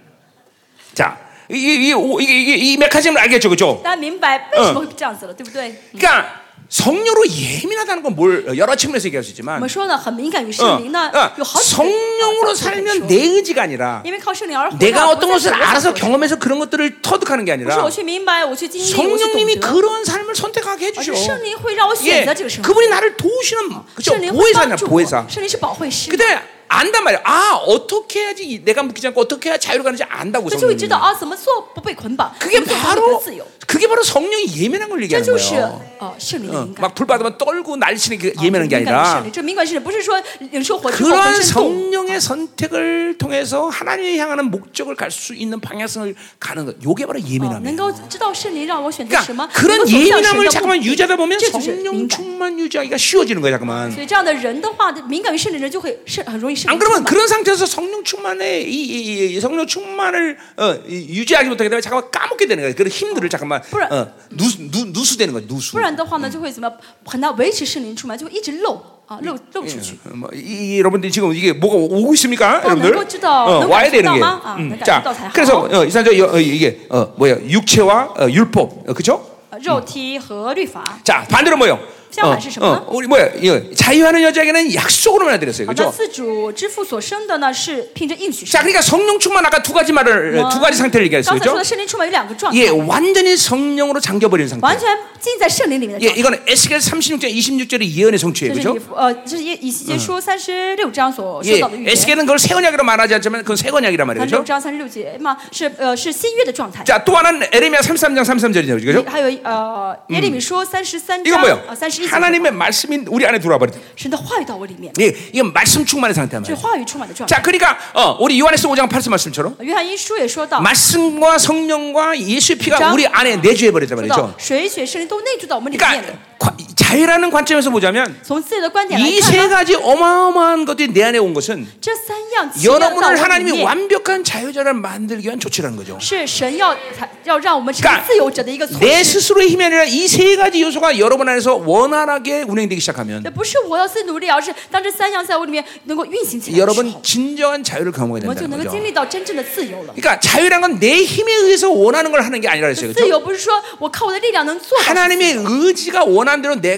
Speaker 1: 자 이게 이게 오- 이게 이게 이 메커니즘을 알겠죠, 그렇죠?
Speaker 2: 大家明白为什么会这样子了，对不对？
Speaker 1: 그러니까 성령으로 예민하다는 건 뭘 여러 측면에서 얘기할 수
Speaker 2: 我
Speaker 1: 있지만
Speaker 2: 们说呢，很敏感于
Speaker 1: 어,
Speaker 2: 圣灵呢
Speaker 1: 어, ，
Speaker 2: 有好几个啊
Speaker 1: 성령으로
Speaker 2: 教会
Speaker 1: 살면
Speaker 2: 说
Speaker 1: 내 의지가 아니라
Speaker 2: 因为靠圣灵而活呢。
Speaker 1: 내가 그렇죠.
Speaker 2: 不
Speaker 1: 어떤 그렇죠.
Speaker 2: 再
Speaker 1: 것을
Speaker 2: 是我啊
Speaker 1: 알아서
Speaker 2: 所做的
Speaker 1: 경험해서 그런 것들을 터득하는 게
Speaker 2: 不是
Speaker 1: 아니라
Speaker 2: 我去明白，我去经历，我去
Speaker 1: 성령님이
Speaker 2: 懂得，
Speaker 1: 그런 삶을 선택하게
Speaker 2: 而是
Speaker 1: 해주셔.
Speaker 2: 圣灵会让我
Speaker 1: 예,
Speaker 2: 选择这个生活。
Speaker 1: 그분이 나를 도우시는 그죠?
Speaker 2: 圣灵会帮
Speaker 1: 보혜사냐
Speaker 2: 助我，
Speaker 1: 보혜사.
Speaker 2: 圣灵是保惠师，
Speaker 1: 그때 안단 말이야. 아 어떻게 해야지 이- 내가 묶이지 않고 어떻게 해야 자유로 가는지 안다고
Speaker 2: 这就会
Speaker 1: 성령님.
Speaker 2: 知道啊，怎么做不被捆绑，
Speaker 1: 그게
Speaker 2: 怎么做获
Speaker 1: 바로
Speaker 2: 得自由，
Speaker 1: 그게 바로 성령이 예민한 걸
Speaker 2: 这
Speaker 1: 얘기하는
Speaker 2: 就是
Speaker 1: 거예요.
Speaker 2: 啊圣灵的
Speaker 1: 어,
Speaker 2: 敏感，
Speaker 1: 막 불받으면 떨고 날치는 게
Speaker 2: 啊
Speaker 1: 예민한 게
Speaker 2: 敏感的圣
Speaker 1: 아니라 그러니까
Speaker 2: 灵，这敏感是不是说领受火之后浑
Speaker 1: 그러한
Speaker 2: 身动？
Speaker 1: 성령의 선택을 통해서 하나님을 향하는 목적을 갈 수 있는 방향성을 가는 것. 요게 바로
Speaker 2: 啊能
Speaker 1: 예민함이에요.
Speaker 2: 够知道圣灵让我选择什么
Speaker 1: 그러니까 ， 그런
Speaker 2: 能够走向神
Speaker 1: 예민함을
Speaker 2: 的目
Speaker 1: 잠깐만
Speaker 2: 的
Speaker 1: 유지하다 보면
Speaker 2: 这就是敏
Speaker 1: 성령
Speaker 2: 感。
Speaker 1: 충만 유지하기가 쉬워지는 거야, 잠깐만.
Speaker 2: 所以这样的人的话，敏感于圣灵的人就会是很容易圣
Speaker 1: 안
Speaker 2: 灵
Speaker 1: 그러면
Speaker 2: 充满。
Speaker 1: 그런 상태에서 성령 충만의 이, 이- 이- 이 성령 충만을 어, 이- 유지하지 못하게 되면 잠깐만 까먹게 되는 거야. 그런 힘들을 잠깐만
Speaker 2: 불안.
Speaker 1: 어, 누수, 누, 누수되는 거야, 누수.
Speaker 2: 不然的话呢，就会怎么样很难维持圣灵充满，就会一直漏啊漏漏出去。
Speaker 1: 예, 뭐 이, 이- 여러분들 지금 이게 뭐가 오고
Speaker 2: 아,
Speaker 1: 있습니까, 여러분들? 어,
Speaker 2: 넌 꽂지도 않- 넌
Speaker 1: 와야
Speaker 2: 꽂지도
Speaker 1: 되는 게.
Speaker 2: 않아? 아,
Speaker 1: 음,
Speaker 2: 넌
Speaker 1: 자,
Speaker 2: 꽂지도 않아.
Speaker 1: 그래서 어, 이산저 여- 어, 이게 어, 뭐야 육체와 어, 율법, 어, 그렇죠?
Speaker 2: 啊肉体和律法，
Speaker 1: 자, 반대로 뭐요? 어,
Speaker 2: 시험 안 쓰셨구나?
Speaker 1: 우리 뭐야? 이 자유하는 여자에게는 약속으로만 해드렸어요,
Speaker 2: 好，
Speaker 1: 그렇죠?
Speaker 2: 那自主之父所生的呢，是凭着应许生
Speaker 1: 자,
Speaker 2: 的。
Speaker 1: 그러니까 성령 충만 아까 두 가지 말을
Speaker 2: 我
Speaker 1: 두 가지 상태를
Speaker 2: 刚
Speaker 1: 얘기했어요,
Speaker 2: 才说
Speaker 1: 그렇죠?
Speaker 2: 的圣灵充满有两个状态
Speaker 1: 예, ， 완전히 성령으로 잠겨버린 상태.
Speaker 2: 完全浸在圣灵里面的
Speaker 1: 예,
Speaker 2: 状态。
Speaker 1: 이거는 에스겔 36장 26절의 예언의 성취예요,
Speaker 2: 这是
Speaker 1: 그렇죠?
Speaker 2: 以呃，这是以以西结书三十六章所
Speaker 1: 예,
Speaker 2: 说到的预言。
Speaker 1: 에스겔은 그걸 새 언약이라고 말하지 않지만 그건 새 언약이란
Speaker 2: 三
Speaker 1: 말이에요,
Speaker 2: 十六
Speaker 1: 그렇죠?
Speaker 2: 章三十六节嘛，是呃是新约的状态。
Speaker 1: 자, 또 하나는 에레미야 33장 33절이죠, 그렇죠?
Speaker 2: 还有呃耶利米说三十三
Speaker 1: 이건
Speaker 2: 章
Speaker 1: 뭐예요?
Speaker 2: 啊三十一节，
Speaker 1: 하나님의 말씀이 우리 안에 들어와 버리다.
Speaker 2: 神的话语到我里面，
Speaker 1: 예, 이건 말씀 충만의 상태야
Speaker 2: 是
Speaker 1: 말이야.
Speaker 2: 话语充满的状态。
Speaker 1: 자, 그러니까 어, 우리 요한에서 5장 8절 말씀처럼
Speaker 2: 约翰一书也
Speaker 1: 아.
Speaker 2: 说到，
Speaker 1: 말씀과 성령과 예수의 피가 우리 안에 내주해 버리다
Speaker 2: 说到
Speaker 1: 말이죠.
Speaker 2: 水血圣灵都内住到我们里面了
Speaker 1: 그러니까 。 과- 자유라는 관점에서 보자면
Speaker 2: 从自己的观点来
Speaker 1: 이
Speaker 2: 看
Speaker 1: 세
Speaker 2: 呢，
Speaker 1: 가지 어마어마한 것들이 내 안에 온 것은
Speaker 2: 这三样奇妙的到我
Speaker 1: 여러분을
Speaker 2: 们里
Speaker 1: 하나님이
Speaker 2: 面。
Speaker 1: 완벽한 자유자를 만들기 위한 조치라는 거죠.
Speaker 2: 是神要才要让我们成为
Speaker 1: 그러니까
Speaker 2: 自由者的一个措
Speaker 1: 내
Speaker 2: 施。
Speaker 1: 스스로의 힘이 아니라 이 세 가지 요소가 여러분 안에서 원활하게 운행되기
Speaker 2: 这
Speaker 1: 시작하면
Speaker 2: 不是我要自己努力，而是当这三样在我里面能够运行起来的时候
Speaker 1: 여러분 ， 진정한 자유를 경험하게
Speaker 2: 我们就
Speaker 1: 된다는
Speaker 2: 能够
Speaker 1: 거죠.
Speaker 2: 经历到真正的自由了。
Speaker 1: 그러니까 자유란 건 내 힘에 의해서 원하는 걸 하는 게 아니라 그랬어요.
Speaker 2: 自
Speaker 1: 그렇죠?
Speaker 2: 由不是说我靠我的力量能做到，
Speaker 1: 하나님의 의지가 원하는 대로 내가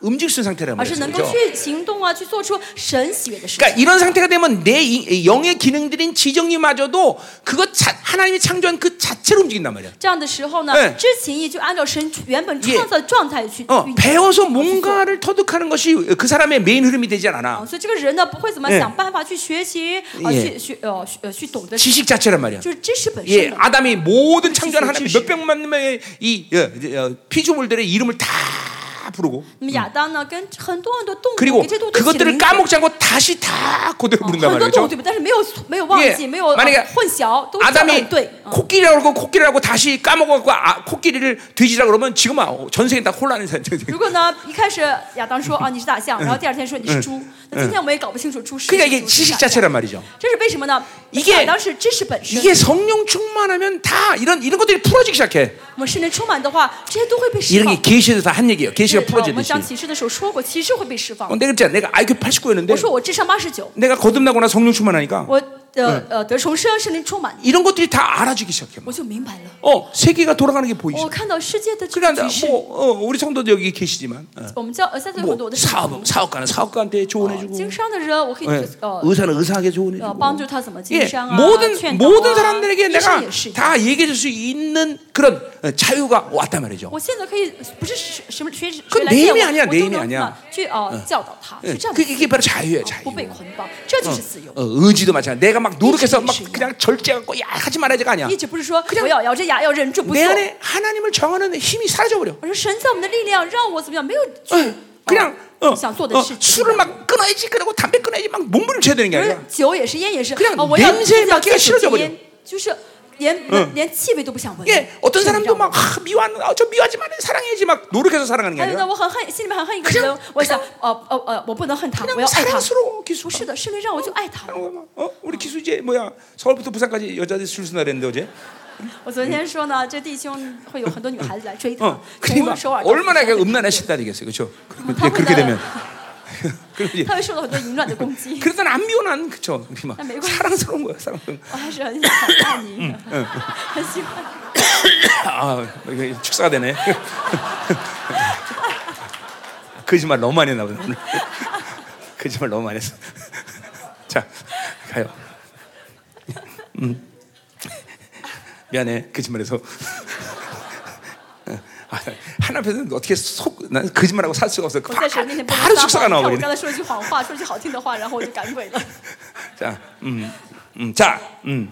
Speaker 1: 움직일 수 있는 상태라는
Speaker 2: 而是能
Speaker 1: 거죠.
Speaker 2: 够
Speaker 1: 아, 그죠?
Speaker 2: 去行动啊，去做出神喜悦的事情。
Speaker 1: 그러니까 이런 상태가 되면 내 이- 영의 기능들인 지정리마저도 그것 자, 하나님이 창조한 그 자체로 움직인단 말이야.
Speaker 2: 这样的时候呢
Speaker 1: 哎，
Speaker 2: 知情意就按照神原本创造的状态去
Speaker 1: 어,
Speaker 2: 运行
Speaker 1: 배워서 뭔가를 터득하는 것이 그 사람의 메인 흐름이 되지
Speaker 2: 啊
Speaker 1: 않아.
Speaker 2: 所以这个人呢，不会怎么
Speaker 1: 哎
Speaker 2: 想办法去学习，啊，
Speaker 1: 예
Speaker 2: 去学呃去呃去啊懂得，
Speaker 1: 지식 자체란 말이야.
Speaker 2: 就是知识本
Speaker 1: 예,
Speaker 2: 身的。
Speaker 1: 아담이 모든 창조한
Speaker 2: 지식,
Speaker 1: 하나님
Speaker 2: 지식.
Speaker 1: 몇 백만 명의 이 어, 어, 피조물들의 이름을 다 부르고
Speaker 2: 那么亚当呢，跟很多很多动物，
Speaker 1: 그리고
Speaker 2: 给这些动物都起了
Speaker 1: 그것들을
Speaker 2: 名字啊
Speaker 1: 까먹지 않고 다시 다 고대로
Speaker 2: 很
Speaker 1: 부른단
Speaker 2: 多动
Speaker 1: 말이죠.
Speaker 2: 物对不对？但是没有没有忘记，没有呃
Speaker 1: 만약에
Speaker 2: 混淆，都讲得
Speaker 1: 아담이
Speaker 2: 很对。啊
Speaker 1: 코끼리라고 코끼리라고 다시 까먹었고 아, 코끼리를 뒤지라 그러면 지금 아, 전 세계 다 혼란이 생겨.
Speaker 2: 如果呢，一开始亚当说啊你是大象，然后第二天说你是猪，那今天我们也搞不清楚猪是不
Speaker 1: 그러니까
Speaker 2: 是
Speaker 1: 이게
Speaker 2: 猪是
Speaker 1: 지식
Speaker 2: 大象
Speaker 1: 자체란 말이죠.
Speaker 2: 这是为什么呢？
Speaker 1: 이게
Speaker 2: 亚当是知识本身，
Speaker 1: 이게 성령 충만하면 다 이런 이런 것들이 풀어지기 시작해.
Speaker 2: 我们圣灵充满的话，这些都会被释
Speaker 1: 이런
Speaker 2: 放
Speaker 1: 게 。 계시에서 다 한 얘기예요.
Speaker 2: 是
Speaker 1: 계시가
Speaker 2: 呃我
Speaker 1: 그렇죠.
Speaker 2: 们
Speaker 1: 풀어지듯이.
Speaker 2: 讲启示的时候说过，启示会被释放
Speaker 1: 어, 。 내가 그랬잖아. 내가 IQ 89였는데
Speaker 2: 我说我智商八十九，
Speaker 1: 내가 거듭나거나 성령 충만하니까
Speaker 2: 我的呃得重生，圣灵充满，
Speaker 1: 이런 것들이 다 알아주기 시작해.
Speaker 2: 我就明白了。
Speaker 1: 어, 세계가 돌아가는 게 보이죠.
Speaker 2: 我看到世界的这个
Speaker 1: 그러니까
Speaker 2: 局势，
Speaker 1: 뭐 어, 우리 성도도 여기 계시지만 어,
Speaker 2: 我们教呃现在有很多
Speaker 1: 뭐
Speaker 2: 哦我的圣徒
Speaker 1: 사업 사업가는 사업가한테
Speaker 2: 哦
Speaker 1: 조언해주고
Speaker 2: 经商的人，我可以
Speaker 1: 예,
Speaker 2: 呃
Speaker 1: 의사는 의사에게
Speaker 2: 呃
Speaker 1: 조언해주고
Speaker 2: 帮助他怎么
Speaker 1: 예,
Speaker 2: 经商啊，
Speaker 1: 모든
Speaker 2: 劝导啊
Speaker 1: 모든 사람들에게
Speaker 2: 医生
Speaker 1: 내가
Speaker 2: 也是。
Speaker 1: 다 얘기해줄 수 있는 그런 어, 자유가 왔단 말이죠.
Speaker 2: 我现在可以不是什什么谁谁
Speaker 1: 그건
Speaker 2: 来
Speaker 1: 내
Speaker 2: 见
Speaker 1: 힘이
Speaker 2: 我，
Speaker 1: 아니야 내
Speaker 2: 我都
Speaker 1: 힘이
Speaker 2: 能呢
Speaker 1: 아니야.
Speaker 2: 去呃教导他，
Speaker 1: 예,
Speaker 2: 去这样
Speaker 1: 그 이게 바로 자유예요,
Speaker 2: 不被
Speaker 1: 자유.
Speaker 2: 捆绑，这就是自由
Speaker 1: 어, 。 의지도 마찬가지. 내가 막 노력해서 막
Speaker 2: 의지도
Speaker 1: 그냥 절제하고 야 하지 말아야지가 아니야.
Speaker 2: 一直不是说
Speaker 1: 그냥
Speaker 2: 我要咬着牙要忍住不
Speaker 1: 내
Speaker 2: 做，
Speaker 1: 안에 하나님을 정하는 힘이 사라져 버려.
Speaker 2: 而是神在我们的力量让我怎么样没有去
Speaker 1: 嗯
Speaker 2: 呃
Speaker 1: 그냥 어,
Speaker 2: 想做的
Speaker 1: 어,
Speaker 2: 事情。
Speaker 1: 술을 막 끊어야지 그러고 담배 끊어야지 막 몸부림쳐야 되는 게
Speaker 2: 而
Speaker 1: 아니라
Speaker 2: 酒也是，烟也是
Speaker 1: 그냥，
Speaker 2: 啊，我要
Speaker 1: 냄새
Speaker 2: 自己要
Speaker 1: 맡기가
Speaker 2: 戒
Speaker 1: 싫어져
Speaker 2: 酒
Speaker 1: 버려
Speaker 2: 戒烟，就是连连气味都不想闻。
Speaker 1: 이게 어떤
Speaker 2: 是这样
Speaker 1: 사람도 막 아, 미워하는 아, 저 미워하지만 사랑해야지 막 노력해서 사랑하는 게
Speaker 2: 还有呢，
Speaker 1: 아니라
Speaker 2: 哎
Speaker 1: 뭐,
Speaker 2: 我很恨，心里面很恨一个
Speaker 1: 그냥
Speaker 2: 人，我想，呃呃呃，我不能恨他，我
Speaker 1: 그냥
Speaker 2: 要爱他。
Speaker 1: 사랑스러워 기수.
Speaker 2: 不是的，圣灵让我就爱他。
Speaker 1: 어? 우리 기수 이제 뭐야 서울부터 부산까지 여자들 출신하 했는데 어제
Speaker 2: 我昨天说呢，这弟兄会有很多女孩子来追他 <laughs>
Speaker 1: 어, ，
Speaker 2: 从
Speaker 1: 그러니까
Speaker 2: 首尔到
Speaker 1: 얼마나 그
Speaker 2: <laughs>
Speaker 1: 음란의 신달이겠어요 그렇죠
Speaker 2: 다
Speaker 1: 그렇게 되면 그럼 。
Speaker 2: 他会受到很多淫乱的攻击
Speaker 1: 그러다 안 미워 난 그렇죠 막
Speaker 2: 아, 매고.
Speaker 1: 사랑스러운 거야 사랑스러운
Speaker 2: 我还是很想爱你的，很喜欢。
Speaker 1: 아 이거 축사가 되네 거짓말 너무 많이 했나 보다 오늘 거짓말 너무 많이 했어 자 가요 음. 미안해 거짓말해서 아, 하나 앞에서는 어떻게 속난 거짓말하고 살 수가 없어
Speaker 2: 我
Speaker 1: 바,
Speaker 2: 在神面前不能
Speaker 1: 바로
Speaker 2: 撒
Speaker 1: 축사가
Speaker 2: 谎。你看我
Speaker 1: 나와버리네
Speaker 2: 刚才说了一句谎话，说了一 <laughs> 句好听的话，然后我就赶鬼 <laughs> 了。
Speaker 1: 자, 음, 음, 자, 음.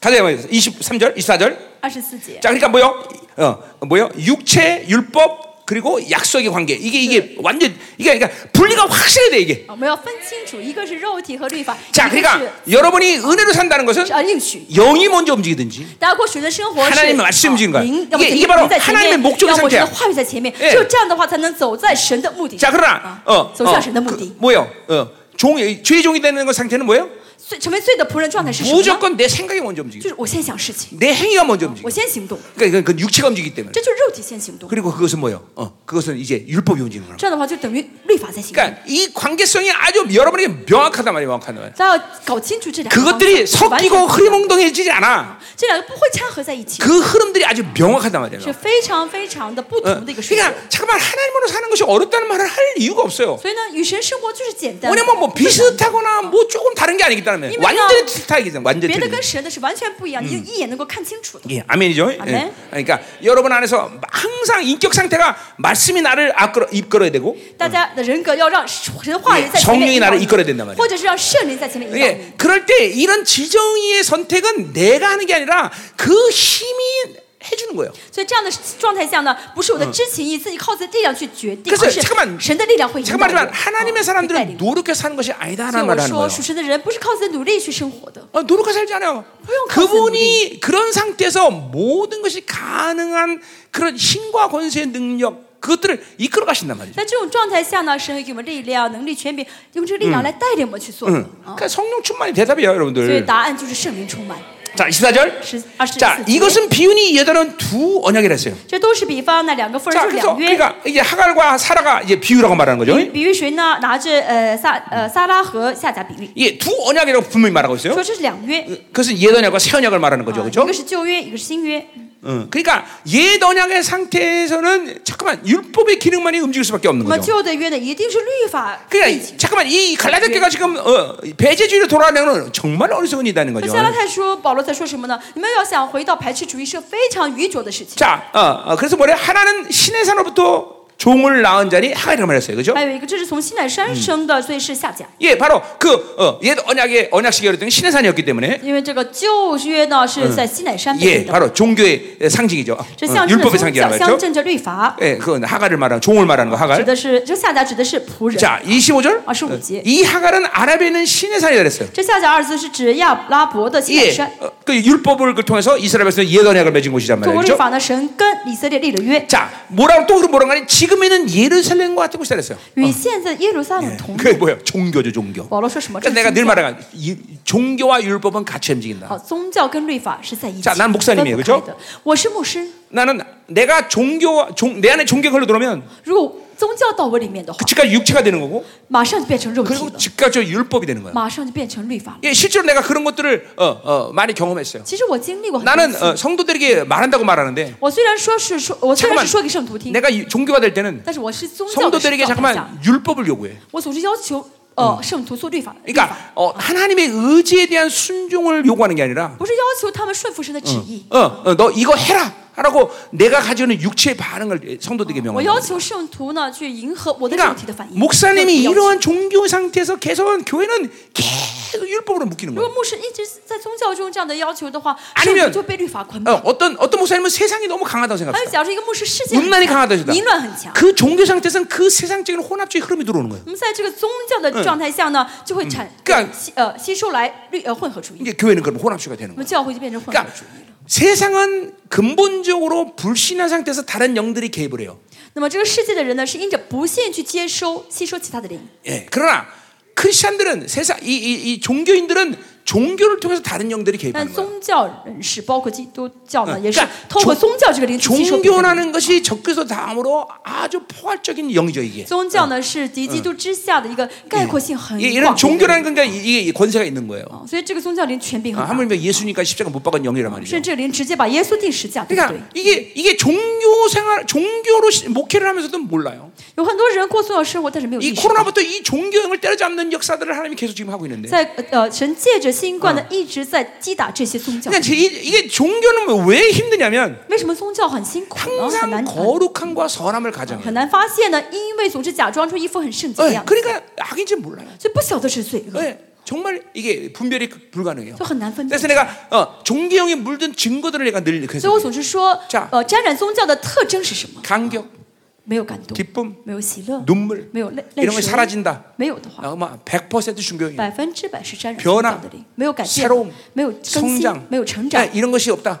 Speaker 1: 가자, 23절, 24절.
Speaker 2: 二十四节
Speaker 1: 자, ， 그러니까 뭐요? 어, 뭐요? 육체, 율법, 그리고 약속의 관계. 이게, 이게 완전, 이게, 그러니까 분리가 확실해야 돼, 이게.
Speaker 2: 我们要分清楚，一个是肉体和律法，一
Speaker 1: 자,
Speaker 2: 个是
Speaker 1: 그러니까 여러분이 은혜로 산다는 것은
Speaker 2: 是呃应许。
Speaker 1: 영이 먼저 움직이든지.
Speaker 2: 大家过神的生活是啊
Speaker 1: 하나님의 말씀 움직이는 거야.
Speaker 2: 灵要么
Speaker 1: 이게-
Speaker 2: 灵
Speaker 1: 이게 바로
Speaker 2: 在前面
Speaker 1: 하나님의 목적의
Speaker 2: 要么神
Speaker 1: 상태야.
Speaker 2: 的话语在前面，
Speaker 1: 예
Speaker 2: 只有这样的话，才能走在神的目的
Speaker 1: 자,
Speaker 2: 上。
Speaker 1: 그러나,
Speaker 2: 啊
Speaker 1: 어, 어,
Speaker 2: 走向神的目
Speaker 1: 그,
Speaker 2: 的，
Speaker 1: 뭐요? 어, 종, 죄의 종이 되는 것 상태는 뭐예요?
Speaker 2: 最成为罪的仆人状态是什么呢？
Speaker 1: 무조건 내 생각이 먼저
Speaker 2: 就
Speaker 1: 움직이고,
Speaker 2: 是我先想事情，
Speaker 1: 내 행위가 먼저
Speaker 2: 我
Speaker 1: 움직이고.
Speaker 2: 先行动，
Speaker 1: 그러니까 이건 그건 육체가 움직이기 때문에.
Speaker 2: 这就是肉体先行动。
Speaker 1: 그리고 그것은 뭐예요? 어, 그것은 이제 율법이 움직이는 거라.
Speaker 2: 这样的话就等于律法在行动。
Speaker 1: 그러니까 이 관계성이 아주 여러분에게 명확하단 말이에요, 명확한 말.
Speaker 2: 大家要搞清楚这两个方向
Speaker 1: 그것들이
Speaker 2: 完全
Speaker 1: 섞이고
Speaker 2: 不一样
Speaker 1: 흐리멍덩해지지 않아.
Speaker 2: 这两个不会掺合在一起，
Speaker 1: 그 흐름들이 아주 명확하단
Speaker 2: 是
Speaker 1: 말이에요. 非
Speaker 2: 非常非常的不同的一个
Speaker 1: 어,
Speaker 2: 水准。
Speaker 1: 그러니까 잠깐만 하나님으로 사는 것이 어렵다는 말을 할 이유가 없어요.
Speaker 2: 所以呢，与神生活就是简单的，
Speaker 1: 왜냐면 뭐 비슷하거나 뭐 조금 다른 게 아니기 때문에
Speaker 2: 이미
Speaker 1: 완전히
Speaker 2: 그냥
Speaker 1: 틀리다 얘기잖아요. 완전히
Speaker 2: 别的
Speaker 1: 틀린.
Speaker 2: 跟神的是完全不一样，你就一眼能够看清楚的。
Speaker 1: 예, 아멘이죠. 예.
Speaker 2: 아멘.
Speaker 1: 그러니까 여러분 안에서 항상 인격 상태가 말씀이 나를 앞끌어, 이끌어야 되고
Speaker 2: 大家的人格要让神话语在前
Speaker 1: 성령이
Speaker 2: 面
Speaker 1: 나를이끌어야된단말이야
Speaker 2: 或者是让圣灵在前面引导
Speaker 1: 예,
Speaker 2: 你。
Speaker 1: 그럴 때 이런 지정의의 선택은 내가 하는 게 아니라 그 힘이 해주는 거예요.
Speaker 2: 所以这样的状态下呢，不是我的知情意自己靠自己的力量去决定，
Speaker 1: 그래서
Speaker 2: 而是
Speaker 1: 잠깐만
Speaker 2: 神的力量会引导
Speaker 1: 잠깐만,
Speaker 2: 我。
Speaker 1: 하지만 하나님의
Speaker 2: 带领
Speaker 1: 사람들은
Speaker 2: 我
Speaker 1: 노력해 사는 것이 아니다라는
Speaker 2: 所以
Speaker 1: 말을
Speaker 2: 我
Speaker 1: 하는 거예요.
Speaker 2: 说，属神的人不是靠自己努力去生活的，
Speaker 1: 어, 노력해 살지 않아요.
Speaker 2: 허용
Speaker 1: 그분이 그런 상태에서 모든 것이 가능한 그런 힘과 권세의 능력 그것들을 이끌어 가신단 말이죠.
Speaker 2: 在这种状态下呢，神会给我们力量、能力、权柄，用这个力量来带领我们去做的。啊
Speaker 1: 그러니까 성령 충만이 대답이에요,
Speaker 2: 所以
Speaker 1: 여러분들.
Speaker 2: 答案就是圣灵充满。
Speaker 1: 자, 24절.
Speaker 2: 十二十
Speaker 1: 자
Speaker 2: 四节，
Speaker 1: 이것은 비운이 여자는 두 언약이라 했어요.
Speaker 2: 这都是比方，那两个妇人
Speaker 1: 자,
Speaker 2: 就是
Speaker 1: 그래서
Speaker 2: 两约。
Speaker 1: 그러니까 이제 하갈과 사라가 이제 비유라고 말하는 거죠.
Speaker 2: 比比喻谁呢？拿着呃撒呃撒拉和夏甲比喻，
Speaker 1: 예, 두
Speaker 2: 그렇죠.
Speaker 1: 언약이라고 분명히 말하고 있어요.
Speaker 2: 说这是两约，
Speaker 1: 그것은 옛 언약과 새 언약을 말하는 거죠.
Speaker 2: 啊
Speaker 1: 그죠
Speaker 2: 一个是旧约，一个是新约。嗯
Speaker 1: 어, 그러니까 옛 언약의 상태에서는 잠깐만 율법의 기능만이 움직일 수밖에 없는
Speaker 2: 那么
Speaker 1: 거죠.
Speaker 2: 旧的约呢，一定是律法运
Speaker 1: 그러니까
Speaker 2: 行。
Speaker 1: 잠깐만 이 갈라디아 교가 지금 어, 배제주의로 돌아가는 건 정말 어리석은 일이라는
Speaker 2: 那
Speaker 1: 거죠.
Speaker 2: 加拉太书保罗在说什么呢？你们要想回到排斥主义是非常愚拙的事情。
Speaker 1: 자, 어, 어, 그래서 뭐래 하나는 신의 산으로부터 종을 낳은 자니 하가이라고 말했어요, 그죠
Speaker 2: 还有一个，这是从西乃山生的，所以是下讲。
Speaker 1: 예, 바로 그 어, 옛 언약의 언약 시기로 던 신의 산이었기 때문에
Speaker 2: 因为这个旧约呢
Speaker 1: 嗯
Speaker 2: 是在西乃山被
Speaker 1: 예,
Speaker 2: 定的，
Speaker 1: 바로 종교의 상징이죠.
Speaker 2: 这
Speaker 1: 어,
Speaker 2: 象征着
Speaker 1: 율법의
Speaker 2: 宗教，
Speaker 1: 상징이라고
Speaker 2: 象
Speaker 1: 했죠.
Speaker 2: 征着律法，
Speaker 1: 예, 그건 하가를 말하는 종을 말하는 거 하가.
Speaker 2: 指的是这下讲指的是仆人。
Speaker 1: 자, 25절.
Speaker 2: 아, 15 지.
Speaker 1: 이 하갈은 아랍에 있는 신의 산이라 그랬어요.
Speaker 2: 这下讲二字是指亚拉伯的西乃
Speaker 1: 예,
Speaker 2: 山，
Speaker 1: 어, 그 율법을 그 통해서 이스라엘에서 예언약을 맺은 곳이란
Speaker 2: 通过律
Speaker 1: 말이죠.
Speaker 2: 法呢，神跟以色列立了约，
Speaker 1: 자, 뭐라고 또 그럼 뭐라고 하니? 지금 있는 예루살렘과 같은 곳이다 그랬어요.
Speaker 2: 与现在耶路撒冷同。
Speaker 1: 그게 뭐예요? 종교죠, 종교.
Speaker 2: 保罗说什么？
Speaker 1: 그러니까
Speaker 2: 这
Speaker 1: 내가
Speaker 2: 是
Speaker 1: 늘
Speaker 2: 宗教
Speaker 1: 말하는 이- 종교와 율법은 같이 움직인다.
Speaker 2: 好，宗教跟律法是在一起
Speaker 1: 자난목사님이에요
Speaker 2: 分不开
Speaker 1: 그죠
Speaker 2: 的。我是牧师，
Speaker 1: 나는 내가 종교와 종, 내 안에 종교가 흘러들어오면
Speaker 2: 如果宗教到我里面的话，
Speaker 1: 즉각 육체가 되는 거고
Speaker 2: 马上就变成肉体
Speaker 1: 아, 그리고
Speaker 2: 了，
Speaker 1: 즉각 저 율법이 되는 거야.
Speaker 2: 马上就变成律法了。
Speaker 1: 예, 실제로 내가 그런 것들을 어, 어, 많이 경험했어요.
Speaker 2: 其实我经历过很多
Speaker 1: 나는
Speaker 2: 次。
Speaker 1: 어, 성도들에게 말한다고 말하는데
Speaker 2: 我虽然说是说，我虽然
Speaker 1: 잠깐만
Speaker 2: 是说给圣徒听，
Speaker 1: 내가 이- 종교가 될 때는
Speaker 2: 但是我是宗教的视
Speaker 1: 성도들에게
Speaker 2: 角下，
Speaker 1: 잠깐만 율법을 요구해.
Speaker 2: 我总是要求呃圣徒做律法，律法
Speaker 1: 그러니까 어, 하나님의 의지에 대한 순종을 요구하는 게 아니라
Speaker 2: 不是要求他们顺服神的旨意，
Speaker 1: 어, 어, 너 이거 해라 하라고 내가 가지고 있는 육체의 반응을 성도들에게
Speaker 2: 我
Speaker 1: 명하는
Speaker 2: 要
Speaker 1: 거예요.
Speaker 2: 求圣徒呢去迎合我的肉体的
Speaker 1: 그러니까
Speaker 2: 反应。肉
Speaker 1: 목사님이
Speaker 2: 体的要求
Speaker 1: 이러한 종교 상태에서 계속한 교회는 계속 율법으로 묶이는
Speaker 2: 如果
Speaker 1: 거예요.
Speaker 2: 牧师一直在宗教中这样的要求的话，
Speaker 1: 아니면
Speaker 2: 圣徒就被律法捆
Speaker 1: 어,
Speaker 2: 绑。
Speaker 1: 어떤 어떤 목사님은 세상이 너무 강하다고
Speaker 2: 还有，
Speaker 1: 생각합니다.
Speaker 2: 假如是一个牧师世界很
Speaker 1: 문란이 강하다
Speaker 2: 强淫乱很
Speaker 1: 생각. ，
Speaker 2: 强
Speaker 1: 그 종교 상태에서는 그 세상적인 혼합주의 흐름이 들어오는 거예요.
Speaker 2: 那么在这个宗教的状态下呢，就会产
Speaker 1: 그러니까
Speaker 2: 吸呃吸收来律呃混合主义，
Speaker 1: 이제 교회는 그럼 혼합주의가 되는
Speaker 2: 那么
Speaker 1: 거예요.
Speaker 2: 教会就变成混合
Speaker 1: 그러니까
Speaker 2: 主义。
Speaker 1: 세상은 근본적으로 불신한 상태에서 다른 영들이 개입을 해요.
Speaker 2: 那么这个世界的人呢，是因着不信去接收吸收其他的灵。
Speaker 1: 예. 그러나 크리스천들은 세상 이, 이, 이 종교인들은 종교를 통해서 다른 영들이
Speaker 2: 但
Speaker 1: 개입하는 거예요.
Speaker 2: 宗教人士，包括基督教呢，
Speaker 1: 嗯
Speaker 2: 也是
Speaker 1: 그러니까
Speaker 2: 透过
Speaker 1: 종
Speaker 2: 宗教这个灵去吸收别的灵。
Speaker 1: 종교라는 것이 적그리스도 다음으로 아주 포괄적인 영이죠 이게.
Speaker 2: 宗教呢是
Speaker 1: 嗯
Speaker 2: 敌基督之下的一个概括性很
Speaker 1: 예,
Speaker 2: 广
Speaker 1: 이런
Speaker 2: 的灵
Speaker 1: 종교라는 건가 이게 이 권세가 있는 거예요.
Speaker 2: 啊所以这个宗教灵权柄
Speaker 1: 아,
Speaker 2: 很大，
Speaker 1: 하물며 예수니까 십자가 못 박은 영이란 말이죠.
Speaker 2: 甚至灵直接把耶稣钉十字架，对不对
Speaker 1: 그러니까 ？ 이게 이게 종교 생활 종교로 시- 목회를 하면서도 몰라요.
Speaker 2: 有很多人过宗教生活，但是没有
Speaker 1: 이
Speaker 2: 意识到。
Speaker 1: 코로나부터 이 종교형을 때려잡는 역사들을 하나님이 계속 지금 하고 있는데.
Speaker 2: 在呃，神借着新冠呢，一直在击打这些宗教。
Speaker 1: 그러니까 제- 이- 이게 종교는 뭐 왜 힘드냐면
Speaker 2: 为什么宗教很辛苦呢？很
Speaker 1: 항상
Speaker 2: 难
Speaker 1: 거룩함과 선함을 가장.
Speaker 2: 很难发现呢？因为总是假装出一副很圣洁的
Speaker 1: 예,
Speaker 2: 样子，
Speaker 1: 그러니까 악인지 몰라요.
Speaker 2: 所以不晓得是罪恶，
Speaker 1: 예, 정말 이게 분별이 불가능해요.
Speaker 2: 就很难分辨
Speaker 1: 그래서 。 내가 어, 종교형에 물든 증거들을 내가 늘
Speaker 2: 所
Speaker 1: 그래서
Speaker 2: 以我总是说
Speaker 1: 자 ，
Speaker 2: 呃，沾染宗教的特征是什么？
Speaker 1: 간격,
Speaker 2: 没有感动，
Speaker 1: 기쁨,
Speaker 2: 没有喜乐，
Speaker 1: 눈물
Speaker 2: 没有泪泪
Speaker 1: 이런 걸
Speaker 2: 水，
Speaker 1: 사라진다. 어,
Speaker 2: 没有的话，
Speaker 1: 아마100% 중교형이에요.
Speaker 2: 百分之百是沾染
Speaker 1: 변화
Speaker 2: 宗教的灵，没有改
Speaker 1: 새로움
Speaker 2: 变，没有更新
Speaker 1: 성장, ，
Speaker 2: 没有成长
Speaker 1: 예, ， 이런 것이 없다. 네.
Speaker 2: 哎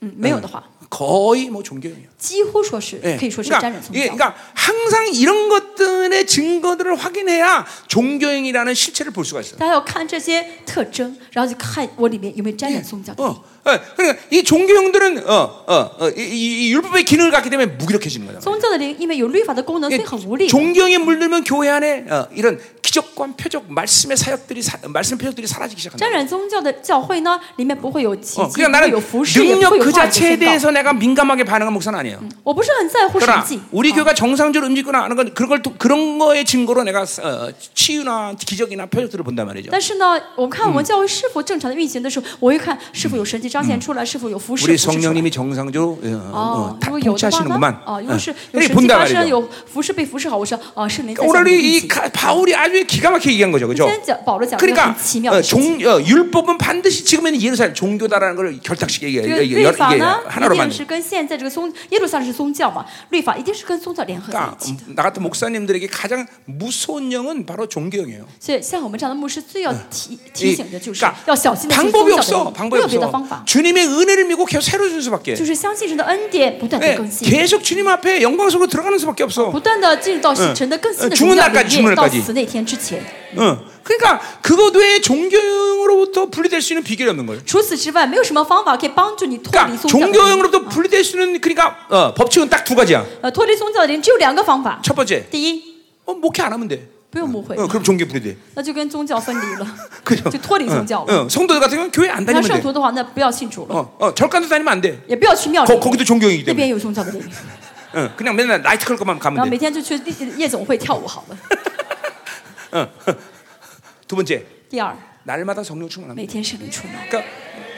Speaker 2: 嗯，哎没有的话，
Speaker 1: 거의 뭐 종교형이에요.
Speaker 2: 几乎说是
Speaker 1: 예.
Speaker 2: 可以说是
Speaker 1: 그러니까,
Speaker 2: 沾染宗
Speaker 1: 예,
Speaker 2: 教。
Speaker 1: 그러니까 항상 이런 것들의 증거들을 확인해야 종교형이라는 실체를 볼 수가 있어요.
Speaker 2: 大家要看这些特征，然后就看我里面有没有沾染宗教的
Speaker 1: 어,
Speaker 2: 灵。
Speaker 1: 예, 그러니까 이 종교형들은 어, 어, 어, 이, 이- 이 율법의 기능을 갖기 때문에 무기력해지는 거잖아요.
Speaker 2: 宗教的灵因为有律法的功能，所以
Speaker 1: 그러니까
Speaker 2: 很无力。
Speaker 1: 종교에 예, 물들면 교회 안에 어, 이런 기적과 표적 말씀의 사역들이 사, 말씀 표적들이 사라지기
Speaker 2: 沾
Speaker 1: 시작한다.
Speaker 2: 染宗教的教会呢，里面不会有奇
Speaker 1: 어,
Speaker 2: 迹，
Speaker 1: 그러니까
Speaker 2: 不会
Speaker 1: 나는
Speaker 2: 有服饰，也不
Speaker 1: 능력
Speaker 2: 会有
Speaker 1: 그
Speaker 2: 化学
Speaker 1: 자체에
Speaker 2: 宣告。
Speaker 1: 대해서 내가 민감하게 반응한 목사는 아니에요.
Speaker 2: 我不是很在乎神
Speaker 1: 그러나
Speaker 2: 迹，
Speaker 1: 우리
Speaker 2: 啊
Speaker 1: 교회가 정상적으로 움직거나 하는 건 그걸 또- 그런 거의 증거로 내가 어, 치유나 기적이나 표적들을 본단 말이죠.
Speaker 2: 但是呢，我们看我们教会是否正常的运行的时候，我会看是否有神迹彰显出来，是否有服饰。
Speaker 1: 우리
Speaker 2: 服饰出来
Speaker 1: 성령님이 정상적으로 어, 어, ，
Speaker 2: 哦
Speaker 1: 다
Speaker 2: 如果有的话呢
Speaker 1: 통치하시는구만. ，
Speaker 2: 哦，
Speaker 1: 어,
Speaker 2: 如果是有
Speaker 1: 그래
Speaker 2: 神迹
Speaker 1: 본단
Speaker 2: 发生，
Speaker 1: 말이죠.
Speaker 2: 有服饰被服饰好，我说哦，圣灵在
Speaker 1: 그러니까
Speaker 2: 向
Speaker 1: 오늘
Speaker 2: 我们
Speaker 1: 이
Speaker 2: 运行。
Speaker 1: 가- 바울이 아주 기가 막히게 얘기한 거죠,
Speaker 2: 今
Speaker 1: 그렇죠?
Speaker 2: 天讲保罗讲的
Speaker 1: 그러니까
Speaker 2: 很奇妙
Speaker 1: 어,
Speaker 2: 的事情。
Speaker 1: 종, 어, 율법은 반드시 지금에는 예루살렘 종교다라는 걸 결탁시키게
Speaker 2: 这
Speaker 1: 이게,
Speaker 2: 个
Speaker 1: 이게,
Speaker 2: 律
Speaker 1: 이게
Speaker 2: 法呢，一
Speaker 1: 그 하나로
Speaker 2: 定
Speaker 1: 만든
Speaker 2: 是跟现在这个宗耶路撒冷是宗教嘛，律法一定是跟宗教联合在
Speaker 1: 그러니까
Speaker 2: 一起的。
Speaker 1: 나 같은 목사님들에게 가장 무서운 영은 바로 종교형이에요.
Speaker 2: 所以像我们这样的牧师，最要提提
Speaker 1: 이-
Speaker 2: 醒的就是要小心
Speaker 1: 그러니까
Speaker 2: 的去
Speaker 1: 방법이
Speaker 2: 宗教
Speaker 1: 없어,
Speaker 2: 的，
Speaker 1: 방법이
Speaker 2: 没有别的方
Speaker 1: 없어.
Speaker 2: 法，
Speaker 1: 주님의 은혜를 믿고 계속 새로 주는 수밖에.
Speaker 2: 就是相信神的恩典，不断的
Speaker 1: 예,
Speaker 2: 更新，
Speaker 1: 계속 주님 앞에 영광 속으로 들어가는 수밖에 없어.
Speaker 2: 不断的进入到神的更新
Speaker 1: 嗯
Speaker 2: 的
Speaker 1: 죽
Speaker 2: 荣耀
Speaker 1: 는날까지죽 는
Speaker 2: 里面，到
Speaker 1: 날까지
Speaker 2: 死那天之前。
Speaker 1: 응. 그러니까 그것 외에 종교형으로부터 분리될 수 있는 비결이 없는 거예요.
Speaker 2: 除此之外，没有什么方法可以帮助你脱离
Speaker 1: 그러니까
Speaker 2: 宗教的灵。
Speaker 1: 종교형으로부터 분리될 수 있는 그러니까 어, 법칙은 딱 두 가지야.
Speaker 2: 呃，脱离宗教的人只有两个方法，
Speaker 1: 첫 번째,
Speaker 2: 第一，
Speaker 1: 어, 목회 안 하면 돼.
Speaker 2: 不不用误会，
Speaker 1: 어, 그럼 종교 분리돼.
Speaker 2: 那就跟宗教分离了，
Speaker 1: 그죠?
Speaker 2: 就脱离宗教
Speaker 1: 어,
Speaker 2: 了。
Speaker 1: 어, 성도들 같은 경우는 교회 안
Speaker 2: 嗯那
Speaker 1: 다니면
Speaker 2: 圣
Speaker 1: 돼.
Speaker 2: 徒的话，那不要信主了，
Speaker 1: 어, 어, 절간도 다니면 안 돼.
Speaker 2: 也不要去庙里
Speaker 1: 거, ， 거기도 종교이기
Speaker 2: 那边
Speaker 1: 때문에.
Speaker 2: 有宗教的领域，
Speaker 1: 어, 그냥 맨날 나이트클럽만
Speaker 2: 然
Speaker 1: 가면
Speaker 2: 后
Speaker 1: 돼.
Speaker 2: 每天就去夜夜总会跳舞好 <laughs> 了。
Speaker 1: 두 번째,
Speaker 2: 第二，
Speaker 1: 날마다 성령 충만합니다.
Speaker 2: 每天圣灵充满，
Speaker 1: 그러니까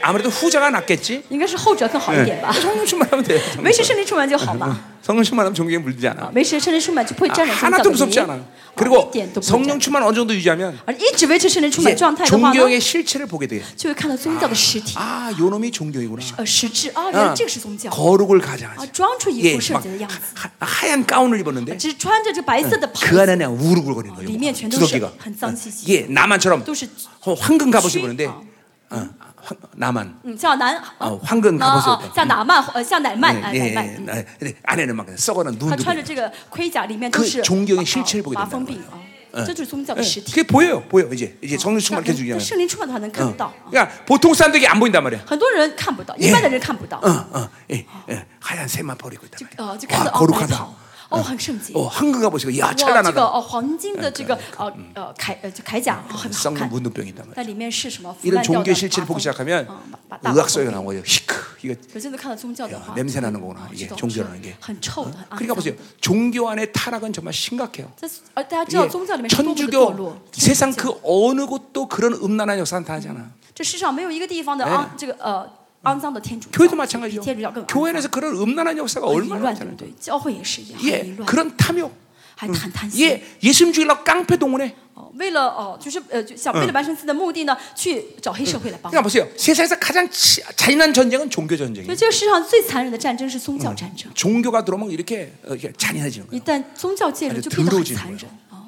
Speaker 1: 아무래도 후자가 낫겠지.
Speaker 2: 应该是后者更好一点吧
Speaker 1: 예. 。 성령 충만하면 돼.
Speaker 2: 没事，圣灵充满就好嘛。
Speaker 1: 성령 충만하면 종교에 물리지 않아.
Speaker 2: 没事，圣灵充满就不会
Speaker 1: 아,
Speaker 2: 沾染宗教
Speaker 1: 하나도
Speaker 2: 的
Speaker 1: 무섭지
Speaker 2: 泥
Speaker 1: 않아.
Speaker 2: 哦一
Speaker 1: 그리고
Speaker 2: 点都不会沾
Speaker 1: 성령 。 충만 어느 정도 유지하면
Speaker 2: 而一直维持圣灵充满
Speaker 1: 이제
Speaker 2: 状态的话呢，
Speaker 1: 종교의 실체를 보게 돼.
Speaker 2: 就会看到宗教的实体，
Speaker 1: 아, 요 놈이 종교이구나.
Speaker 2: 呃，实质啊，原
Speaker 1: 아,
Speaker 2: 来这个是宗教，
Speaker 1: 거룩을 가장하지.
Speaker 2: 아, 装出一副
Speaker 1: 예, 막
Speaker 2: 圣洁的样子。
Speaker 1: 하, 하얀 가운을 입었는데
Speaker 2: 只穿着这白色的袍
Speaker 1: 그
Speaker 2: 子，
Speaker 1: 안에 그냥 우르르거리는 거예요.
Speaker 2: 里面全都是
Speaker 1: 두더기가.
Speaker 2: 很脏兮兮，
Speaker 1: 예, 나만처럼
Speaker 2: 都是
Speaker 1: 어, 황금 갑옷
Speaker 2: 쥐?
Speaker 1: 입었는데
Speaker 2: 어.
Speaker 1: 어, 황, 나만
Speaker 2: 嗯，像南
Speaker 1: 어, 황금
Speaker 2: 啊
Speaker 1: 갑옷을
Speaker 2: 啊，
Speaker 1: 입었다.
Speaker 2: 像哪曼呃，像乃曼哎，
Speaker 1: 예, 예,
Speaker 2: 乃
Speaker 1: 예.
Speaker 2: 曼，嗯
Speaker 1: 아, 그러니까 근데 안에는 막 썩어난
Speaker 2: 他
Speaker 1: 눈도
Speaker 2: 穿着这个盔甲，里面都
Speaker 1: 그
Speaker 2: 是
Speaker 1: 종교의
Speaker 2: 啊
Speaker 1: 실체를보게
Speaker 2: 麻
Speaker 1: 된다는
Speaker 2: 风病啊，这就是宗教的实
Speaker 1: 네,
Speaker 2: 体。
Speaker 1: 그게 보여요, 보여 이제 이제 아, 성령 충만 계속
Speaker 2: 那
Speaker 1: 유지하면.
Speaker 2: 圣灵充满的话能看得到，啊
Speaker 1: 그러니까 보통 사람들이 안 보인단 말이야.
Speaker 2: 很多人看不到，一般的人看不到
Speaker 1: 어, ， 어, 예, 예. 하얀 새만 버리고 있다.
Speaker 2: 就呃就
Speaker 1: 말이야.
Speaker 2: 看
Speaker 1: 와,
Speaker 2: 到哦白
Speaker 1: 거룩하다.
Speaker 2: 袍，哦很圣洁，
Speaker 1: 어, 황금 어, 갑옷이고, 야,
Speaker 2: 哇这个
Speaker 1: 찬란하다.
Speaker 2: 哦黄金的这个哦呃铠呃就铠甲哦很好
Speaker 1: 썩는
Speaker 2: 看，
Speaker 1: 문둥병이다 말이야.
Speaker 2: 但里面是什么？腐
Speaker 1: 이런
Speaker 2: 烂掉
Speaker 1: 종교의
Speaker 2: 的
Speaker 1: 실체를 보기
Speaker 2: 嗯
Speaker 1: 시작하면 ，
Speaker 2: 把大麻
Speaker 1: 의학
Speaker 2: 风
Speaker 1: 소리가
Speaker 2: 病
Speaker 1: 나온 거예요. 히크 이거
Speaker 2: 可真的看到宗教的话，
Speaker 1: 냄새 나는 거구나
Speaker 2: 哦
Speaker 1: 이게
Speaker 2: 知道是
Speaker 1: 종교라는 게.
Speaker 2: 很臭的。很肮脏
Speaker 1: 그러니까 보세요. 종교 안에 타락은 정말 심각해요.
Speaker 2: 这是呃，大家知道
Speaker 1: 이게
Speaker 2: 宗教里面是多么的堕
Speaker 1: 예, 천주교
Speaker 2: 落，
Speaker 1: 세상 그 어느 곳도 그런 음란한 역사는 다 하잖아.
Speaker 2: 这世上没有一个地方的
Speaker 1: 예
Speaker 2: 肮这个呃肮脏的天主教，
Speaker 1: 교회도
Speaker 2: 比
Speaker 1: 마찬가지죠.
Speaker 2: 天主教更肮
Speaker 1: 교회 안에서 그런 음란한 역사가
Speaker 2: 脏，淫
Speaker 1: 얼마나
Speaker 2: 乱对不
Speaker 1: 많잖아요.
Speaker 2: 对？教会也是一样，
Speaker 1: 예,
Speaker 2: 淫乱，
Speaker 1: 그런 탐욕.
Speaker 2: 还谈贪心。
Speaker 1: 예, 예수님 죽이려고 깡패 동원해.
Speaker 2: 哦，为了哦，就是呃，就想为了完成自己的目的呢，去找黑社会来帮。
Speaker 1: 그러니까 보세요. 세상에서 가장 치, 잔인한 전쟁은 종교
Speaker 2: 所以
Speaker 1: 전쟁이에요.
Speaker 2: 这个世上最残忍的战争是宗教战争，
Speaker 1: 종교가 들어오면 이렇게, 어, 이렇게 잔인해지는
Speaker 2: 一
Speaker 1: 거예요.
Speaker 2: 旦宗教介入
Speaker 1: 아주
Speaker 2: 嗯就变得很
Speaker 1: 더러워지는
Speaker 2: 残忍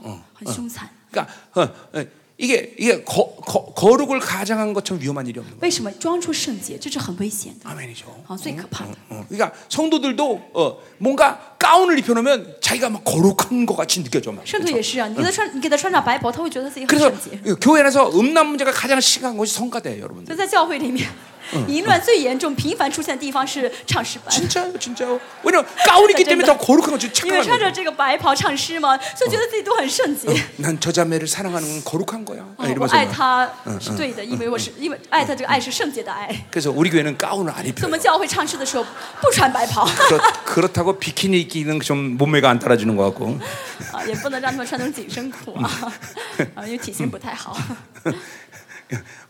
Speaker 2: 哦，很凶残。
Speaker 1: 그러니까 어, 어, 이게 이게 거, 거, 거룩을 가장한 것처럼 위험한 일이 없는 거예요.
Speaker 2: 为什么装出圣洁？这是很危险的，
Speaker 1: 아멘이죠.
Speaker 2: 啊，最可怕的。
Speaker 1: 어, 그러니까 성도들도 어, 뭔가 가운을 입혀놓으면 자기가 막 거룩한 것 같이 느껴져 막.
Speaker 2: 圣徒也是啊，你给他穿，你给他穿上白袍，他会觉得自己很
Speaker 1: 그래서
Speaker 2: 圣洁。
Speaker 1: 교회 안에서 음란 문제가 가장 심각한 것이 성가대예요, 여러분들.
Speaker 2: 就在教会里面， <laughs> 淫乱最严重、频繁出现的地方是唱诗班。
Speaker 1: 진짜요, 진짜요. 왜냐면 가운이 있기 때문에 더 거룩한 것이
Speaker 2: 因
Speaker 1: 착각하는
Speaker 2: 为穿
Speaker 1: 거예요.
Speaker 2: 着这个白袍唱诗嘛，就觉得自己都很圣 <laughs> 洁。
Speaker 1: 난저 자매를 사랑하는 건 거룩한 거야.
Speaker 2: 哦
Speaker 1: 아,
Speaker 2: 我
Speaker 1: 이러면서
Speaker 2: 爱
Speaker 1: 막.
Speaker 2: 他是对的，因为我是因为爱他这个爱是圣洁的爱。
Speaker 1: 그래서 우리 교회는 가운을 안
Speaker 2: 所以我
Speaker 1: 입혀요.
Speaker 2: 们教会唱诗的时候不穿白袍
Speaker 1: <laughs> 그렇, 그렇다고 비키니 입기는 좀 몸매가 안 따라주는 것 같고.
Speaker 2: 啊，也不能让他们穿那种紧身裤啊， <laughs> 啊，因为体型不太好。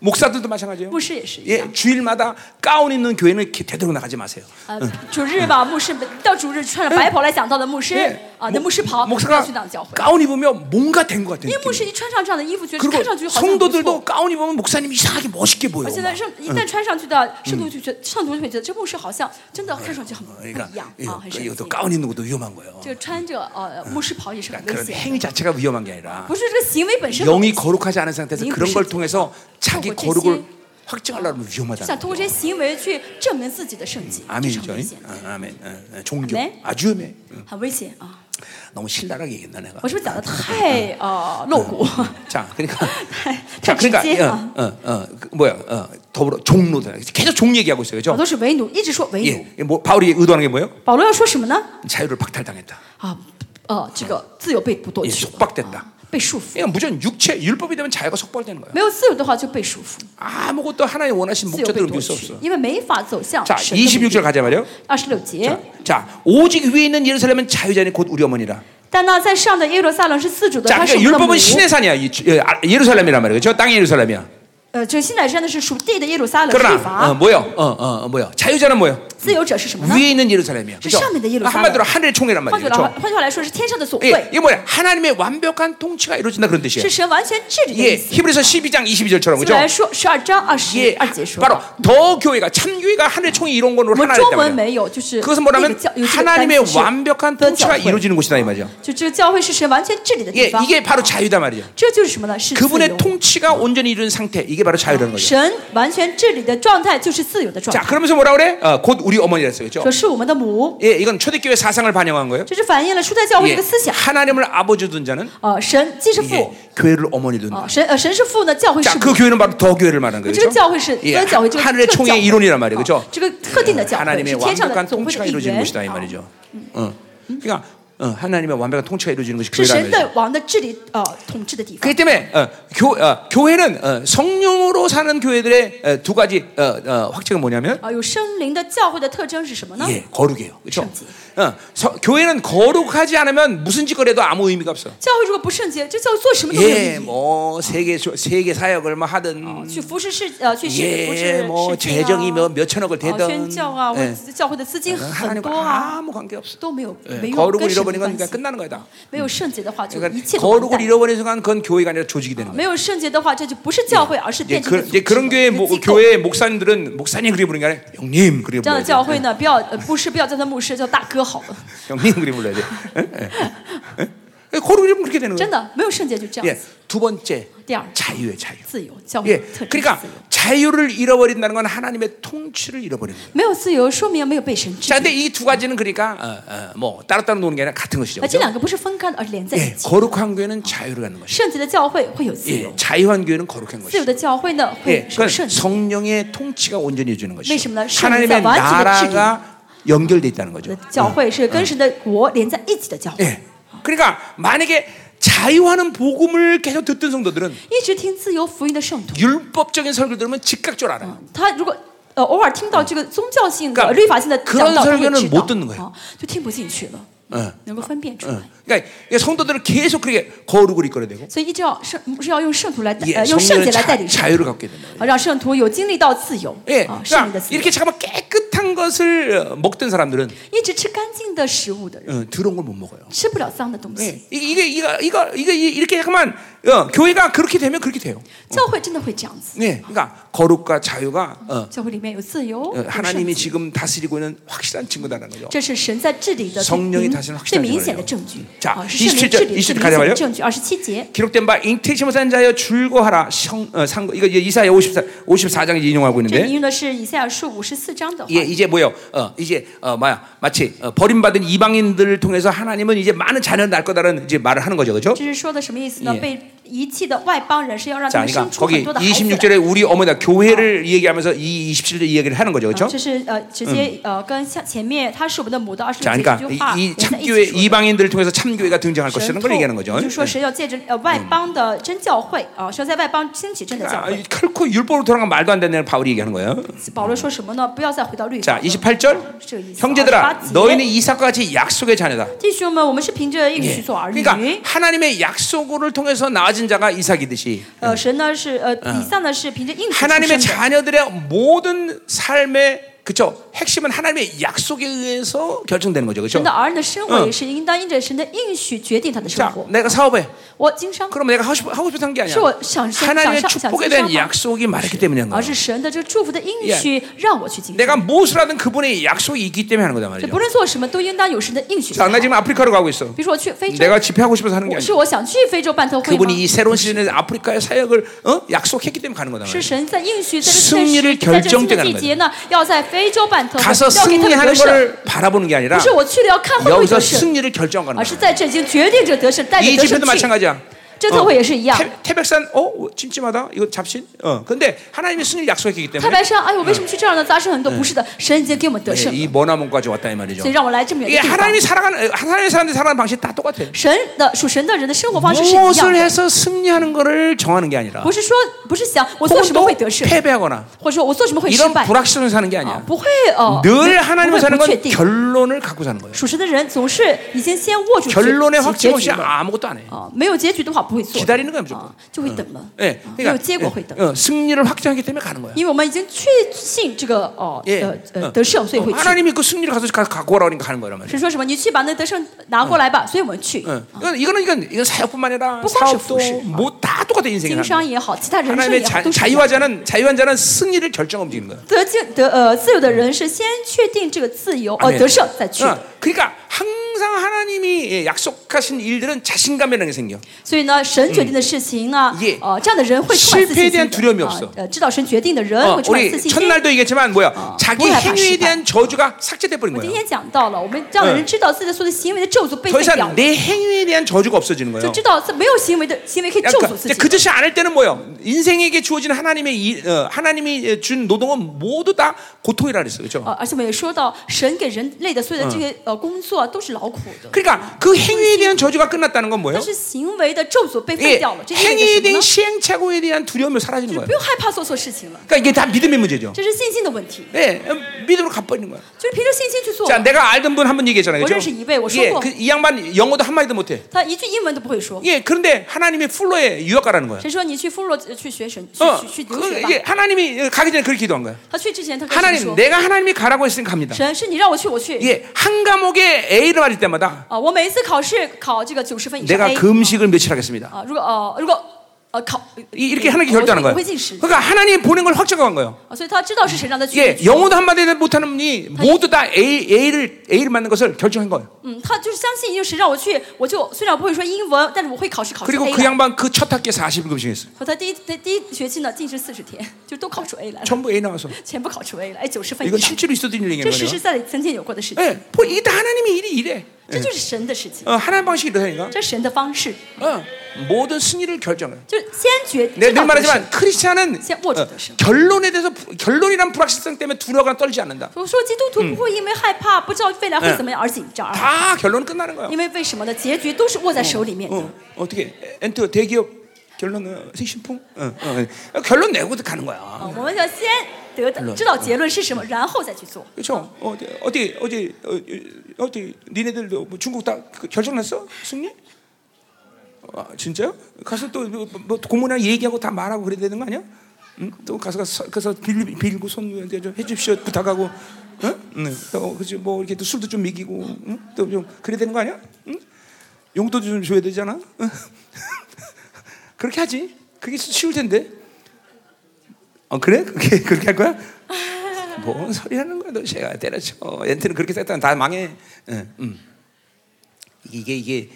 Speaker 1: 목사들도 마찬가지예요.
Speaker 2: 牧师也是一样
Speaker 1: 예, ， 주일마다 가운 입는 교회는 이렇게 되도록 나가지 마세요.
Speaker 2: <laughs> 呃，主日吧，牧师到主日穿着白袍来讲到的牧师
Speaker 1: 예,
Speaker 2: 啊，那牧师袍
Speaker 1: 목-
Speaker 2: 不要
Speaker 1: 목사가
Speaker 2: 去那教会，
Speaker 1: 가운 입으면 뭔가 된 것 같아요.
Speaker 2: 因为牧
Speaker 1: 느낌이.
Speaker 2: 师一穿上这样的衣服，觉得看上去
Speaker 1: 그리고
Speaker 2: 好像不
Speaker 1: 성도들도
Speaker 2: 错。
Speaker 1: 가운 입으면 목사님이 이상하게 멋있게 보여.
Speaker 2: 而现在圣一旦穿上去的圣徒就觉得圣徒就会觉得这牧师好像真的看上去很不一
Speaker 1: 그러니까
Speaker 2: 样
Speaker 1: 이거,
Speaker 2: 啊，很神
Speaker 1: 이것도
Speaker 2: 奇。
Speaker 1: 가운 입는 것도 위험한 거예요.
Speaker 2: 这个穿着呃牧师袍也是很
Speaker 1: 그러니까
Speaker 2: 危
Speaker 1: 그런
Speaker 2: 险，
Speaker 1: 행위 자체가 위험한 게 아니라
Speaker 2: 不是这个行为本身很危
Speaker 1: 영이
Speaker 2: 险，
Speaker 1: 거룩하지 않은 상태에서
Speaker 2: 네,
Speaker 1: 그런 걸
Speaker 2: 그렇죠.
Speaker 1: 통해서 자기
Speaker 2: 그거
Speaker 1: 거룩을
Speaker 2: 대신
Speaker 1: 확증하려면
Speaker 2: 就想
Speaker 1: 위험하다.
Speaker 2: 通过这些行为去证明自己的圣洁，这是
Speaker 1: 아멘이죠.
Speaker 2: 很危险的，
Speaker 1: 아, 아멘. 아, 아, 종교
Speaker 2: 아멘.
Speaker 1: 아주 위험해. 응.
Speaker 2: 很危险啊！
Speaker 1: 너무 신랄하게 얘기했나 내가.
Speaker 2: 我是不是讲的太呃露骨？
Speaker 1: 자, <laughs> 그러니까
Speaker 2: 太
Speaker 1: 자,
Speaker 2: 太直
Speaker 1: 그러니까
Speaker 2: 接啊！
Speaker 1: 어, 어, 어, 그 뭐야? 어, 더불어 종로다. 계속 종 얘기하고 있어요, 그죠
Speaker 2: 我都是为奴，一直说为奴。
Speaker 1: 예, 뭐 바울이 의도하는 게 뭐예요?
Speaker 2: 保罗要说什么呢？
Speaker 1: 자유를 박탈당했다.
Speaker 2: 啊，呃，这个自由被剥夺
Speaker 1: 예
Speaker 2: 去了，啊
Speaker 1: 속박된다.
Speaker 2: 被束缚。
Speaker 1: 그러니까 무조건 육체 율법이 되면 자유가 속박되는 거야.
Speaker 2: 没有自由的话就被束缚，
Speaker 1: 嗯 아무것도 하나님 원하신
Speaker 2: 自由被
Speaker 1: 목적대로
Speaker 2: 夺
Speaker 1: 옮길 수
Speaker 2: 取
Speaker 1: 없어. ，
Speaker 2: 因为没法走向
Speaker 1: 자,
Speaker 2: 神的目
Speaker 1: 26절
Speaker 2: 的。
Speaker 1: 가자 말이요.
Speaker 2: 二十六节，
Speaker 1: 네. 자, 오직 위에 있는 예루살렘은 자유자니 곧 우리 어머니라.
Speaker 2: 但那在上的耶路撒冷是自主的，
Speaker 1: 자,
Speaker 2: 他是
Speaker 1: 그러니까
Speaker 2: 我们的母
Speaker 1: 율법은 。 신의 산이야. 이 주- 예, 아, 예루살렘이란 말이에요. 저 땅이 예루살렘이야. 呃
Speaker 2: 呃，这新乃山呢是呃属地的耶路撒冷律
Speaker 1: 그러나
Speaker 2: 法，
Speaker 1: 어, 뭐요? 어, 어, 어, 뭐요? 자유자는 뭐요?
Speaker 2: 自由者是什么呢？
Speaker 1: 위에 있는 예루살렘이야. 그죠? 아,
Speaker 2: 시험인데, 예루살렘.
Speaker 1: 한마디로 하늘의 총이란
Speaker 2: 换
Speaker 1: 말이에요.
Speaker 2: 句来，
Speaker 1: 그렇죠?
Speaker 2: 换句话来说是天上的总
Speaker 1: 예,
Speaker 2: 会，
Speaker 1: 이게 뭐야? 하나님의 완벽한 통치가 이루어진다 네, 그런
Speaker 2: 是
Speaker 1: 뜻이에요.
Speaker 2: 神完全治理的
Speaker 1: 예,
Speaker 2: 意思。
Speaker 1: 히브리서 12장 22절처럼
Speaker 2: 希
Speaker 1: 그죠?
Speaker 2: 伯来说十二章二十
Speaker 1: 예,
Speaker 2: 二节说，
Speaker 1: 바로 더 교회가 참 교회가 하늘의 총이 이런 걸로
Speaker 2: 我们
Speaker 1: 하나
Speaker 2: 中文
Speaker 1: 됐다면
Speaker 2: 没有，就是
Speaker 1: 네,
Speaker 2: 那
Speaker 1: 그것은
Speaker 2: 个
Speaker 1: 뭐냐면
Speaker 2: 教有这个单
Speaker 1: 하나님의
Speaker 2: 词是
Speaker 1: 완벽한
Speaker 2: 的教
Speaker 1: 통치가
Speaker 2: 会，
Speaker 1: 이루어지는 곳이다 이 말이죠.
Speaker 2: 就这个教会是神完全治理的
Speaker 1: 예,
Speaker 2: 地方。
Speaker 1: 이게 바로 자유다 말이죠.
Speaker 2: 这就是什么呢？是自
Speaker 1: 그분의
Speaker 2: 由。
Speaker 1: 통치가 온전히 이룬 상태 이게 바로 자유라는 거죠.
Speaker 2: 神完全治理的状态就是自由的状
Speaker 1: 자,
Speaker 2: 态，
Speaker 1: 그러면서 뭐라 그래? 어, 곧 우리 어머니랬어요, 그렇죠?
Speaker 2: 说是我们的母，
Speaker 1: 예, 이건 초대교회 사상을 반영한 거예요.
Speaker 2: 这是反映了初代教会的
Speaker 1: 예,
Speaker 2: 一个思想。
Speaker 1: 하나님을 아버지 둔 자는
Speaker 2: 呃，神既是父，
Speaker 1: 예, 교회를 어머니 둔. 다
Speaker 2: 啊，神呃神是父呢，教会是
Speaker 1: 자,
Speaker 2: 母
Speaker 1: 그 。 교회는 바로 더 교회를 말하는
Speaker 2: 这个
Speaker 1: 거죠.
Speaker 2: 教会是，这
Speaker 1: 예,
Speaker 2: 个教会这个
Speaker 1: 하늘의
Speaker 2: 这个教嗯
Speaker 1: 총의
Speaker 2: 会
Speaker 1: 이론이란 말이에요, 그렇죠?
Speaker 2: 啊这个特定的教会
Speaker 1: 하나님의
Speaker 2: 是天上的
Speaker 1: 완벽한
Speaker 2: 总会
Speaker 1: 통치가
Speaker 2: 的一
Speaker 1: 이루어지는 음.
Speaker 2: 员。
Speaker 1: 곳이다 이 말이죠. 응. 그러니까 어, 하나님의 완벽한 통치가 이루어지는 것이
Speaker 2: 是神
Speaker 1: 교회라는 거죠.
Speaker 2: 的王的治理呃统治的地方。
Speaker 1: 그렇기 때문에 어, 교, 어, 교회는 어, 성령으로 사는 교회들의 어, 두 가지 어, 어, 확증은 뭐냐면
Speaker 2: 啊，有圣灵的教会的特征是什么呢？
Speaker 1: 예, 거룩이에요. 그렇죠?
Speaker 2: 그렇지.
Speaker 1: 어, 서- 교회는 거룩하지 않으면 무슨 짓거리 해도 아무 의미가 없어.
Speaker 2: 教会如果不圣洁，这教会做什么都没有意
Speaker 1: 예,
Speaker 2: 义。
Speaker 1: 뭐 세계 조- 세계 사역을 뭐 하든
Speaker 2: 去服侍世呃，去侍服
Speaker 1: 예,
Speaker 2: 侍
Speaker 1: 뭐
Speaker 2: 世界
Speaker 1: 재정이 몇,
Speaker 2: 啊，
Speaker 1: 몇 천억을
Speaker 2: 啊宣
Speaker 1: 대든
Speaker 2: 教啊，或
Speaker 1: 예,
Speaker 2: 者教会的资金很多
Speaker 1: 하나님과
Speaker 2: 啊，嗯
Speaker 1: 아무 관계 없어.
Speaker 2: 都没有
Speaker 1: 예,
Speaker 2: 没有跟
Speaker 1: 거룩을
Speaker 2: 神没
Speaker 1: 잃어버리는 건
Speaker 2: 关
Speaker 1: 그러니까
Speaker 2: 系。
Speaker 1: 끝나는 거다.
Speaker 2: 没有圣洁的话，就一切
Speaker 1: 그러니까
Speaker 2: 都完
Speaker 1: 거룩을
Speaker 2: 蛋。
Speaker 1: 잃어버리는 순간 그건 교회가 아니라 조직이 되는 거야.
Speaker 2: 没有圣洁的话，这就不是教会，而是
Speaker 1: 이제,
Speaker 2: 变成一
Speaker 1: 그,
Speaker 2: 个组
Speaker 1: 이제
Speaker 2: 织
Speaker 1: 그런 교회
Speaker 2: 一个
Speaker 1: 목,
Speaker 2: 机构。
Speaker 1: 교회 목사님들은 목사님 그리 부르는 게 아니라 형님 그리
Speaker 2: 这样
Speaker 1: 불러야
Speaker 2: 的教
Speaker 1: 돼.
Speaker 2: 会呢，不要呃牧师，不要叫他牧师，叫大哥好了。
Speaker 1: 형님 그리 불러야 돼. 예, 예. 거룩을 잃으면 그렇게 되는
Speaker 2: 真
Speaker 1: 거야.
Speaker 2: 的，没有圣洁就这样
Speaker 1: 예,
Speaker 2: 子。
Speaker 1: 두 번째
Speaker 2: 第二，
Speaker 1: 자유의 자유.
Speaker 2: 自由，教会
Speaker 1: 예,
Speaker 2: 的特质是
Speaker 1: 그러니까
Speaker 2: 自由。
Speaker 1: 자유를 잃어버린다는 건 하나님의 통치를 잃어버리는 거예요.
Speaker 2: 没有自由，说明没有被神治
Speaker 1: 자
Speaker 2: 理。
Speaker 1: 근데 이 두 가지는 그러니까 어, 어, 뭐 따로따로 노는 게 아니라 같은 것이죠.
Speaker 2: 而这
Speaker 1: 그죠?
Speaker 2: 两个不是分开的，而是连在
Speaker 1: 예,
Speaker 2: 一起。
Speaker 1: 거룩한 교회는 자유를 갖는 것이죠.
Speaker 2: 圣洁的教会会有自由
Speaker 1: 예, ， 자유한 교회는 거룩한
Speaker 2: 自由
Speaker 1: 것이죠.
Speaker 2: 的教会呢
Speaker 1: 예,
Speaker 2: 会
Speaker 1: 그
Speaker 2: 有圣洁。
Speaker 1: 성령의 통치가 온전히 해주는 것이죠.
Speaker 2: 왜냐면
Speaker 1: 하나님의
Speaker 2: 성령이 완전히
Speaker 1: 나라가 연결돼 있다는 거죠.
Speaker 2: 教会是跟神的国连在一起的教会。
Speaker 1: 예, 그러니까 만약에 자유하는 복음을 계속 듣던 성도들은
Speaker 2: 一直听自由福音的圣徒，
Speaker 1: 율법적인 설교 들으면 즉각적으로 알아요.
Speaker 2: 他如果呃偶尔听到这个宗教性
Speaker 1: 그러니까
Speaker 2: 的、律法性的讲道，
Speaker 1: 그런
Speaker 2: 他
Speaker 1: 설교는
Speaker 2: 会嗯知
Speaker 1: 못
Speaker 2: 道
Speaker 1: 듣는거예요
Speaker 2: 啊，就听不进去了，
Speaker 1: 예,
Speaker 2: 能够分辨出
Speaker 1: 예.
Speaker 2: 来。
Speaker 1: 그러니까 이게 성도들은 계속 그렇게 거룩을 이끌어야 되고
Speaker 2: 所以一直要圣是要用圣徒来带
Speaker 1: 예,
Speaker 2: 呃用圣
Speaker 1: 성령의
Speaker 2: 洁来
Speaker 1: 자,
Speaker 2: 带领圣徒
Speaker 1: 자유를 갖게 된다.
Speaker 2: 啊，让圣徒有经历到自由
Speaker 1: 예,
Speaker 2: 啊，圣灵的
Speaker 1: 그러니까
Speaker 2: 自由。
Speaker 1: 이렇게 잠깐만 깨끗한 것을 어, 먹던 사람들은
Speaker 2: 一直吃干净的食物的人，
Speaker 1: 어, 더러운 걸 못 먹어요.
Speaker 2: 吃不了脏的东
Speaker 1: 예,
Speaker 2: 西。
Speaker 1: 이- 이게 이거 이거 이거 이- 이렇게 잠깐만 어, 교회가 그렇게 되면 그렇게 돼요.
Speaker 2: 教会真的会这样子，
Speaker 1: 네, 그러니까 거룩과 자유가 어,
Speaker 2: 教会里面有自由，
Speaker 1: 어,
Speaker 2: 有圣
Speaker 1: 嗯呃 하나님이
Speaker 2: 洁，
Speaker 1: 지금 다스리고 있는 확실한 증거다라는 거죠.
Speaker 2: 这是神在治理的最
Speaker 1: 성령이
Speaker 2: 明
Speaker 1: 다시는확실하게
Speaker 2: 最明显
Speaker 1: 말해요
Speaker 2: 的证据
Speaker 1: 자
Speaker 2: 啊，是圣灵
Speaker 1: 27절
Speaker 2: 治
Speaker 1: 27절
Speaker 2: 理的最明显
Speaker 1: 가자마요
Speaker 2: 的证据。二十七节。
Speaker 1: 기록된 바 잉태치 못한 자여 줄고하라 성, 어, 상고 이거 이제 이사야 54 54장에 인용하고
Speaker 2: 这引
Speaker 1: 있는데
Speaker 2: 用的是以赛亚书五十四章的话
Speaker 1: 예, 。 이제 뭐요? 어, 이제 어, 뭐야? 마치 어, 버림받은 이방인들을 통해서 하나님은 이제 많은 자녀를 낳을 거다라는 이제 말을 하는 거죠. 그렇죠?
Speaker 2: 这是说的什么意思呢？
Speaker 1: 예
Speaker 2: 被遗弃的外邦人是要让他
Speaker 1: 자,
Speaker 2: 们生
Speaker 1: 그러니까
Speaker 2: 出很
Speaker 1: 거기
Speaker 2: 多的孩子来。
Speaker 1: 26절에 우리 어머니가 교회를 얘기하면서 이 27절 이야기를 하는 거죠. 그렇죠?
Speaker 2: 这是呃，直接
Speaker 1: 嗯
Speaker 2: 呃，跟像前面他是我们的母的二十
Speaker 1: 자,
Speaker 2: 六节
Speaker 1: 그러니까
Speaker 2: 这句话
Speaker 1: 이
Speaker 2: 连在一
Speaker 1: 참교회
Speaker 2: 起说的。
Speaker 1: 이방인들을 통해서 참교회가 등장할 것이라는 걸 얘기하는 거죠.
Speaker 2: 就说神要借着呃外邦的真教会啊，说在外邦兴起真的教
Speaker 1: 아,
Speaker 2: 会。
Speaker 1: 결코 율법으로 돌아간 말도 안 되는 바울이 얘기하는 거예요.
Speaker 2: 保罗说什么呢？不要再回到律法
Speaker 1: 자,
Speaker 2: 了。
Speaker 1: 28절
Speaker 2: 这个意思。
Speaker 1: 형제들아
Speaker 2: 28
Speaker 1: 너희는 이삭과 같이 약속의 자녀다.
Speaker 2: 弟兄们，我们是凭着应
Speaker 1: 예.
Speaker 2: 许做儿女。
Speaker 1: 그러니까 하나님의 약속을 통해서 나아진 자가 이삭이듯이
Speaker 2: 呃，神呢是呃，以上呢是凭着应许出生
Speaker 1: 하나님의
Speaker 2: 的。
Speaker 1: 자녀들의 모든 삶의 그쵸 핵심은 하나님의 약속에 의해서 결정되는 거죠, 그렇죠?
Speaker 2: 神的儿女的生活
Speaker 1: 嗯
Speaker 2: 也是应当因着神的应许决定他的生
Speaker 1: 자,
Speaker 2: 活。
Speaker 1: 내가 사업해.
Speaker 2: 我经商，
Speaker 1: 그럼 내가 하고 싶 하고 싶은 게 아니야.
Speaker 2: 是我想-
Speaker 1: 하나님의
Speaker 2: 想上-
Speaker 1: 축복에
Speaker 2: 想经商
Speaker 1: 대한
Speaker 2: 吗？
Speaker 1: 약속이 말했기 때문에 한 거야.
Speaker 2: 而是神的这个祝福的应许让我去经商。
Speaker 1: 내가 무엇을 하든 그분의 약속이 있기 때문에 하는 거다
Speaker 2: 这
Speaker 1: 말이죠.
Speaker 2: 不论做什么，都应当有神的应许才
Speaker 1: 자,
Speaker 2: 好。
Speaker 1: 나
Speaker 2: 比
Speaker 1: 지금 아프리카로 가고 있어.
Speaker 2: 如说我去非洲，
Speaker 1: 내가 집회하고 싶어서 하는 게
Speaker 2: 我
Speaker 1: 아니야.
Speaker 2: 是我想去非洲办特会
Speaker 1: 그분이 이
Speaker 2: 吗？
Speaker 1: 새로운 시즌에 아프리카의 사역을 어? 약속했기 때문에 가는 거다
Speaker 2: 是
Speaker 1: 말이야.
Speaker 2: 神在应许，在
Speaker 1: 승리를
Speaker 2: 这在在这新
Speaker 1: 결정짓는
Speaker 2: 的
Speaker 1: 거예요
Speaker 2: 季节呢，要在非洲办特会，
Speaker 1: 가서
Speaker 2: 要给他们
Speaker 1: 승리하는
Speaker 2: 得胜。
Speaker 1: 거를 바라보는 게 아니라
Speaker 2: 不是我去了要看会不会
Speaker 1: 여기서
Speaker 2: 得胜，
Speaker 1: 승리를 결정하는
Speaker 2: 而是
Speaker 1: 거야.
Speaker 2: 在这已经决定这个得胜，带
Speaker 1: 이
Speaker 2: 着得胜
Speaker 1: 집회도
Speaker 2: 去。
Speaker 1: 마찬가지야.
Speaker 2: 这特会也是一样。
Speaker 1: 태, 태백산 어 찜찜하다 이거 잡신 어 근데 하나님이 승리 약속했기
Speaker 2: 太
Speaker 1: 때문에
Speaker 2: 白山，哎呦，为什么去这儿呢？杂事很多，不是的，神已经给我们得
Speaker 1: 예,
Speaker 2: 胜，
Speaker 1: 이 머나먼까지 왔다 이 말이죠.
Speaker 2: 所以让我来这么远
Speaker 1: 이게
Speaker 2: 的地方。
Speaker 1: 하나님이 살아가는 어, 하나님의 사람들이 살아가는 방식 이다 똑같아.
Speaker 2: 神的属神的人的生活方式是一样
Speaker 1: 무엇을
Speaker 2: 的，
Speaker 1: 해서 승리하는 거를 정하는 게 아니라
Speaker 2: 不是说不是想我做
Speaker 1: 혹은
Speaker 2: 什么
Speaker 1: 또
Speaker 2: 会得胜，
Speaker 1: 패배하거나
Speaker 2: 或者说我做什么会失
Speaker 1: 이런
Speaker 2: 败，
Speaker 1: 불확실성을 어. 사는 게
Speaker 2: 啊
Speaker 1: 아니야.
Speaker 2: 不会哦，不
Speaker 1: 늘
Speaker 2: 会
Speaker 1: 하나님을 사는
Speaker 2: 不确
Speaker 1: 건
Speaker 2: 定。
Speaker 1: 결론을 갖고 사는 거예요.
Speaker 2: 属神的人总是已经先握住结结
Speaker 1: 결론에 확증
Speaker 2: 结
Speaker 1: 없이
Speaker 2: 局了
Speaker 1: 아무것도 안 해.
Speaker 2: 啊，没有结局的话不会做的，
Speaker 1: 기다리는 거야 무조건.
Speaker 2: 啊，就会等了，
Speaker 1: 예,
Speaker 2: 啊没有
Speaker 1: 그러니까
Speaker 2: 结果会等
Speaker 1: 예, ， 어, 승리를 확정하기 때문에 가는 거야.
Speaker 2: 因为我们已经确信这个哦
Speaker 1: 예,
Speaker 2: 呃呃
Speaker 1: 어.
Speaker 2: 得胜，所以会去。
Speaker 1: 하나님이 그 승리를 가서 가- 갖고 오라 그러니까 가는 거란 말이야.
Speaker 2: 是说什么？你去把那得胜拿过来吧，所以我们去。
Speaker 1: 예, 이건 이거는 이건 이건 사역뿐만 아니라
Speaker 2: 똑같이
Speaker 1: 사업도
Speaker 2: 부르시고.
Speaker 1: 뭐 다 똑같아 인생이.
Speaker 2: 经商也好，其他人生
Speaker 1: 하나님의
Speaker 2: 也好，
Speaker 1: 자,
Speaker 2: 都是一样
Speaker 1: 자유화자는 자유한자는 승리를 결정 움직이는 거야.
Speaker 2: 得进得呃自由的人是先确定这个自由呃
Speaker 1: 아멘.
Speaker 2: 得胜再去
Speaker 1: 어,
Speaker 2: 的，
Speaker 1: 그러니까 항상 하나님이 예, 약속하신 일들은 자신감이라는 게 생겨.
Speaker 2: 所以呢，神决定的事情呢
Speaker 1: 예 ，
Speaker 2: 呃，这样的人会充满自
Speaker 1: 실패에
Speaker 2: 信
Speaker 1: 대한
Speaker 2: 心
Speaker 1: 두려움이
Speaker 2: 的，
Speaker 1: 없어.
Speaker 2: 啊呃，知道神决定的人
Speaker 1: 어,
Speaker 2: 会充满自
Speaker 1: 우리
Speaker 2: 信心。
Speaker 1: 첫날도 얘기했지만 어. 뭐야? 자기
Speaker 2: 뭐야,
Speaker 1: 행위에
Speaker 2: 다시
Speaker 1: 대한 저주가 삭제돼 버린
Speaker 2: 今
Speaker 1: 거예요.
Speaker 2: 天讲到了，我们这样的人知道自己的所有的行为的咒诅被 <laughs>
Speaker 1: 더
Speaker 2: 废掉
Speaker 1: 이상 ，내 행위에 대한 저주가 없어지는
Speaker 2: 就
Speaker 1: 거예요.
Speaker 2: 知道是没有行为的行为可以咒
Speaker 1: 그러니까
Speaker 2: 诅自
Speaker 1: 이제
Speaker 2: 己
Speaker 1: 그
Speaker 2: 的。
Speaker 1: 뜻이 않을 때는 뭐예요? 인생에게 주어진 하나님의 일, 어, 하나님이 준 노동은 모두 다 고통이라 그랬어요. 그렇죠?
Speaker 2: 嗯呃，而且我们也说到，神给人类的所有的这些呃工作都是劳苦的。
Speaker 1: 그러니까 그 행위에 대한 저주가 끝났다는 건
Speaker 2: 但
Speaker 1: 뭐예요?
Speaker 2: 是行为的咒诅被
Speaker 1: 예,
Speaker 2: 废掉了，这意味
Speaker 1: 행위에
Speaker 2: 着什么
Speaker 1: 대한
Speaker 2: 呢？
Speaker 1: 시행착오에 대한 두려움이 사라지는
Speaker 2: 不
Speaker 1: 거예요.
Speaker 2: 用害怕做错事情了，
Speaker 1: 그러니까 이게 다 믿음의 문제죠.
Speaker 2: 这是信心的问题，
Speaker 1: 예, 믿음으로 갚아버리는 거예요.
Speaker 2: 就是凭着信心去做。
Speaker 1: 자, 내가 알던 분 한 번 얘기했잖아요. 그죠?
Speaker 2: 我认识一位，我说过。
Speaker 1: 예, 그, 이 양반 영어도 한마디도 못해.
Speaker 2: 他一句英文都不会说，
Speaker 1: 예, 그런데 하나님의 풀로에 유학 가라는 거예요.
Speaker 2: 谁说你去俘虏呃去学神去
Speaker 1: 어,
Speaker 2: 去去留学
Speaker 1: 그
Speaker 2: 吧？
Speaker 1: 예, 하나님이 가기 전에 그렇게 기도한 거예요.
Speaker 2: 他去之前他跟神
Speaker 1: 하나님,
Speaker 2: 说，
Speaker 1: 내가 하나님이 가라고 했으니 갑니다.
Speaker 2: 神是你让我去我去
Speaker 1: 예, 한 과목에 A를 맞을 때마다
Speaker 2: 啊！我每一次考试考这个九十分以上
Speaker 1: 내가
Speaker 2: A
Speaker 1: 금식을 며칠 하겠습니다.
Speaker 2: 啊，如果呃如果呃考
Speaker 1: 이- 이렇게 하나님께
Speaker 2: 我
Speaker 1: 결정하는
Speaker 2: 会
Speaker 1: 거예요.
Speaker 2: 我会进食
Speaker 1: 그러니까 하나님이 보낸 걸 확정한 거예요.
Speaker 2: 啊，所以他知道是谁让他去。
Speaker 1: 예, 아, 영어도 한마디 못하는 분이 모두 다 A, A를 A를 맞는 것을 결정한 거예요.
Speaker 2: 嗯，他就是相信，就是谁让我去，我就虽然我不会说英文，但是我会考试哎考出
Speaker 1: 그리고
Speaker 2: A
Speaker 1: 그
Speaker 2: 来。
Speaker 1: 양반 그 첫 학기에 40일 금식했어요.
Speaker 2: 和他第一第第一学期呢，进士四十天，就都考出 A 来了，
Speaker 1: 전부 A 나와서
Speaker 2: 全部考出 A 了，哎，九十分以
Speaker 1: 이건
Speaker 2: 上。
Speaker 1: 실제로 있었던 일인
Speaker 2: 这实
Speaker 1: 거예요.
Speaker 2: 实在在曾经有过的事情，
Speaker 1: 예, 보- 이게 다 하나님의 일이 이래.
Speaker 2: 这就是神的事情，
Speaker 1: 어, 하나님 방식이 이러다니까.
Speaker 2: 这是神的方式，
Speaker 1: 어, 모든 승리를 결정해요.
Speaker 2: 就是先决
Speaker 1: 내
Speaker 2: 知
Speaker 1: 늘
Speaker 2: 道得胜
Speaker 1: 말하지만 크리스찬은
Speaker 2: 세- 워즈
Speaker 1: 그렇죠. 어,
Speaker 2: 대신.
Speaker 1: 결론에 대해서 부- 결론이란 불확실성 때문에 두려워가 떨지 않는다.
Speaker 2: 我说基督徒不会因为害
Speaker 1: 嗯
Speaker 2: 怕不知道未来会怎么样而紧张，
Speaker 1: 다 결론은 끝나는 거야.
Speaker 2: 因为为什么呢？结局都是握在手里面的。
Speaker 1: 어, 어떻게 엔터 대기업 결론은 신풍 어, 어, 어. 결론 내고 가는 거야.
Speaker 2: 啊，我们要先得到知道结论是什
Speaker 1: 嗯
Speaker 2: 么，然后再去做。
Speaker 1: 그렇죠? 어, 어디 어디 어, 어디 니네들도 뭐 중국 다 그- 결정났어 승리? 아, 진짜요? 가서 또뭐 뭐, 고모랑 얘기하고 다 말하고 그래야 되는 거 아니야? 응? 또 가서 가서 가서 빌 빌고 손님한테 좀 해주십시오 부탁하고, 응? 응. 또 그지 뭐 이렇게 또 술도 좀 먹이고, 응? 또좀 그래야 되는 거 아니야? 응? 용도 좀 줘야 되잖아. 응? <laughs> 그렇게 하지. 그게 쉬울 텐데. 어 그래? 그렇게 그렇게 할 거야? 뭔 소리 하는 거야 도대체가 때려쳐 엔트는 그렇게 됐다면 다 망해 응, 음. 이게 이게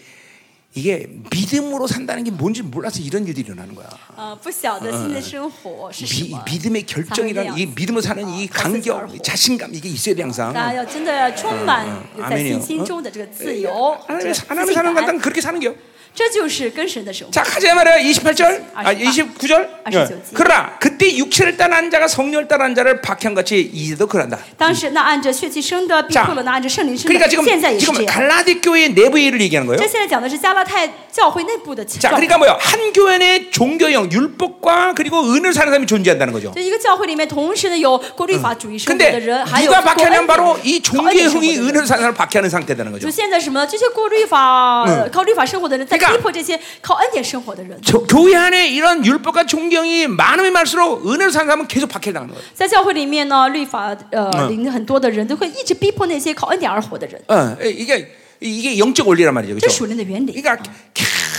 Speaker 1: 이게 믿음으로 산다는 게 뭔지 몰라서 이런 일들이 일어나는 거야
Speaker 2: 啊，不晓得新的生活是什
Speaker 1: 미,
Speaker 2: 么。
Speaker 1: 믿음의
Speaker 2: 才会那
Speaker 1: 결정이란
Speaker 2: 样
Speaker 1: 이 믿음으로 사는 이
Speaker 2: 아,
Speaker 1: 간격 이
Speaker 2: 스스로.
Speaker 1: 자신감 이게 있어야 돼 항상
Speaker 2: 大家要真的要充满
Speaker 1: 嗯嗯
Speaker 2: 在
Speaker 1: 阿弥
Speaker 2: 信
Speaker 1: 陀
Speaker 2: 心
Speaker 1: 佛哎
Speaker 2: 中的这个自由，这
Speaker 1: 하나님의
Speaker 2: 个自
Speaker 1: 사- 하나님의
Speaker 2: 信
Speaker 1: 사는 건
Speaker 2: 感，
Speaker 1: 그렇게 사는 게요
Speaker 2: 这就是跟神的生活。
Speaker 1: 자 가자 말이야 28절 아 29절 예.
Speaker 2: 아시죠?
Speaker 1: 그러나 그때 육체를 따른 자가 성령을 따른 자를 박형같이 이제도 그런다
Speaker 2: 当时那按着血气生的逼迫了，那按着圣灵生
Speaker 1: 그러니까
Speaker 2: 的，
Speaker 1: 지금
Speaker 2: 现在也是
Speaker 1: 지금
Speaker 2: 这样。
Speaker 1: 갈라디 교회 내부의 일을 얘기하는 거예요
Speaker 2: 这现在讲的是加拉太教会内部的情
Speaker 1: 자,
Speaker 2: 况。
Speaker 1: 그러니까 뭐요? 한 교회 내 종교형 율법과 그리고 은을 사는 사람이 존재한다는 거죠.
Speaker 2: 就一个教会里面，同时呢有过律法主义生活的
Speaker 1: 근데
Speaker 2: 人，还有
Speaker 1: 누가
Speaker 2: 过恩
Speaker 1: 박해하냐면
Speaker 2: 典
Speaker 1: 바로 이
Speaker 2: 靠恩典生活
Speaker 1: 종교형이
Speaker 2: 的人
Speaker 1: 은을 사는 사람을 박해하는 상태라는 거죠.
Speaker 2: 就现在什么呢？这些过律法、呃靠律法生活的人，在
Speaker 1: 그러니까
Speaker 2: 逼迫这些靠恩典生活的人。
Speaker 1: 저- 교회 안에 이런 율법과 종교형이 많으면 많을수록 은을 사는 사람은 계속 박해당하는 거예요.
Speaker 2: 在教会里面呢，律法呃领很多的人都会一直逼迫那些靠恩典而活的人，
Speaker 1: 어, 이게 이게 영적 원리란 말이죠.
Speaker 2: 这是
Speaker 1: 그렇죠?
Speaker 2: 属灵的原理。
Speaker 1: 그러니까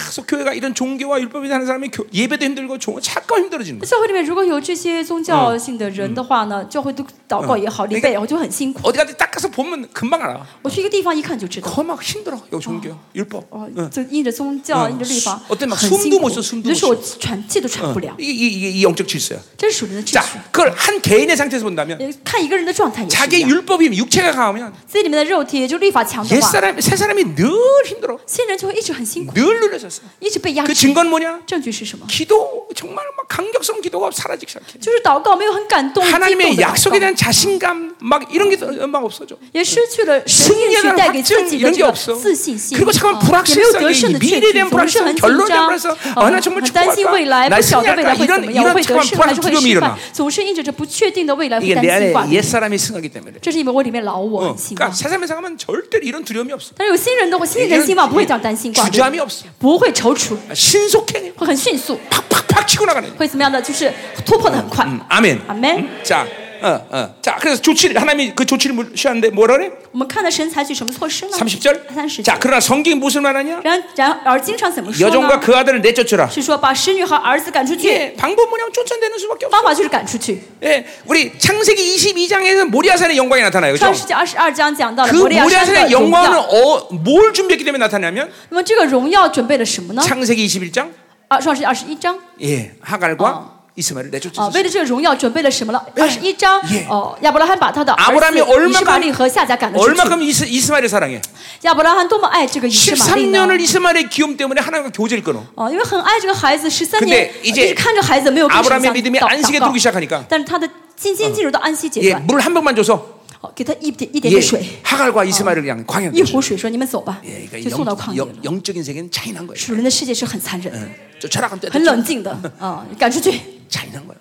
Speaker 1: 계속 교회가 이런 종교와 율법이 사는 사람이 교- 예배도 힘들고 종- 잠깐 힘들어지는 거예요.
Speaker 2: 教会里面如果有这些宗教性的人的话呢，教会都祷告也好，礼拜也好，就很辛苦。
Speaker 1: 어디 가든 딱 가서 보면 금방 알아.
Speaker 2: 我去一个地方一看就知道，
Speaker 1: 그거 막 힘들어. 어, 요 종교, 율법.
Speaker 2: 哦，就因着宗教，因着律法，
Speaker 1: 我对嘛
Speaker 2: 很
Speaker 1: 숨도
Speaker 2: 辛苦
Speaker 1: 못쉬어숨도，
Speaker 2: 有时候
Speaker 1: 못
Speaker 2: 我喘气都喘不了，
Speaker 1: 이게 이게 이 영적 질서야.
Speaker 2: 这是属灵的秩
Speaker 1: 자,
Speaker 2: 序。
Speaker 1: 그걸 한 개인의 상태에서 본다면
Speaker 2: 也呃看一个人的状态也是一
Speaker 1: 자기
Speaker 2: 样，
Speaker 1: 율법이 육체가 강하면
Speaker 2: 自己里面的肉体，也就律法强
Speaker 1: 옛
Speaker 2: 的话，
Speaker 1: 사람 새 사람이 늘 힘들어,
Speaker 2: 新人就会一直很辛苦，
Speaker 1: 늘 눌려졌어.
Speaker 2: 一直被压
Speaker 1: 그
Speaker 2: 制。
Speaker 1: 증거는 뭐냐?
Speaker 2: 证据是什么？
Speaker 1: 기도 정말 막 강력성 기도가 사라지기 시작해.
Speaker 2: 就是祷告没有很感动，激
Speaker 1: 하나님의
Speaker 2: 动地祷告
Speaker 1: 약속에 대한 자신감 막 이런 게 막 없어져.
Speaker 2: 也失去了神应许
Speaker 1: 승리라는
Speaker 2: 带给自
Speaker 1: 확증
Speaker 2: 己的
Speaker 1: 이런
Speaker 2: 这
Speaker 1: 게
Speaker 2: 个
Speaker 1: 없어.
Speaker 2: 自信心，
Speaker 1: 그리고 잠깐
Speaker 2: 啊也没有
Speaker 1: 불확실성,
Speaker 2: 得胜的
Speaker 1: 이
Speaker 2: 确
Speaker 1: 미래에
Speaker 2: 据，
Speaker 1: 대한
Speaker 2: 总是
Speaker 1: 불확실성,
Speaker 2: 很紧
Speaker 1: 결론에 대한
Speaker 2: 张，
Speaker 1: 불확실성,
Speaker 2: 啊
Speaker 1: 아, 나
Speaker 2: 很
Speaker 1: 정말
Speaker 2: 担心未
Speaker 1: 축복할까?
Speaker 2: 来，
Speaker 1: 나
Speaker 2: 不晓得未
Speaker 1: 승리할까?
Speaker 2: 来会怎
Speaker 1: 이런
Speaker 2: 么样，
Speaker 1: 이런
Speaker 2: 会
Speaker 1: 잠깐
Speaker 2: 得胜还是会
Speaker 1: 불확실함이
Speaker 2: 失败
Speaker 1: 일어나. ，
Speaker 2: 总是因着这不确定的未来会
Speaker 1: 이게
Speaker 2: 担
Speaker 1: 내
Speaker 2: 心挂
Speaker 1: 안에
Speaker 2: 念
Speaker 1: 옛 。 사람이 승하기 때문에.
Speaker 2: 这是因为我里面老我
Speaker 1: 어,
Speaker 2: 很兴旺
Speaker 1: 그러니까 ，새 사람에 상하면 절대 이런 두려움이 없어. 예.
Speaker 2: 但是有新人的话，新人兴旺不会这样担心挂
Speaker 1: 주저함이
Speaker 2: 念，
Speaker 1: 없어.
Speaker 2: 不会踌躇，
Speaker 1: 신속해.
Speaker 2: 会很迅速，
Speaker 1: 팍팍팍 치고 나가는.
Speaker 2: 会怎么样的？就是突破的很快。
Speaker 1: 음, 아멘.
Speaker 2: 아멘.
Speaker 1: 음, 자, 어, 어. 자, 그래서 조치를 하나님이 그 조치를 물- 취하는데 뭐라 그래?
Speaker 2: 我们看到神采取什么措施呢？
Speaker 1: 30절.
Speaker 2: 三十
Speaker 1: 자, 그러나 성경이 무슨 말하냐?
Speaker 2: 然然而经常怎么说
Speaker 1: 여종과
Speaker 2: 呢？
Speaker 1: 그 아들을 내쫓으라.
Speaker 2: 是说把使女和儿子赶出去，
Speaker 1: 예, 방법 뭐냐면 쫓아내는 수밖에 없어.
Speaker 2: 方法就是赶出去。
Speaker 1: 예, 우리 창세기 22장에서 모리아산의 영광이 나타나요.
Speaker 2: 创
Speaker 1: 그렇죠?
Speaker 2: 世纪二十二章讲到了
Speaker 1: 그
Speaker 2: 摩利亚山的
Speaker 1: 모리아산의
Speaker 2: 荣
Speaker 1: 영광은
Speaker 2: 耀。
Speaker 1: 어, 뭘 준비했기 때문에 나타나냐면
Speaker 2: 那么这个荣耀准备了什么
Speaker 1: 어?
Speaker 2: 呢？
Speaker 1: 창세기 21장
Speaker 2: 啊，创世纪二十一章
Speaker 1: 예, 하갈과
Speaker 2: 어.
Speaker 1: 이스마엘을
Speaker 2: 啊，
Speaker 1: 내쫓으라.
Speaker 2: 为了这个荣耀准备了什么了？
Speaker 1: 哎
Speaker 2: 二十一章
Speaker 1: 耶
Speaker 2: 哦，亚伯拉罕把他的
Speaker 1: 아
Speaker 2: 儿
Speaker 1: 브라함이
Speaker 2: 子以实玛利
Speaker 1: 얼마큼
Speaker 2: 和夏甲赶了出去。
Speaker 1: 얼마큼 이스, 이스마엘을 사랑해?
Speaker 2: 亚伯拉罕多么爱这个以实玛利呢？
Speaker 1: 13년을 이스마엘의 귀염 때문에 하나님과 교제를 끊어.
Speaker 2: 哦，因为很爱这个孩子，十三年
Speaker 1: 근데이
Speaker 2: 一
Speaker 1: 제
Speaker 2: 直看着孩子没有跟
Speaker 1: 아브라함의
Speaker 2: 神相
Speaker 1: 믿음이안식에들어오기시작하니까
Speaker 2: 但是他的信心进入到安息阶
Speaker 1: 예,
Speaker 2: 段。
Speaker 1: 물 한 병만 줘서 예,
Speaker 2: 哦好，给他一点一点点水，
Speaker 1: 하갈과 어. 이스마엘을 그냥
Speaker 2: 一
Speaker 1: 광야로
Speaker 2: 壶水说你们走吧
Speaker 1: 예, ，
Speaker 2: 就送到
Speaker 1: 그러니까
Speaker 2: 旷
Speaker 1: 영, 嗯
Speaker 2: 野
Speaker 1: 영,
Speaker 2: 了。
Speaker 1: 영적인 세계는 잔인한 거예요.
Speaker 2: 属灵的世界是很残忍的，
Speaker 1: 저 철학은 때
Speaker 2: 很冷静的
Speaker 1: 嗯
Speaker 2: 啊，赶出去，
Speaker 1: 잔인한 거예요.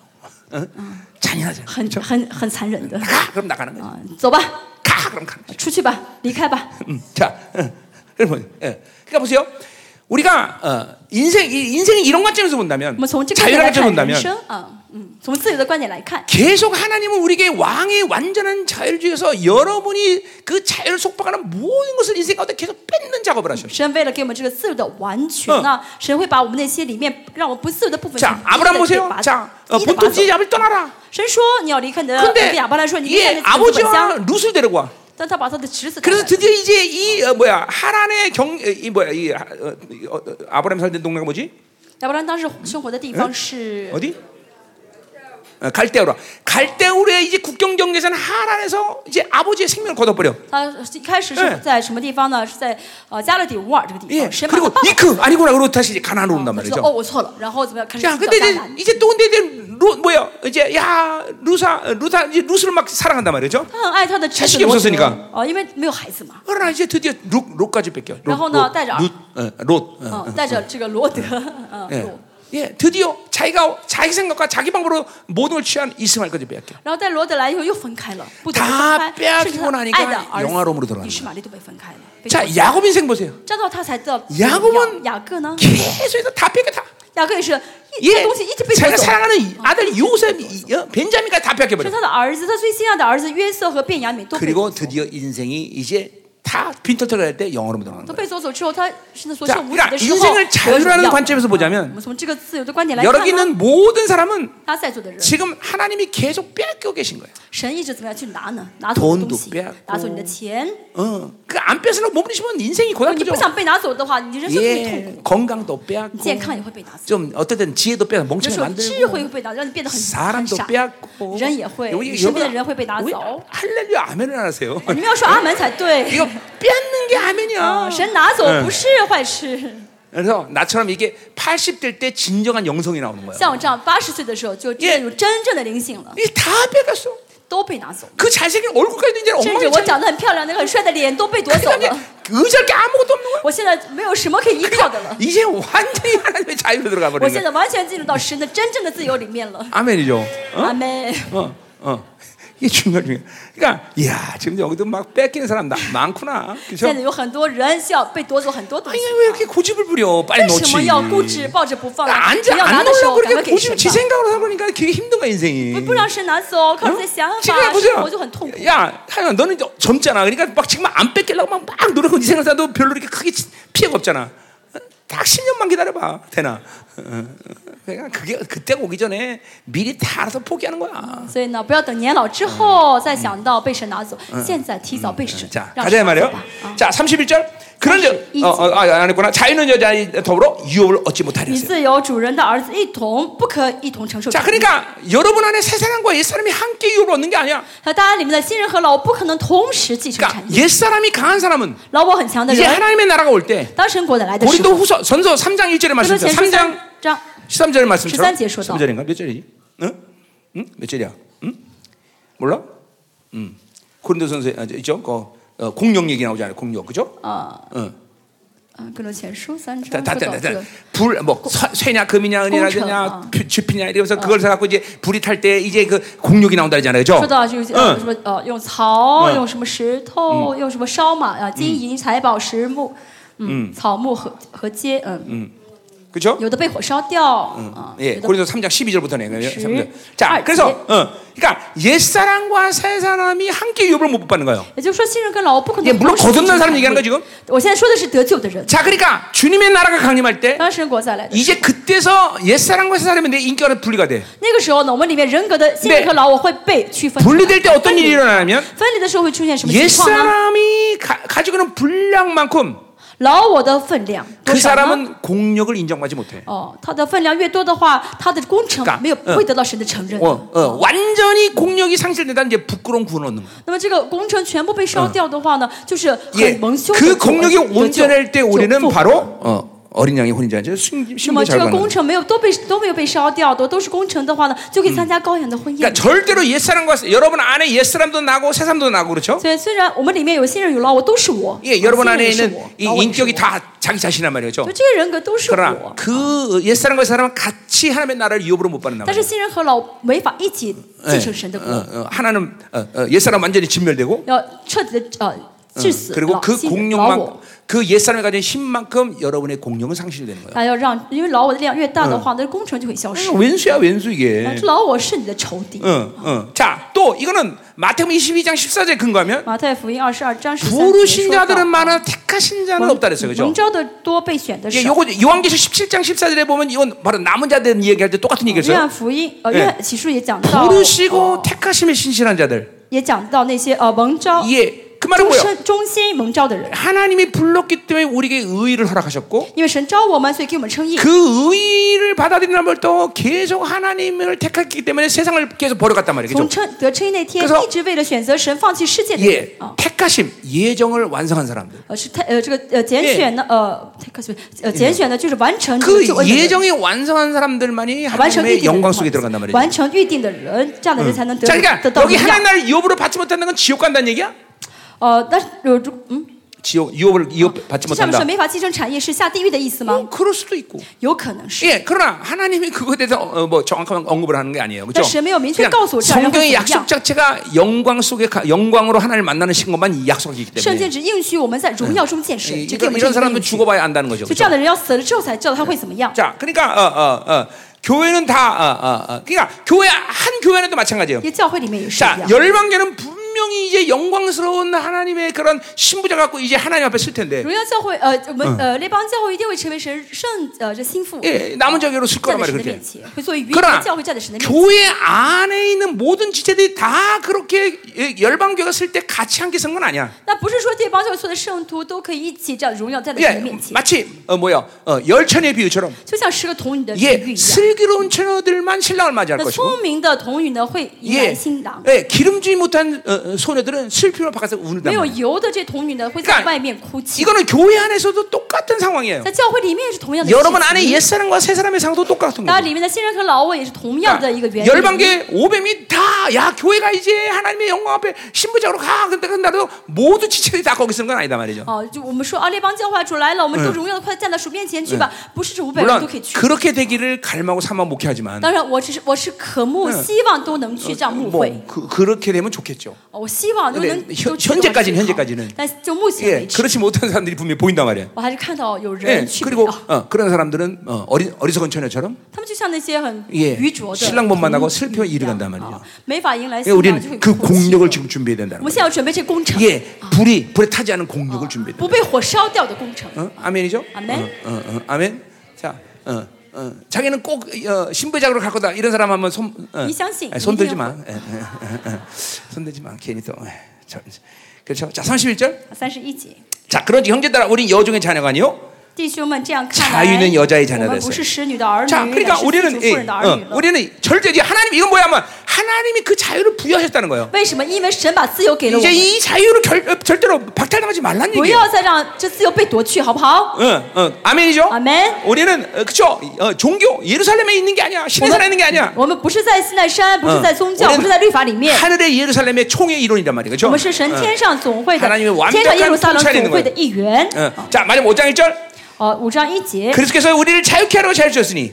Speaker 1: 응? 잔인하죠.
Speaker 2: 很很很残忍的
Speaker 1: 가 그럼 나가는 거예요.
Speaker 2: 啊，走吧，
Speaker 1: 가 그럼 가는 거예요.
Speaker 2: 出去吧，离开吧。
Speaker 1: 음, 자, 응. 여러분, 예. 그러니까 보세요. 우리가 어, 인생 이 인생이 이런 관점에서 본다면
Speaker 2: 我们从这个观点
Speaker 1: 자유라는 뭐 관점에서
Speaker 2: 来看人
Speaker 1: 본다면
Speaker 2: 生啊，嗯，从自由的观点来看，
Speaker 1: 계속 하나님은 우리에게 왕의 완전한 자유를 주셔서 여러분이 그 자유를 속박하는 모든 것을 인생 가운데 계속 뺏는 작업을 하셔.
Speaker 2: 神为了给我们这个自由的完全呢，神会把我们那些里面让我们不自由的部分，
Speaker 1: 嗯 자, 아브라함
Speaker 2: 一一地
Speaker 1: 보세요.
Speaker 2: 拔
Speaker 1: 자, 어, 呃
Speaker 2: 一一地拔
Speaker 1: 본토
Speaker 2: 走
Speaker 1: 지압을 떠나라.
Speaker 2: 神说你要离开你的，对
Speaker 1: 근데
Speaker 2: 亚伯兰说你离开你
Speaker 1: 예,
Speaker 2: 的子本
Speaker 1: 아버지와
Speaker 2: 乡，
Speaker 1: 룻을 데리고 와.
Speaker 2: 但他把他的侄子带来
Speaker 1: 그래서
Speaker 2: 了。
Speaker 1: 드디어 이제 이 어, 뭐야 하란의 경 이 뭐야 이 아, 어, 이, 어, 어, 아브라함 살던 동네가 뭐지?
Speaker 2: 亚伯兰当时生活的地方是
Speaker 1: 어디? 어, 갈대우라. 갈대우라의 이제 국경 경계선 하란에서 이제 아버지의 생명을 걷어버려.
Speaker 2: 他一开始
Speaker 1: 哎
Speaker 2: 是在什么地方呢？是在呃加勒底乌尔这个地
Speaker 1: 예.
Speaker 2: 方。神把他
Speaker 1: 그리고
Speaker 2: 爸爸
Speaker 1: 이크 아니구나. 그러고 다시 이제 가나안으로 온단
Speaker 2: 他说哦
Speaker 1: 말이죠.
Speaker 2: 我错了，然后怎么样开始
Speaker 1: 자,
Speaker 2: 去
Speaker 1: 근데
Speaker 2: 找迦
Speaker 1: 이제,
Speaker 2: 南。
Speaker 1: 이제 또 근데 이제 루, 뭐야 이제 야 루사 루사 이제 루스를 막 사랑한단 말이죠.
Speaker 2: 他很爱他的侄
Speaker 1: 자식이
Speaker 2: 子罗德
Speaker 1: 없었으니까
Speaker 2: 哦，因为没有孩子嘛，
Speaker 1: 그러나 이제 드디어 롯, 롯까지 뺏겨. 롯,
Speaker 2: 그러고는
Speaker 1: 롯,
Speaker 2: 따져.
Speaker 1: 룻, 어, 롯. 어.
Speaker 2: 嗯，带着这个罗德， <laughs> 嗯，
Speaker 1: 예.
Speaker 2: 罗
Speaker 1: 예, 드디어 자기가 자기 생각과 자기 방법으로 모든 걸 취한 이스마엘까지 빼앗겨.
Speaker 2: 然后带罗德来以后又分开了，不得不
Speaker 1: 다
Speaker 2: 分
Speaker 1: 빼앗기고
Speaker 2: 开，甚至
Speaker 1: 나니까
Speaker 2: 他爱的儿
Speaker 1: 영화로움으로돌아가는 거야
Speaker 2: 子以实玛利都被分开了。被处
Speaker 1: 자,
Speaker 2: 死
Speaker 1: 야곱 인생 보세요. 음.
Speaker 2: 这样的话他才知道
Speaker 1: 야곱은
Speaker 2: 雅各呢？
Speaker 1: 계속해서 다 뺏겨 다.
Speaker 2: 雅各也是一他
Speaker 1: 예,
Speaker 2: 东西一直被夺
Speaker 1: 자기가
Speaker 2: 走，
Speaker 1: 사랑하는 이 아들 요셉, 이- 어, 벤자민까지 다 뺏겨
Speaker 2: 是
Speaker 1: 버려.
Speaker 2: 他的儿子，他最心爱的儿子约瑟和便雅敏都被夺
Speaker 1: 그리고
Speaker 2: 走。
Speaker 1: 드디어 인생이 이제 다 빈털터리 할때 영어로 돌아가는
Speaker 2: 都
Speaker 1: 거예요.
Speaker 2: 被夺走之后，他甚至所
Speaker 1: 자,
Speaker 2: 剩无几
Speaker 1: 그러니까
Speaker 2: 的时候，
Speaker 1: 인생을
Speaker 2: 得荣
Speaker 1: 자유라는
Speaker 2: 耀
Speaker 1: 관점에서
Speaker 2: 我
Speaker 1: 보자면
Speaker 2: 们从这个自由的观点来
Speaker 1: 여기
Speaker 2: 看呢，
Speaker 1: 있는 모든 사람은
Speaker 2: 他在座的人，
Speaker 1: 지금 하나님이 계속 빼앗겨 계신 거예요.
Speaker 2: 神一直怎么样去拿呢？拿走你的东
Speaker 1: 돈도빼
Speaker 2: 西
Speaker 1: 앗고 ，
Speaker 2: 拿走你的钱。
Speaker 1: 어, 그안 뺏으려고 몸부림치면 인생이
Speaker 2: 你
Speaker 1: 고달프죠.
Speaker 2: 不想被拿走的话，你人生会痛苦，
Speaker 1: 예, 건강도
Speaker 2: 你健
Speaker 1: 빼앗고
Speaker 2: 康也会被拿走。
Speaker 1: 좀 어쨌든 지혜도 빼앗아
Speaker 2: 有
Speaker 1: 멍청이
Speaker 2: 时候智
Speaker 1: 만들고
Speaker 2: 慧会被拿，让你变得很很
Speaker 1: 사람도
Speaker 2: 傻，
Speaker 1: 빼앗고
Speaker 2: 人也会，
Speaker 1: 여기
Speaker 2: 你身边的
Speaker 1: 여기
Speaker 2: 人会被拿
Speaker 1: 왜
Speaker 2: 走。
Speaker 1: 할렐루야 아멘을 안 하세요
Speaker 2: 你们要说阿门才对。
Speaker 1: 이거 뺏는 게 아멘이야
Speaker 2: 啊神拿走不是坏事，
Speaker 1: 그래서 나처럼 이게 80될 때 진정한 영성이 나오는 거야
Speaker 2: 像我这样八十岁的时候就进入真正的灵性了，
Speaker 1: 이게 다 빼갔어
Speaker 2: 都被拿走，
Speaker 1: 그 잘생긴 얼굴까지도 이제
Speaker 2: 甚至我
Speaker 1: 엉망이잖아
Speaker 2: 长得很漂亮、那个很帅的脸都被夺走
Speaker 1: 그러니까
Speaker 2: 了。
Speaker 1: 이제 의지할 게 아무것도 없는 거야
Speaker 2: 我现在没有什么可以依靠的了，
Speaker 1: 이제 완전히 하나님의 자유로 들어가
Speaker 2: 我
Speaker 1: 버리는
Speaker 2: 现
Speaker 1: 거야
Speaker 2: 在完全进入到神的真正的自由里面了。
Speaker 1: 아멘이죠
Speaker 2: 阿门。
Speaker 1: 어어 어. 이게 중요한 중요 그러니까 이야 지금 여기도 막 뺏기는 사람 나, 많구나
Speaker 2: 现
Speaker 1: 그렇죠
Speaker 2: 在有很多人需要被夺走很多东西
Speaker 1: 아니 。왜 이렇게 고집을 부려 빨리
Speaker 2: 为什
Speaker 1: 놓지
Speaker 2: 么要固执抱着不放？
Speaker 1: 안,
Speaker 2: 只要拿
Speaker 1: 안
Speaker 2: 的时候
Speaker 1: 놀라고
Speaker 2: 赶
Speaker 1: 그렇게
Speaker 2: 快给
Speaker 1: 고집
Speaker 2: 神
Speaker 1: 지
Speaker 2: 吧。
Speaker 1: 생각으로 살고니까 그게 힘든 거야
Speaker 2: 不
Speaker 1: 인생이 어?
Speaker 2: 不让神拿走，靠自己的想
Speaker 1: 지금
Speaker 2: 法，生活就很痛苦
Speaker 1: 보세요 。야 하여간 너는 이제 젊잖아 그러니까 막 지금 안 뺏기려고 막, 막 노력하고 네 생각 사도 별로 이렇게 크게 치- 피해가 없잖아 딱 10년만 기다려봐 되나 어, 어. 그러니까 그게 그때가 오기 전에 미리 다 알아서 포기하는 거야
Speaker 2: 所以呢，不要等年老之后再想到被神拿走，现在提早被神
Speaker 1: 자
Speaker 2: 让
Speaker 1: 가자 이
Speaker 2: 神拿走
Speaker 1: 말이에요
Speaker 2: 吧。啊，
Speaker 1: 자 31절 그런 여, 어, 어, 아, 안 했구나 자유는 여자의 더불어 유업을 얻지
Speaker 2: 与
Speaker 1: 못하리라
Speaker 2: 自由主人的儿子一同，不可一同承受。
Speaker 1: 자
Speaker 2: 那
Speaker 1: 그러니까 여러분 안에 새 사람과 옛 사람이 함께 유업을 얻는 게 아니야
Speaker 2: 大家里面的新人和老我不可能同时继承
Speaker 1: 그러니까
Speaker 2: 产业。
Speaker 1: 옛 사람이 강한 사람은
Speaker 2: 老我很强的
Speaker 1: 이제
Speaker 2: 人，
Speaker 1: 하나님의 나라가 올 때
Speaker 2: 当神国的来的时候，
Speaker 1: 고린도 후서 전서 3장 1절의
Speaker 2: 哥林多
Speaker 1: 말씀이죠.
Speaker 2: 前
Speaker 1: 3장
Speaker 2: 书三章
Speaker 1: 13절의 말씀처럼
Speaker 2: 13 제소서.
Speaker 1: 13절인가 몇 절이지? 응? 응? 몇 절이야? 응? 몰라? 응. 고린도 전서 아, 저, 있죠? 그, 어, 공룡 얘기 나오잖아요. 공룡. 그죠?
Speaker 2: 啊，
Speaker 1: 응.
Speaker 2: 嗯，哥林多前书三章
Speaker 1: 다,
Speaker 2: 不
Speaker 1: 다,
Speaker 2: 懂
Speaker 1: 다,
Speaker 2: 这
Speaker 1: 다,
Speaker 2: 个
Speaker 1: 다. 불, 뭐, 쇠- 쇠냐, 금이냐, 은이냐,
Speaker 2: 공천,
Speaker 1: 냐
Speaker 2: 어.
Speaker 1: 쥐피냐, 이러면서 그걸 사갖고 이제 불이 탈 때 이제 그 공룡이 나온다 그러잖아요. 그죠?
Speaker 2: 说到就是呃
Speaker 1: 응.
Speaker 2: 什么呃，用草，
Speaker 1: 嗯
Speaker 2: 用什么石头，用什么烧马啊，金银财宝石木，嗯，草木和和秸，嗯，
Speaker 1: 그죠?
Speaker 2: 有的被火烧掉，啊，
Speaker 1: 예,
Speaker 2: 有的
Speaker 1: 고린도 3장 12절부터네. 그죠?
Speaker 2: 주-
Speaker 1: 삼절. 자,
Speaker 2: 아,
Speaker 1: 그래서,
Speaker 2: 예.
Speaker 1: 어, 그러니까 옛사람과 새사람이 함께 유업을 못 받는 거예요.
Speaker 2: 也就是说新人跟老不可
Speaker 1: 예
Speaker 2: 能
Speaker 1: 물론
Speaker 2: 同时
Speaker 1: 거듭난
Speaker 2: 继承
Speaker 1: 사람
Speaker 2: 产业
Speaker 1: 얘기하는거지금
Speaker 2: 我现在说的是得救的人，
Speaker 1: 자, 그러니까 주님의 나라가 강림할 때
Speaker 2: 当神国再来的时
Speaker 1: 이제 그때서 옛사람과 새사람의 내 인격은 분리가 돼.
Speaker 2: 候，那个时候呢，我们里面人格的新人
Speaker 1: 네
Speaker 2: 和老我会被区分出来。
Speaker 1: 분리될 때 어떤
Speaker 2: 分
Speaker 1: 일이
Speaker 2: 离
Speaker 1: 일어나냐면
Speaker 2: 分离的时候会出现什么情况呢？
Speaker 1: 옛사람이 가, 가지고 있는 분량만큼
Speaker 2: 老我的分量多
Speaker 1: 그
Speaker 2: 少呢？
Speaker 1: 사람은 공력을 인정받지 못해.
Speaker 2: 哦，他的分量越多的话，他的工程
Speaker 1: 그러니까
Speaker 2: 没有不
Speaker 1: 응
Speaker 2: 会得到神的承认
Speaker 1: 어,
Speaker 2: 的。
Speaker 1: 어, 완전히 공력이 상실된다는 이제 부끄러운 구원 얻는 거야.
Speaker 2: 那么这个工程全部被烧掉的话呢，就是
Speaker 1: 예,
Speaker 2: 很蒙羞的
Speaker 1: 그
Speaker 2: 救恩
Speaker 1: 공력이
Speaker 2: 得救
Speaker 1: 온전할 때 우리는
Speaker 2: 就复活
Speaker 1: 바로 어, 어린 양의 혼인자 이제 순-
Speaker 2: 那
Speaker 1: 신부
Speaker 2: 么这
Speaker 1: 잘
Speaker 2: 个
Speaker 1: 받는
Speaker 2: 工程没有都被都没有被烧掉的，都是工程的话呢，就可以参加羔羊的婚
Speaker 1: 嗯 그러니까
Speaker 2: 宴。
Speaker 1: 절대로 옛사람과 여러분 안에 옛사람도 나고 새사람도 나고 그렇죠?
Speaker 2: 所以虽然我们里面有新人有老我，都是我，
Speaker 1: 예,
Speaker 2: 啊
Speaker 1: 여러분
Speaker 2: 新人
Speaker 1: 안에
Speaker 2: 也是
Speaker 1: 있는
Speaker 2: 我，
Speaker 1: 이
Speaker 2: 老我也是
Speaker 1: 인격이
Speaker 2: 我，
Speaker 1: 다 자기 자신란 말이죠.
Speaker 2: 就这些人格都是
Speaker 1: 그렇죠. 그러나
Speaker 2: 我。
Speaker 1: 그 옛사람과 새사람은 같이 하나님의 나라를 유업으로 못 받는다
Speaker 2: 但是
Speaker 1: 말이에요.
Speaker 2: 新人和老没法一起
Speaker 1: 예,
Speaker 2: 继承神的
Speaker 1: 어,
Speaker 2: 国，
Speaker 1: 어, 하나는 어, 어, 옛사람 완전히 진멸되고
Speaker 2: 要彻底的呃致死
Speaker 1: 그리고
Speaker 2: 老
Speaker 1: 그
Speaker 2: 新人老我
Speaker 1: 공룡만 。그 옛사람이 가진 힘만큼 여러분의 공룡은 상실되는 거예요.
Speaker 2: 那啊要让，因为老我的力量越大的话，嗯那嗯工程就会消
Speaker 1: 아,
Speaker 2: 失。
Speaker 1: 왼수야 왼수
Speaker 2: 啊
Speaker 1: 이게.
Speaker 2: 这老我是你的仇敌。
Speaker 1: 응, 응. 자, 또 이거는 마태복음 22장 14절에 근거하면
Speaker 2: 马太福音二十二章十三节
Speaker 1: 부르신
Speaker 2: 说到
Speaker 1: 자들은 ， 많아 택하신 자는 없다 그랬어요.
Speaker 2: 蒙
Speaker 1: 그죠?
Speaker 2: 召的多，被选的
Speaker 1: 이게
Speaker 2: 少。
Speaker 1: 요거 요한계시 17장 14절에 보면 이건 바로 남은 자들 얘기할 때 똑같은
Speaker 2: 约
Speaker 1: 얘기했어요.
Speaker 2: 翰福音，呃，
Speaker 1: 예
Speaker 2: 约翰启示录也讲到，
Speaker 1: 부르시고
Speaker 2: 呃
Speaker 1: 택하심에 신실한 자들.
Speaker 2: 也讲到那些呃蒙召、
Speaker 1: 예. 그 말은
Speaker 2: 终
Speaker 1: 뭐예요?
Speaker 2: 身、忠心蒙召的人，
Speaker 1: 하나님이 불렀기 때문에 우리에게 의의를 허락하셨고
Speaker 2: 因为神召我们，所以给我们称义。
Speaker 1: 그 의의를 받아들이는 걸또 계속 하나님을 택했기 때문에 세상을 계속 버려갔단 말이에요.
Speaker 2: 从
Speaker 1: 그죠?
Speaker 2: 称得称义那天
Speaker 1: 그래서 ，
Speaker 2: 一直为了选择神，放弃世界的人
Speaker 1: 예.
Speaker 2: 啊。
Speaker 1: 택하심 예정을 완성한 사람들.
Speaker 2: 呃，是太呃这个呃拣选呢呃，太可惜了，呃拣选呢就是完成这
Speaker 1: 그
Speaker 2: 个救恩的人
Speaker 1: 예정이 아, 완성한 사람들만이
Speaker 2: 完成预
Speaker 1: 하나님의
Speaker 2: 定的人
Speaker 1: 영광 속에 들어간단 말이죠.
Speaker 2: 完成预定的人，这样的人才能得
Speaker 1: 자,
Speaker 2: 得
Speaker 1: 그러니까
Speaker 2: 到荣
Speaker 1: 여기
Speaker 2: 耀
Speaker 1: 하나님 나를 유업으로 받지 못한다는 건 지옥 간다는 얘기야?
Speaker 2: 呃，但是有这嗯，
Speaker 1: 지옥 유업을 유업 받지
Speaker 2: 这上面
Speaker 1: 못한다.
Speaker 2: 说没法继承产业是下地狱的意思吗？
Speaker 1: 어, 그럴 수도 있고.
Speaker 2: 有可能是。
Speaker 1: 예, 그러나 하나님이 그거에 대해서 어, 뭐 정확한 언급을 하는 게 아니에요. 그렇죠?
Speaker 2: 但神没有明确告诉我这样
Speaker 1: 성경의
Speaker 2: 会怎么样。
Speaker 1: 약속 자체가 영광 속에 가- 영광으로 하나님을 만나는 신것만 약속이기
Speaker 2: 圣
Speaker 1: 때문에
Speaker 2: 经只应许我们在荣耀中见
Speaker 1: 이-
Speaker 2: 神，只给我
Speaker 1: 이런,
Speaker 2: 们这
Speaker 1: 이런
Speaker 2: 嗯个
Speaker 1: 사람은
Speaker 2: 应许
Speaker 1: 죽어봐야 안다는 거죠.
Speaker 2: 就
Speaker 1: 그렇죠?
Speaker 2: 这样的人要死了之后才知道他会怎么样。
Speaker 1: 자, 그러니까 어, 어, 어, 교회는 다 어, 어, 어, 그러니까 교회 한 교회 안에도 마찬가지예요. 예.
Speaker 2: 因为教会里面也是一
Speaker 1: 자,
Speaker 2: 样。
Speaker 1: 열방계는 분명히 이제 영광스러운 하나님의 그런 신부자 갖고 이제 하나님 앞에 설 텐데
Speaker 2: 荣耀教会，呃，我们呃列邦教会一定会成为神圣呃这心腹，
Speaker 1: 예, 남은 자기로 쓸
Speaker 2: 站
Speaker 1: 거란
Speaker 2: 在
Speaker 1: 말이에요.
Speaker 2: 神的
Speaker 1: 그렇게.
Speaker 2: 面前，会作为余
Speaker 1: 그러나
Speaker 2: 民教会站在神的面前。
Speaker 1: 교회 안에 있는 모든 지체들이 다 그렇게 예, 열방교가 쓸 때 같이 함께 쓴 건 아니야.
Speaker 2: 那不是说列邦教会所有的圣徒都可以一起这样荣耀站在神
Speaker 1: 예,
Speaker 2: 的面前，
Speaker 1: 마치 어, 뭐야 어, 열천의 비유처럼
Speaker 2: 就像十个童女的比
Speaker 1: 예,
Speaker 2: 喻一样。
Speaker 1: 슬기로운 처녀들만 신랑을 맞이할
Speaker 2: 那
Speaker 1: 것이고
Speaker 2: 聪明的童女呢，会迎
Speaker 1: 예,
Speaker 2: 来新郎；
Speaker 1: 예, 기름지지 못한 어, 어, 소녀들은 슬픔을 바깥에서 우는다.
Speaker 2: 没有油的这童女呢，会
Speaker 1: 그러니까
Speaker 2: 在外面哭泣。
Speaker 1: 이거는 교회 안에서도 똑같은 상황이에요.
Speaker 2: 在教会里面也是同样的事
Speaker 1: 여러분 안에
Speaker 2: 情。
Speaker 1: 옛사람과 새사람의 상도 똑같은
Speaker 2: 那
Speaker 1: 거예요.
Speaker 2: 里面的新人和老我也是同样的一个原
Speaker 1: 그러니까
Speaker 2: 理。
Speaker 1: 열방계 500이 다, 야, 교회가 이제 하나님의 영광 앞에 신부적으로 가. 근데 그날도 모두 지체들이 다 거기 쓰는 건 아니다 말이죠.
Speaker 2: 哦，就我们说啊，列邦教化主来了，我们都荣耀的快站到主面前去吧，不是这五百人都
Speaker 1: 물론
Speaker 2: 嗯可以去。
Speaker 1: 그렇게 되기를 갈망하고 삼아 목회하지만
Speaker 2: 当然，我只是我是渴慕，希望都能去这样牧会。
Speaker 1: 뭐 그, 그렇게 되면 좋겠죠.
Speaker 2: 哦嗯我希望都能
Speaker 1: 근데
Speaker 2: 都去这
Speaker 1: 현재
Speaker 2: 样
Speaker 1: 까지는
Speaker 2: 思
Speaker 1: 현재
Speaker 2: 考
Speaker 1: 까지는
Speaker 2: 但就目前
Speaker 1: 예,
Speaker 2: 为止，
Speaker 1: 그렇지 못한 사람들이 분명히 보인단 말이에요.
Speaker 2: 我还是看到有
Speaker 1: 예,
Speaker 2: 人去不
Speaker 1: 그리고
Speaker 2: 了，
Speaker 1: 어, 그런 사람들은 어, 어리, 어리석은 처녀처럼
Speaker 2: 他们就像那些很
Speaker 1: 예,
Speaker 2: 愚拙的
Speaker 1: 신랑못만나고슬
Speaker 2: 童女
Speaker 1: 피로
Speaker 2: 一样
Speaker 1: 이르간단말이죠
Speaker 2: 啊没法迎来
Speaker 1: 예,
Speaker 2: 新郎，就
Speaker 1: 우리는
Speaker 2: 会
Speaker 1: 그
Speaker 2: 哭泣
Speaker 1: 공력을 지금 준비해야 된다는
Speaker 2: 我们
Speaker 1: 거예요.
Speaker 2: 现在要准备这工程，
Speaker 1: 예, 불이 불에 타지 않은 공력을 준비해야
Speaker 2: 不
Speaker 1: 돼.
Speaker 2: 被火烧掉的工程。
Speaker 1: 어? 아. 아멘이죠?
Speaker 2: 아멘.
Speaker 1: 어, 어, 어, 아멘. 자, 어, 어, 자기는 꼭 어, 신부작으로 갈 거다. 이런 사람 한번 손, 어,
Speaker 2: 이 상식,
Speaker 1: 아, 손
Speaker 2: 이
Speaker 1: 들지 마. 예, 예, 예, 예. 손 들지 마. 괜히 또. 예, 저, 그렇죠. 자, 31절.
Speaker 2: 三十一节，
Speaker 1: 자, 그런지 형제들아, 우린 여종의 자녀가 아니요.
Speaker 2: 弟兄们，这样看
Speaker 1: 자유는여자의자녀
Speaker 2: 我们
Speaker 1: 됐어요
Speaker 2: 不是使女的儿女，
Speaker 1: 자,
Speaker 2: 乃
Speaker 1: 그러니까
Speaker 2: 是自
Speaker 1: 우리는
Speaker 2: 己
Speaker 1: 예,
Speaker 2: 妇人的儿
Speaker 1: 어,
Speaker 2: 女了。
Speaker 1: 우리는 절대지 하나님 이건 뭐야? 하면 하나님이 그 자유를 부여하셨다는 거예요.
Speaker 2: 为什么？因为神把自由给了我
Speaker 1: 이제
Speaker 2: 们，
Speaker 1: 이 자유를 결, 어, 절대로 박탈당하지 말란
Speaker 2: 不
Speaker 1: 얘기예요.
Speaker 2: 要再让这自由被夺去，好不好？
Speaker 1: 응, 응, 아멘이죠?
Speaker 2: 아멘.
Speaker 1: 우리는 어, 그쵸? 어, 종교 예루살렘에 있는 게 아니야. 신의 산에 있는 게 아니야.
Speaker 2: 我们不是在西奈山，不是在宗教，
Speaker 1: 我们
Speaker 2: 不是在律法里面，
Speaker 1: 하늘의 예루살렘의 총의 이론이란 말이에요.
Speaker 2: 我
Speaker 1: 그렇죠?
Speaker 2: 们是神天上总会的
Speaker 1: 하나님의완벽한
Speaker 2: 天上耶路撒冷总会的
Speaker 1: 통찰이있는거예요
Speaker 2: 一员。
Speaker 1: 응. 어. 자, 마지막 5장 1절.
Speaker 2: 哦，五章一节，
Speaker 1: 그리스께서 우리를 자유케 하러 자유주셨으니.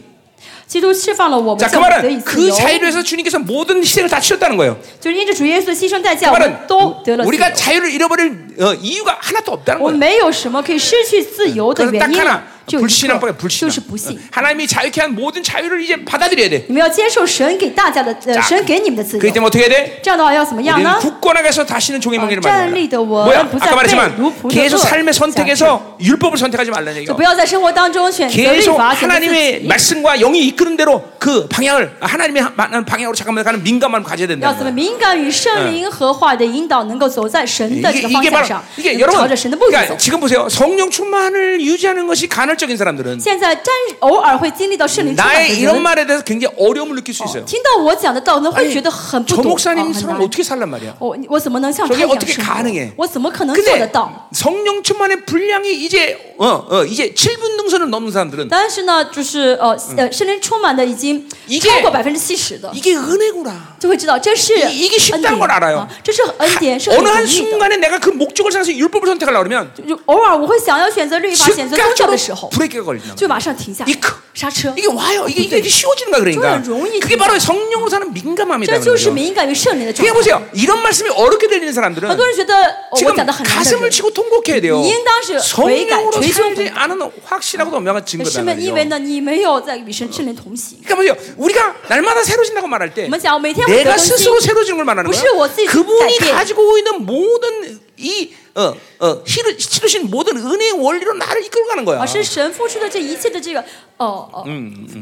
Speaker 2: 基督释放了我们，
Speaker 1: 자, 그
Speaker 2: 叫我们得以
Speaker 1: 말은
Speaker 2: 自
Speaker 1: 그
Speaker 2: 由。
Speaker 1: 자유로 해서 주님께서 모든 희생을 다 치셨다는 거예요.
Speaker 2: 就是因着主耶稣的牺牲代
Speaker 1: 그
Speaker 2: 价，我们
Speaker 1: 말은
Speaker 2: 都得了自
Speaker 1: 우리가
Speaker 2: 由。
Speaker 1: 자유를 잃어버릴 어, 이유가 하나도 없다는
Speaker 2: 我们
Speaker 1: 거예요.
Speaker 2: 没有什么可以失去自由的
Speaker 1: 그래서
Speaker 2: 原
Speaker 1: 딱
Speaker 2: 因
Speaker 1: 하나. ，
Speaker 2: 就有一
Speaker 1: 불신한 거야,
Speaker 2: 个，
Speaker 1: 불신한.
Speaker 2: 就是不信
Speaker 1: 어, 。 하나님이 자유케 한 모든 자유를 이제 받아들여야 돼.
Speaker 2: 你们要接受神给大家的，
Speaker 1: 자
Speaker 2: 呃，神给你们的自
Speaker 1: 그렇기
Speaker 2: 由。
Speaker 1: 때문에 어떻게 해야 돼?
Speaker 2: 这样的话要怎么样
Speaker 1: 우리는
Speaker 2: 呢？
Speaker 1: 굳건하게 해서 다시는 종의 명예를
Speaker 2: 어,
Speaker 1: 말하는
Speaker 2: 짠리더 원,
Speaker 1: 뭐야?
Speaker 2: 부자
Speaker 1: 아까 말했지만
Speaker 2: 배, 루프,
Speaker 1: 계속
Speaker 2: 루프.
Speaker 1: 삶의 선택에서 율법을 선택하지 말라는
Speaker 2: 就
Speaker 1: 얘기예요.
Speaker 2: 不要在生活当中选择律
Speaker 1: 계속
Speaker 2: 法，选择自
Speaker 1: 하나님의
Speaker 2: 己。
Speaker 1: 말씀과 영이 이끄는 대로 그 방향을 하나님의 맞는 방향으로 잠깐만 가는 민감함을 가져야
Speaker 2: 要
Speaker 1: 된다는
Speaker 2: 怎么
Speaker 1: 거예요.
Speaker 2: 敏感与圣灵和话语的引导，能够走在神的这
Speaker 1: 이게,
Speaker 2: 个
Speaker 1: 이게
Speaker 2: 方向
Speaker 1: 바로
Speaker 2: 上呃
Speaker 1: 이게 ， 여러분
Speaker 2: 朝着神的步
Speaker 1: 그러니까
Speaker 2: 骤走。
Speaker 1: 지금 보세요 성령 충만을 유지하는 것이 간헐적인 사람들은
Speaker 2: 现在暂偶尔会经历到圣灵充满的
Speaker 1: 나의 이런
Speaker 2: 人，
Speaker 1: 말에 대해서 굉장히 어려움을 느낄 수 있어요.
Speaker 2: 听到我讲的道呢，会
Speaker 1: 아니,
Speaker 2: 觉得很不
Speaker 1: 저
Speaker 2: 懂，
Speaker 1: 목사님
Speaker 2: 啊很
Speaker 1: 사람
Speaker 2: 难。
Speaker 1: 어떻게 살란 말이야?
Speaker 2: 我我怎么能像他
Speaker 1: 저게
Speaker 2: 一样
Speaker 1: 어떻게
Speaker 2: 生
Speaker 1: 가능해
Speaker 2: 活？我怎么可能做得
Speaker 1: 근데
Speaker 2: 到？
Speaker 1: 성령 충만의 분량이 이제 어, 어, 이제 7분 능선을 넘는 사람들은
Speaker 2: 但是呢，就是呃呃，圣灵充满的已经
Speaker 1: 이게
Speaker 2: 超过百分之七十的，
Speaker 1: 이게 은혜구나.
Speaker 2: 就会知道这是
Speaker 1: 이이게쉽
Speaker 2: 恩
Speaker 1: 다는걸
Speaker 2: 典，
Speaker 1: 알아요
Speaker 2: 啊这是恩典，是很啊
Speaker 1: 어느
Speaker 2: 容
Speaker 1: 한
Speaker 2: 易的。
Speaker 1: 순간에 내가 그 목적을 상해서 율법을 선택하려고 그러면
Speaker 2: 就偶尔我会想要选择律法、选择宗教的时
Speaker 1: 즉각적으로
Speaker 2: 候，
Speaker 1: 브레이크가 걸린다.
Speaker 2: 就马上停下
Speaker 1: 이크 ，
Speaker 2: 刹车。
Speaker 1: 이게 와요. 이게 이게 이렇게 쉬워지는 거야 그러니까.
Speaker 2: 저는 용이
Speaker 1: 그게 바로 성령으로 사는 민감함이다.
Speaker 2: 这就是
Speaker 1: 그러죠.
Speaker 2: 敏感于圣灵的状
Speaker 1: 그게
Speaker 2: 态。
Speaker 1: 보세요. 이런 말씀이 어렵게 들리는
Speaker 2: 很
Speaker 1: 사람들은
Speaker 2: 多人觉得哦我
Speaker 1: 지금
Speaker 2: 讲的很难的
Speaker 1: 가슴을
Speaker 2: 人，
Speaker 1: 치고 통곡해야 돼요.
Speaker 2: 이 인당시
Speaker 1: 성령으로
Speaker 2: 죄가-
Speaker 1: 살지
Speaker 2: 죄송합니다.
Speaker 1: 않은 확실하고도 명확한
Speaker 2: 可
Speaker 1: 증거다.
Speaker 2: 是呢，因为
Speaker 1: 말이에요.
Speaker 2: 呢，你没有在与神圣灵同行。
Speaker 1: 그러니까 보세요. 우리가 날마다 새로진다고 말할 때
Speaker 2: 我们讲，每天会
Speaker 1: 내가
Speaker 2: 更新，
Speaker 1: 스스로 새로지는 걸 말하는
Speaker 2: 무시를
Speaker 1: 거야.
Speaker 2: 워스이
Speaker 1: 그분이
Speaker 2: 잘 돼.
Speaker 1: 가지고 있는 모든 이 어, 어, 치르- 치르신 모든 은혜의 원리로 나를 이끌고 가는 거야.
Speaker 2: 而是神付出的这一切的这个，哦哦，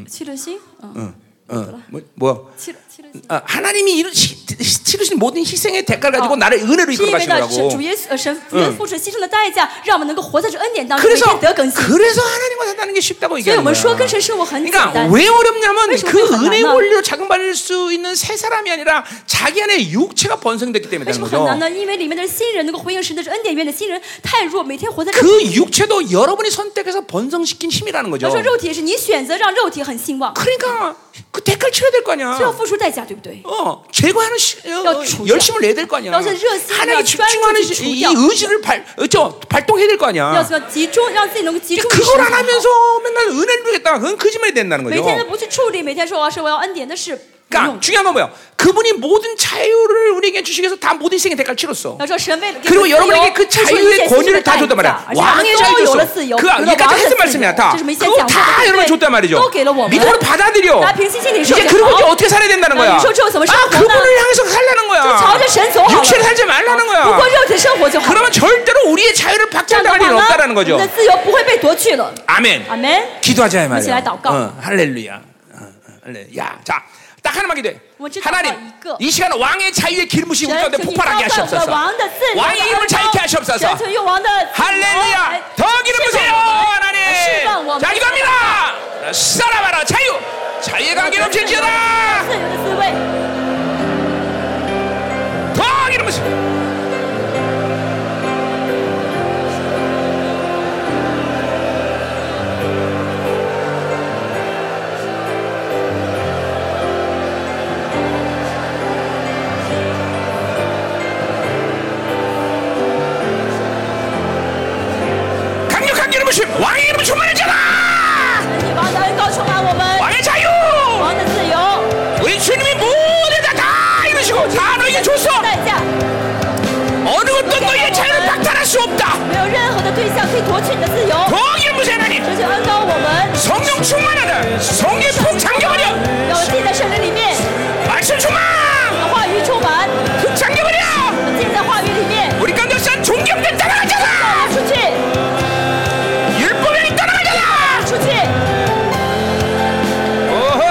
Speaker 2: 七轮星，嗯，
Speaker 1: 어, 뭐, 뭐야?
Speaker 2: 七轮七轮星。
Speaker 1: 아, 하나님이 이런 시- 시- 치르신 모든 희생의 대가를 가지고
Speaker 2: 어.
Speaker 1: 나를 은혜로
Speaker 2: 哦是
Speaker 1: 이끌어
Speaker 2: 因为
Speaker 1: 가신
Speaker 2: 呢，是
Speaker 1: 거라고.
Speaker 2: 主耶稣呃神主耶稣付出牺牲的代价，让我们能够活在这恩典当中，每
Speaker 1: 그래서
Speaker 2: 天得更新。
Speaker 1: 그래서 하나님과 산다는 게 쉽다고
Speaker 2: 所以我
Speaker 1: 얘기하는
Speaker 2: 们说
Speaker 1: 거야.
Speaker 2: 跟神生活很简
Speaker 1: 그러니까
Speaker 2: 单。
Speaker 1: 왜 어렵냐면
Speaker 2: 그래서
Speaker 1: 그
Speaker 2: 우리가
Speaker 1: 은혜
Speaker 2: 만나-
Speaker 1: 원리로 자금받을 수 있는 새 사람이 아니라 자기 안에 육체가 번성됐기
Speaker 2: 为
Speaker 1: 때문에
Speaker 2: 什么
Speaker 1: 그런
Speaker 2: 很
Speaker 1: 거죠.
Speaker 2: 难呢？因为里面的新人能够回应神的是恩典院的新人太弱，每天活在肉体。
Speaker 1: 그 육체도 여러분이 선택해서 번성시킨 힘이라는
Speaker 2: 他
Speaker 1: 거죠.
Speaker 2: 说肉体也是你选择让肉体很兴旺，
Speaker 1: 그러니까 그 대가를 치러야 될 거
Speaker 2: 就要
Speaker 1: 아니야.
Speaker 2: 付出代价，对不对？
Speaker 1: 어, 제거하는 시, 어,
Speaker 2: 야,
Speaker 1: 어,
Speaker 2: 주야.
Speaker 1: 열심을 내야 될 거 아니야.
Speaker 2: 야, 진짜热心,
Speaker 1: 하나님
Speaker 2: 야,
Speaker 1: 집중하는
Speaker 2: 주야,
Speaker 1: 이, 이
Speaker 2: 주야.
Speaker 1: 의지를 발, 어, 저, 발동해야 될 거
Speaker 2: 要
Speaker 1: 아니야.
Speaker 2: 要集中，让自己能够集
Speaker 1: 이제
Speaker 2: 中于神
Speaker 1: 그걸
Speaker 2: 的
Speaker 1: 안
Speaker 2: 话。
Speaker 1: 하면서 맨날 은혜를 주겠다. 그건 거짓말이 된다는
Speaker 2: 每
Speaker 1: 거죠.
Speaker 2: 天都不去处理，每天说啊，是我要恩典的事。没用
Speaker 1: 그러니까 。 중요한 건 뭐야? 그분이 모든 자유를 우리에게 주시기 위해서 다 모든 희생의 대가를 치렀어.
Speaker 2: 要说神为了给
Speaker 1: 그리고
Speaker 2: 我们自由
Speaker 1: 여러분에게 그
Speaker 2: 付出一
Speaker 1: 자유의
Speaker 2: 切牺牲的
Speaker 1: 권위를 다
Speaker 2: 代
Speaker 1: 줬단
Speaker 2: 价
Speaker 1: 말이야.
Speaker 2: 而且我
Speaker 1: 왕의
Speaker 2: 们
Speaker 1: 자유
Speaker 2: 都有了
Speaker 1: 줬어.
Speaker 2: 自由，
Speaker 1: 그
Speaker 2: 得到
Speaker 1: 여기까지
Speaker 2: 王的
Speaker 1: 했던
Speaker 2: 自由
Speaker 1: 말씀이야. 다.
Speaker 2: 这是没先
Speaker 1: 그
Speaker 2: 讲过的
Speaker 1: 다
Speaker 2: 对
Speaker 1: 여러분 네. 줬단 말이죠.
Speaker 2: 都给了我们。
Speaker 1: 믿음으로 받아들여.
Speaker 2: 大家平心接受
Speaker 1: 이제
Speaker 2: 就好。
Speaker 1: 그러고 이제 어떻게 살아야 된다는 거야?
Speaker 2: 那你说这我怎么生
Speaker 1: 아,
Speaker 2: 活呢？
Speaker 1: 그분을 향해서 살라는
Speaker 2: 就朝着神走
Speaker 1: 거야.
Speaker 2: 好了。
Speaker 1: 육체를 살지 말라는
Speaker 2: 不过
Speaker 1: 거야.
Speaker 2: 肉体生活就好。
Speaker 1: 그러면 절대로 우리의 자유를
Speaker 2: 这样
Speaker 1: 박탈당할
Speaker 2: 的
Speaker 1: 일은
Speaker 2: 话呢，
Speaker 1: 없다라는
Speaker 2: 我们
Speaker 1: 거죠.
Speaker 2: 的自由不会被夺去了。
Speaker 1: 아멘.
Speaker 2: 阿门。
Speaker 1: 기도하자 이 말이야.
Speaker 2: 같이 기도.
Speaker 1: 어, 할렐루야. 어, 어, 할렐루야. 야, 자, 딱 하나만 기도해.
Speaker 2: 뭐지?
Speaker 1: 하나님,
Speaker 2: 이거.
Speaker 1: 이 시간 왕의 자유의 그 기름부심 우리
Speaker 2: 神，
Speaker 1: 가운데
Speaker 2: 请你
Speaker 1: 폭발하게
Speaker 2: 浇灌我
Speaker 1: 하시옵소서.
Speaker 2: 王的自由的
Speaker 1: 왕의 이름을
Speaker 2: 恩
Speaker 1: 자유케
Speaker 2: 膏。
Speaker 1: 하시옵소서.
Speaker 2: 神，请用王的自由
Speaker 1: 할렐루야.
Speaker 2: 来
Speaker 1: 더 기름 부세요, 네, 뭐,
Speaker 2: 释放
Speaker 1: 하나님.
Speaker 2: 我们，释放我们
Speaker 1: 자 이겁니다. 살아봐라 자유. 자유가 기름 실지어다.
Speaker 2: 自由的滋味。
Speaker 1: 더 기름 부세요. 강력한 기름 부심. 왕의 기름 충만해져라.
Speaker 2: 你王的恩膏充满我们，
Speaker 1: 왕의 자유.
Speaker 2: 王的自由
Speaker 1: 우리 주님이 모두 다다 이루시고 다 너에게 줬어.
Speaker 2: 代价，
Speaker 1: 어느 것도 너희의 자유를 박탈할 수 없다.
Speaker 2: 没有任何的对象可以夺去你的自由。
Speaker 1: 더 기름 부세 하나님.
Speaker 2: 这就恩膏我们，
Speaker 1: 성령 충만하다. 성령 폭 잠겨버려.
Speaker 2: 让我们进在圣灵里面，
Speaker 1: 말씀 충만.
Speaker 2: 让话语充满，
Speaker 1: 폭 잠겨버려.
Speaker 2: 我们进在话语里面，
Speaker 1: 우리 가운데 선 존경된 자가
Speaker 2: 让
Speaker 1: 나잖아.
Speaker 2: 我们出去，
Speaker 1: 율법에 있다 나잖아.
Speaker 2: 出去，
Speaker 1: 오호호.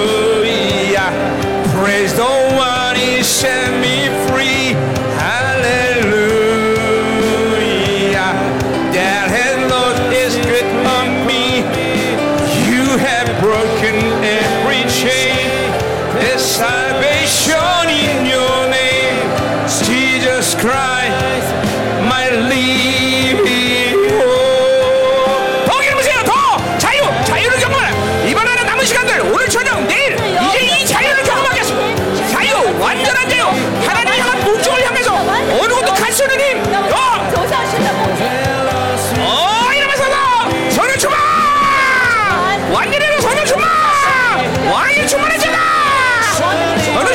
Speaker 1: 할렐루야. Praise the one who set me free. Hallelujah. That has looked is good on me. You have broken every chain. There's salvation in your name. Jesus Christ, my living hope. 더 기름으세요. 더 자유, 자유를 경험하라. 이번 하루 남은 시간들 오늘 저녁 내일 이제 이 자유를 경험하게 하소서. 자유, 완전한 자유. 하나님 향한 목적을 향해서 어느 곳도 갈 수 있는 힘.
Speaker 2: 让我
Speaker 1: 더.
Speaker 2: 们走向神的梦境。
Speaker 1: 어, 이러면서 너 성령 충만! 완전히 성령 충만! 왕이 충만해잖아! 어느 어, 어!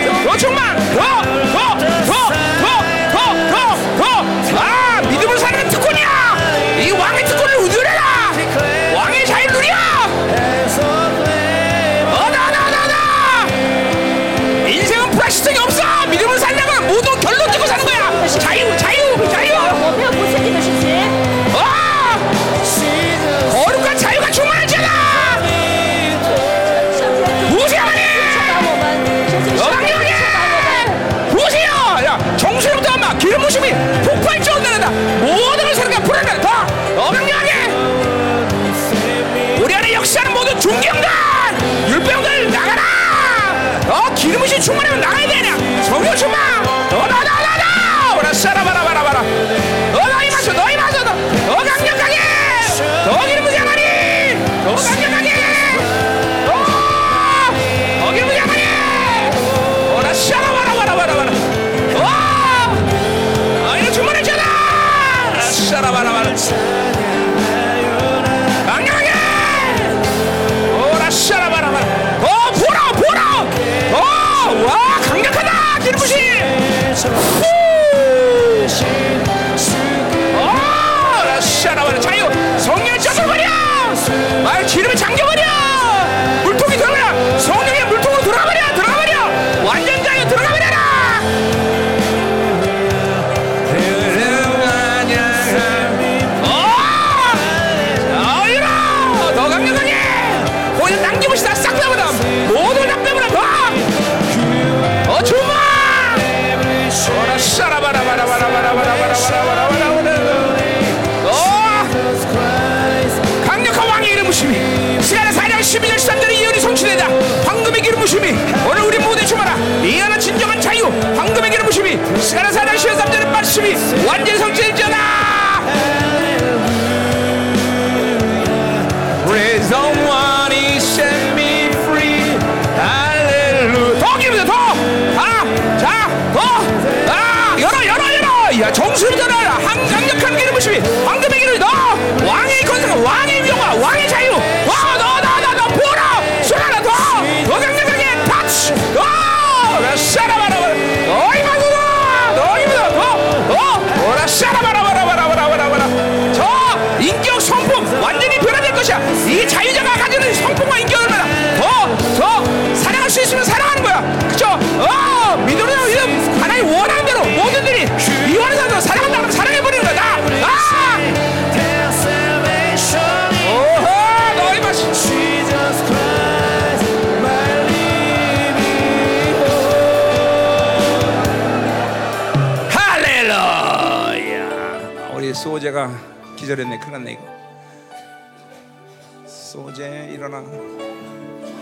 Speaker 1: 아, 어, 어! 중경단 율병들 나가라 어 기름이 충만하면 나가야 되냐 성령 충만 너너너너너 오라 사라바라바라바라 어 너희 마셔 너희 마셔 더, 더 강력하게 더 기름이 하나니 더 강력하게 어, 더 기름이 하나니 오라 사라바라바라바라바라 어 너희는 충만해져라 사라바라바라 강력하게 오라 샤라바라바라 어 보라 보라 어와 강력하다 기름부시 어, 오라 샤라바라 자유 성령 쫓아버려 말 기름을 잠겨버려 물통이 들어가라 성령의 물통으로 들어가버려 들어가버려 완전 자유 들어가버려라 어 자유로 더 강력하게 오늘 남김없이다 싹 빼버려 모두 다 빼버려 더 어주마 소라 샤라바라바라바라바라바라바라바라바라바라바라 강력한 왕의 이름 부심이 시간의 사량 12절 13절의 예언이 성취되자 황금의 기름 부심이 오늘 우리 모두 주마라 이하는 진정한 자유 황금의 기름 부심이 시간의 사량 13절의 말씀이 완전히 성취되잖아 Praise the one who set me free. Hallelujah. 더 기름져 더. 아, 자, 더. 아, 열어, 열어, 열어. 야, 정수를 열어라. 한 강력한 기름 부심이 황금의 기름 너 왕의 권세, 왕의 명화, 왕의 자유. 와, 너, 너, 너, 너 보라. 수라라 더. 더 강력하게 touch. 너, 샤라바라바라. 너희 마누라. 너희 마누라. 더, 더. 오라 샤라바라바라바라바라바라. 저 인격 성품 완전히 변화될 것이야. 이 자유자가 가지는 성품과 인격을 말아. 더, 더 사랑할 수 있으면 사랑하는 거야. 그쵸? 어, 믿음이나 믿음. 하나님 원하는 대로 모든 일이 이원하는 대로 사랑한다 하면 사랑해버리는 거야. 나, 나. 오호, 너희 맛이. 할렐루야.
Speaker 3: 우리 소재가 기절했네 큰일 났네 이거 소재 일어나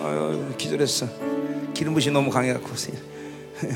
Speaker 3: 아유 기절했어 기름붓이 너무 강해갖고 <laughs>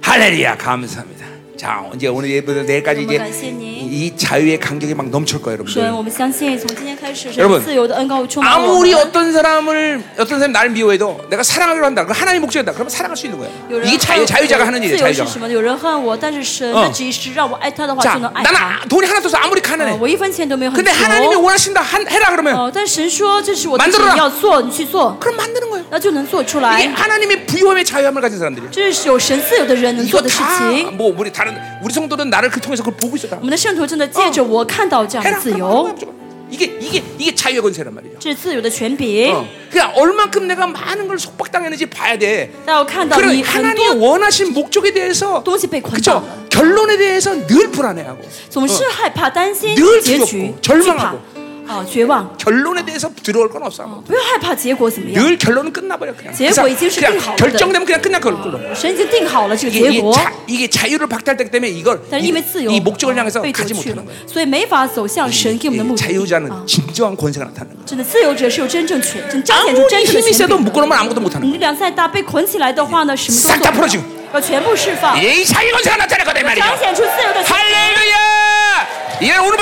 Speaker 3: 할렐루야 감사합니다 자 이제 오늘 예배도 내일까지
Speaker 2: 너무
Speaker 3: 이제
Speaker 2: 감사합니다.
Speaker 3: 이 자유의 강격이 막 넘칠 거예요
Speaker 2: 神，
Speaker 3: 여러분들
Speaker 2: 我们相信从今天开始，
Speaker 3: 여러분
Speaker 2: 神自由的恩膏充满我
Speaker 3: 아무리
Speaker 2: 们。
Speaker 3: 어떤 사람을 어떤 사람이 나를 미워해도 내가 사랑하기로 한다 그럼 하나님 목적이다 그러면 사랑할 수 있는 거예요
Speaker 2: 有人
Speaker 3: 이게
Speaker 2: 恨
Speaker 3: 자유,
Speaker 2: 我
Speaker 3: 자유자가 하는
Speaker 2: 自
Speaker 3: 일이에요
Speaker 2: 由是
Speaker 3: 자유자가
Speaker 2: 什么？有人恨我，但是神的
Speaker 3: 嗯
Speaker 2: 旨意是让我爱他的话，
Speaker 3: 자
Speaker 2: 就能爱他。
Speaker 3: 나는 돈이 하나 없어서 아무리
Speaker 2: 呃
Speaker 3: 가난해
Speaker 2: 我一分钱都没有，很
Speaker 3: 근데 하나님이
Speaker 2: 穷。
Speaker 3: 원하신다 한, 해라 그러면
Speaker 2: 哦，但神说这是我的
Speaker 3: 만들어라
Speaker 2: 旨意，你要做，你去做，
Speaker 3: 그럼 만드는 거예요
Speaker 2: 那就能做出
Speaker 3: 이게
Speaker 2: 来。
Speaker 3: 하나님의 부여함의 자유함을 가진 사람들이에요
Speaker 2: 这是有神自由的人能
Speaker 3: 이거
Speaker 2: 做的事情。
Speaker 3: 다뭐 우리 다른 우리 성도는 나를 그 통해서 그걸 보고 있었다.
Speaker 2: 我们的圣徒真的借着我看到这样
Speaker 3: 해라.
Speaker 2: 的自
Speaker 3: 그럼
Speaker 2: 由
Speaker 3: 그럼 ， 무조건. 이게 이게 이게 자유의 권세란 말이죠.
Speaker 2: 这是自由的权柄。
Speaker 3: 어. 그러니까 얼만큼 내가 많은 걸 속박당했는지 봐야 돼.
Speaker 2: 但我看到
Speaker 3: 그런
Speaker 2: 你很
Speaker 3: 하나님의
Speaker 2: 多
Speaker 3: 원하신 목적에 대해서
Speaker 2: 东西被捆绑了，
Speaker 3: 그쵸 결론에 대해서 늘 불안해하고
Speaker 2: 总是害怕、担心
Speaker 3: 늘
Speaker 2: 结局
Speaker 3: 두렵고，
Speaker 2: 惧
Speaker 3: 절망하고
Speaker 2: 怕啊，绝望。
Speaker 3: 결론에 대해서 두려울 건 없어. 아무것도.
Speaker 2: 不要害怕结果怎么样，
Speaker 3: 늘 결론은 끝나버려 그냥.
Speaker 2: 제일
Speaker 3: 그래서
Speaker 2: 거의 지금
Speaker 3: 그냥
Speaker 2: 시작된
Speaker 3: 결정되면 그냥 끝날 걸 걸로.
Speaker 2: 神已经定好了这个
Speaker 3: 이게,
Speaker 2: 结
Speaker 3: 이게,
Speaker 2: 果。
Speaker 3: 자, 이게 자유를 박탈했기 때문에 이걸
Speaker 2: 但是因为自由，
Speaker 3: 이 목적을 향해서
Speaker 2: 被夺
Speaker 3: 가지
Speaker 2: 去了
Speaker 3: 못하는 거예요. ，
Speaker 2: 所以没法走向神给我们的目
Speaker 3: 이
Speaker 2: 的地。
Speaker 3: 자유자는
Speaker 2: 啊，
Speaker 3: 진정한 권세가 나타나는 거예요.
Speaker 2: 真的自由者是有真正权，真彰显出
Speaker 3: 아무리
Speaker 2: 真正的
Speaker 3: 힘이
Speaker 2: 权
Speaker 3: 세도
Speaker 2: 柄的。
Speaker 3: 묶어놓으면 아무것도 못하는
Speaker 2: 你
Speaker 3: 거야.
Speaker 2: 力量再大，被捆起来的话呢，什么
Speaker 3: 싹다
Speaker 2: 都
Speaker 3: 풀어
Speaker 2: 做
Speaker 3: 지
Speaker 2: 不
Speaker 3: 고
Speaker 2: 了，要全部释放， 아.
Speaker 3: 이 자유 권세가 나타날 거다 이 말이야.
Speaker 2: 彰显出自由的权柄。
Speaker 3: 할렐루야! 이 오늘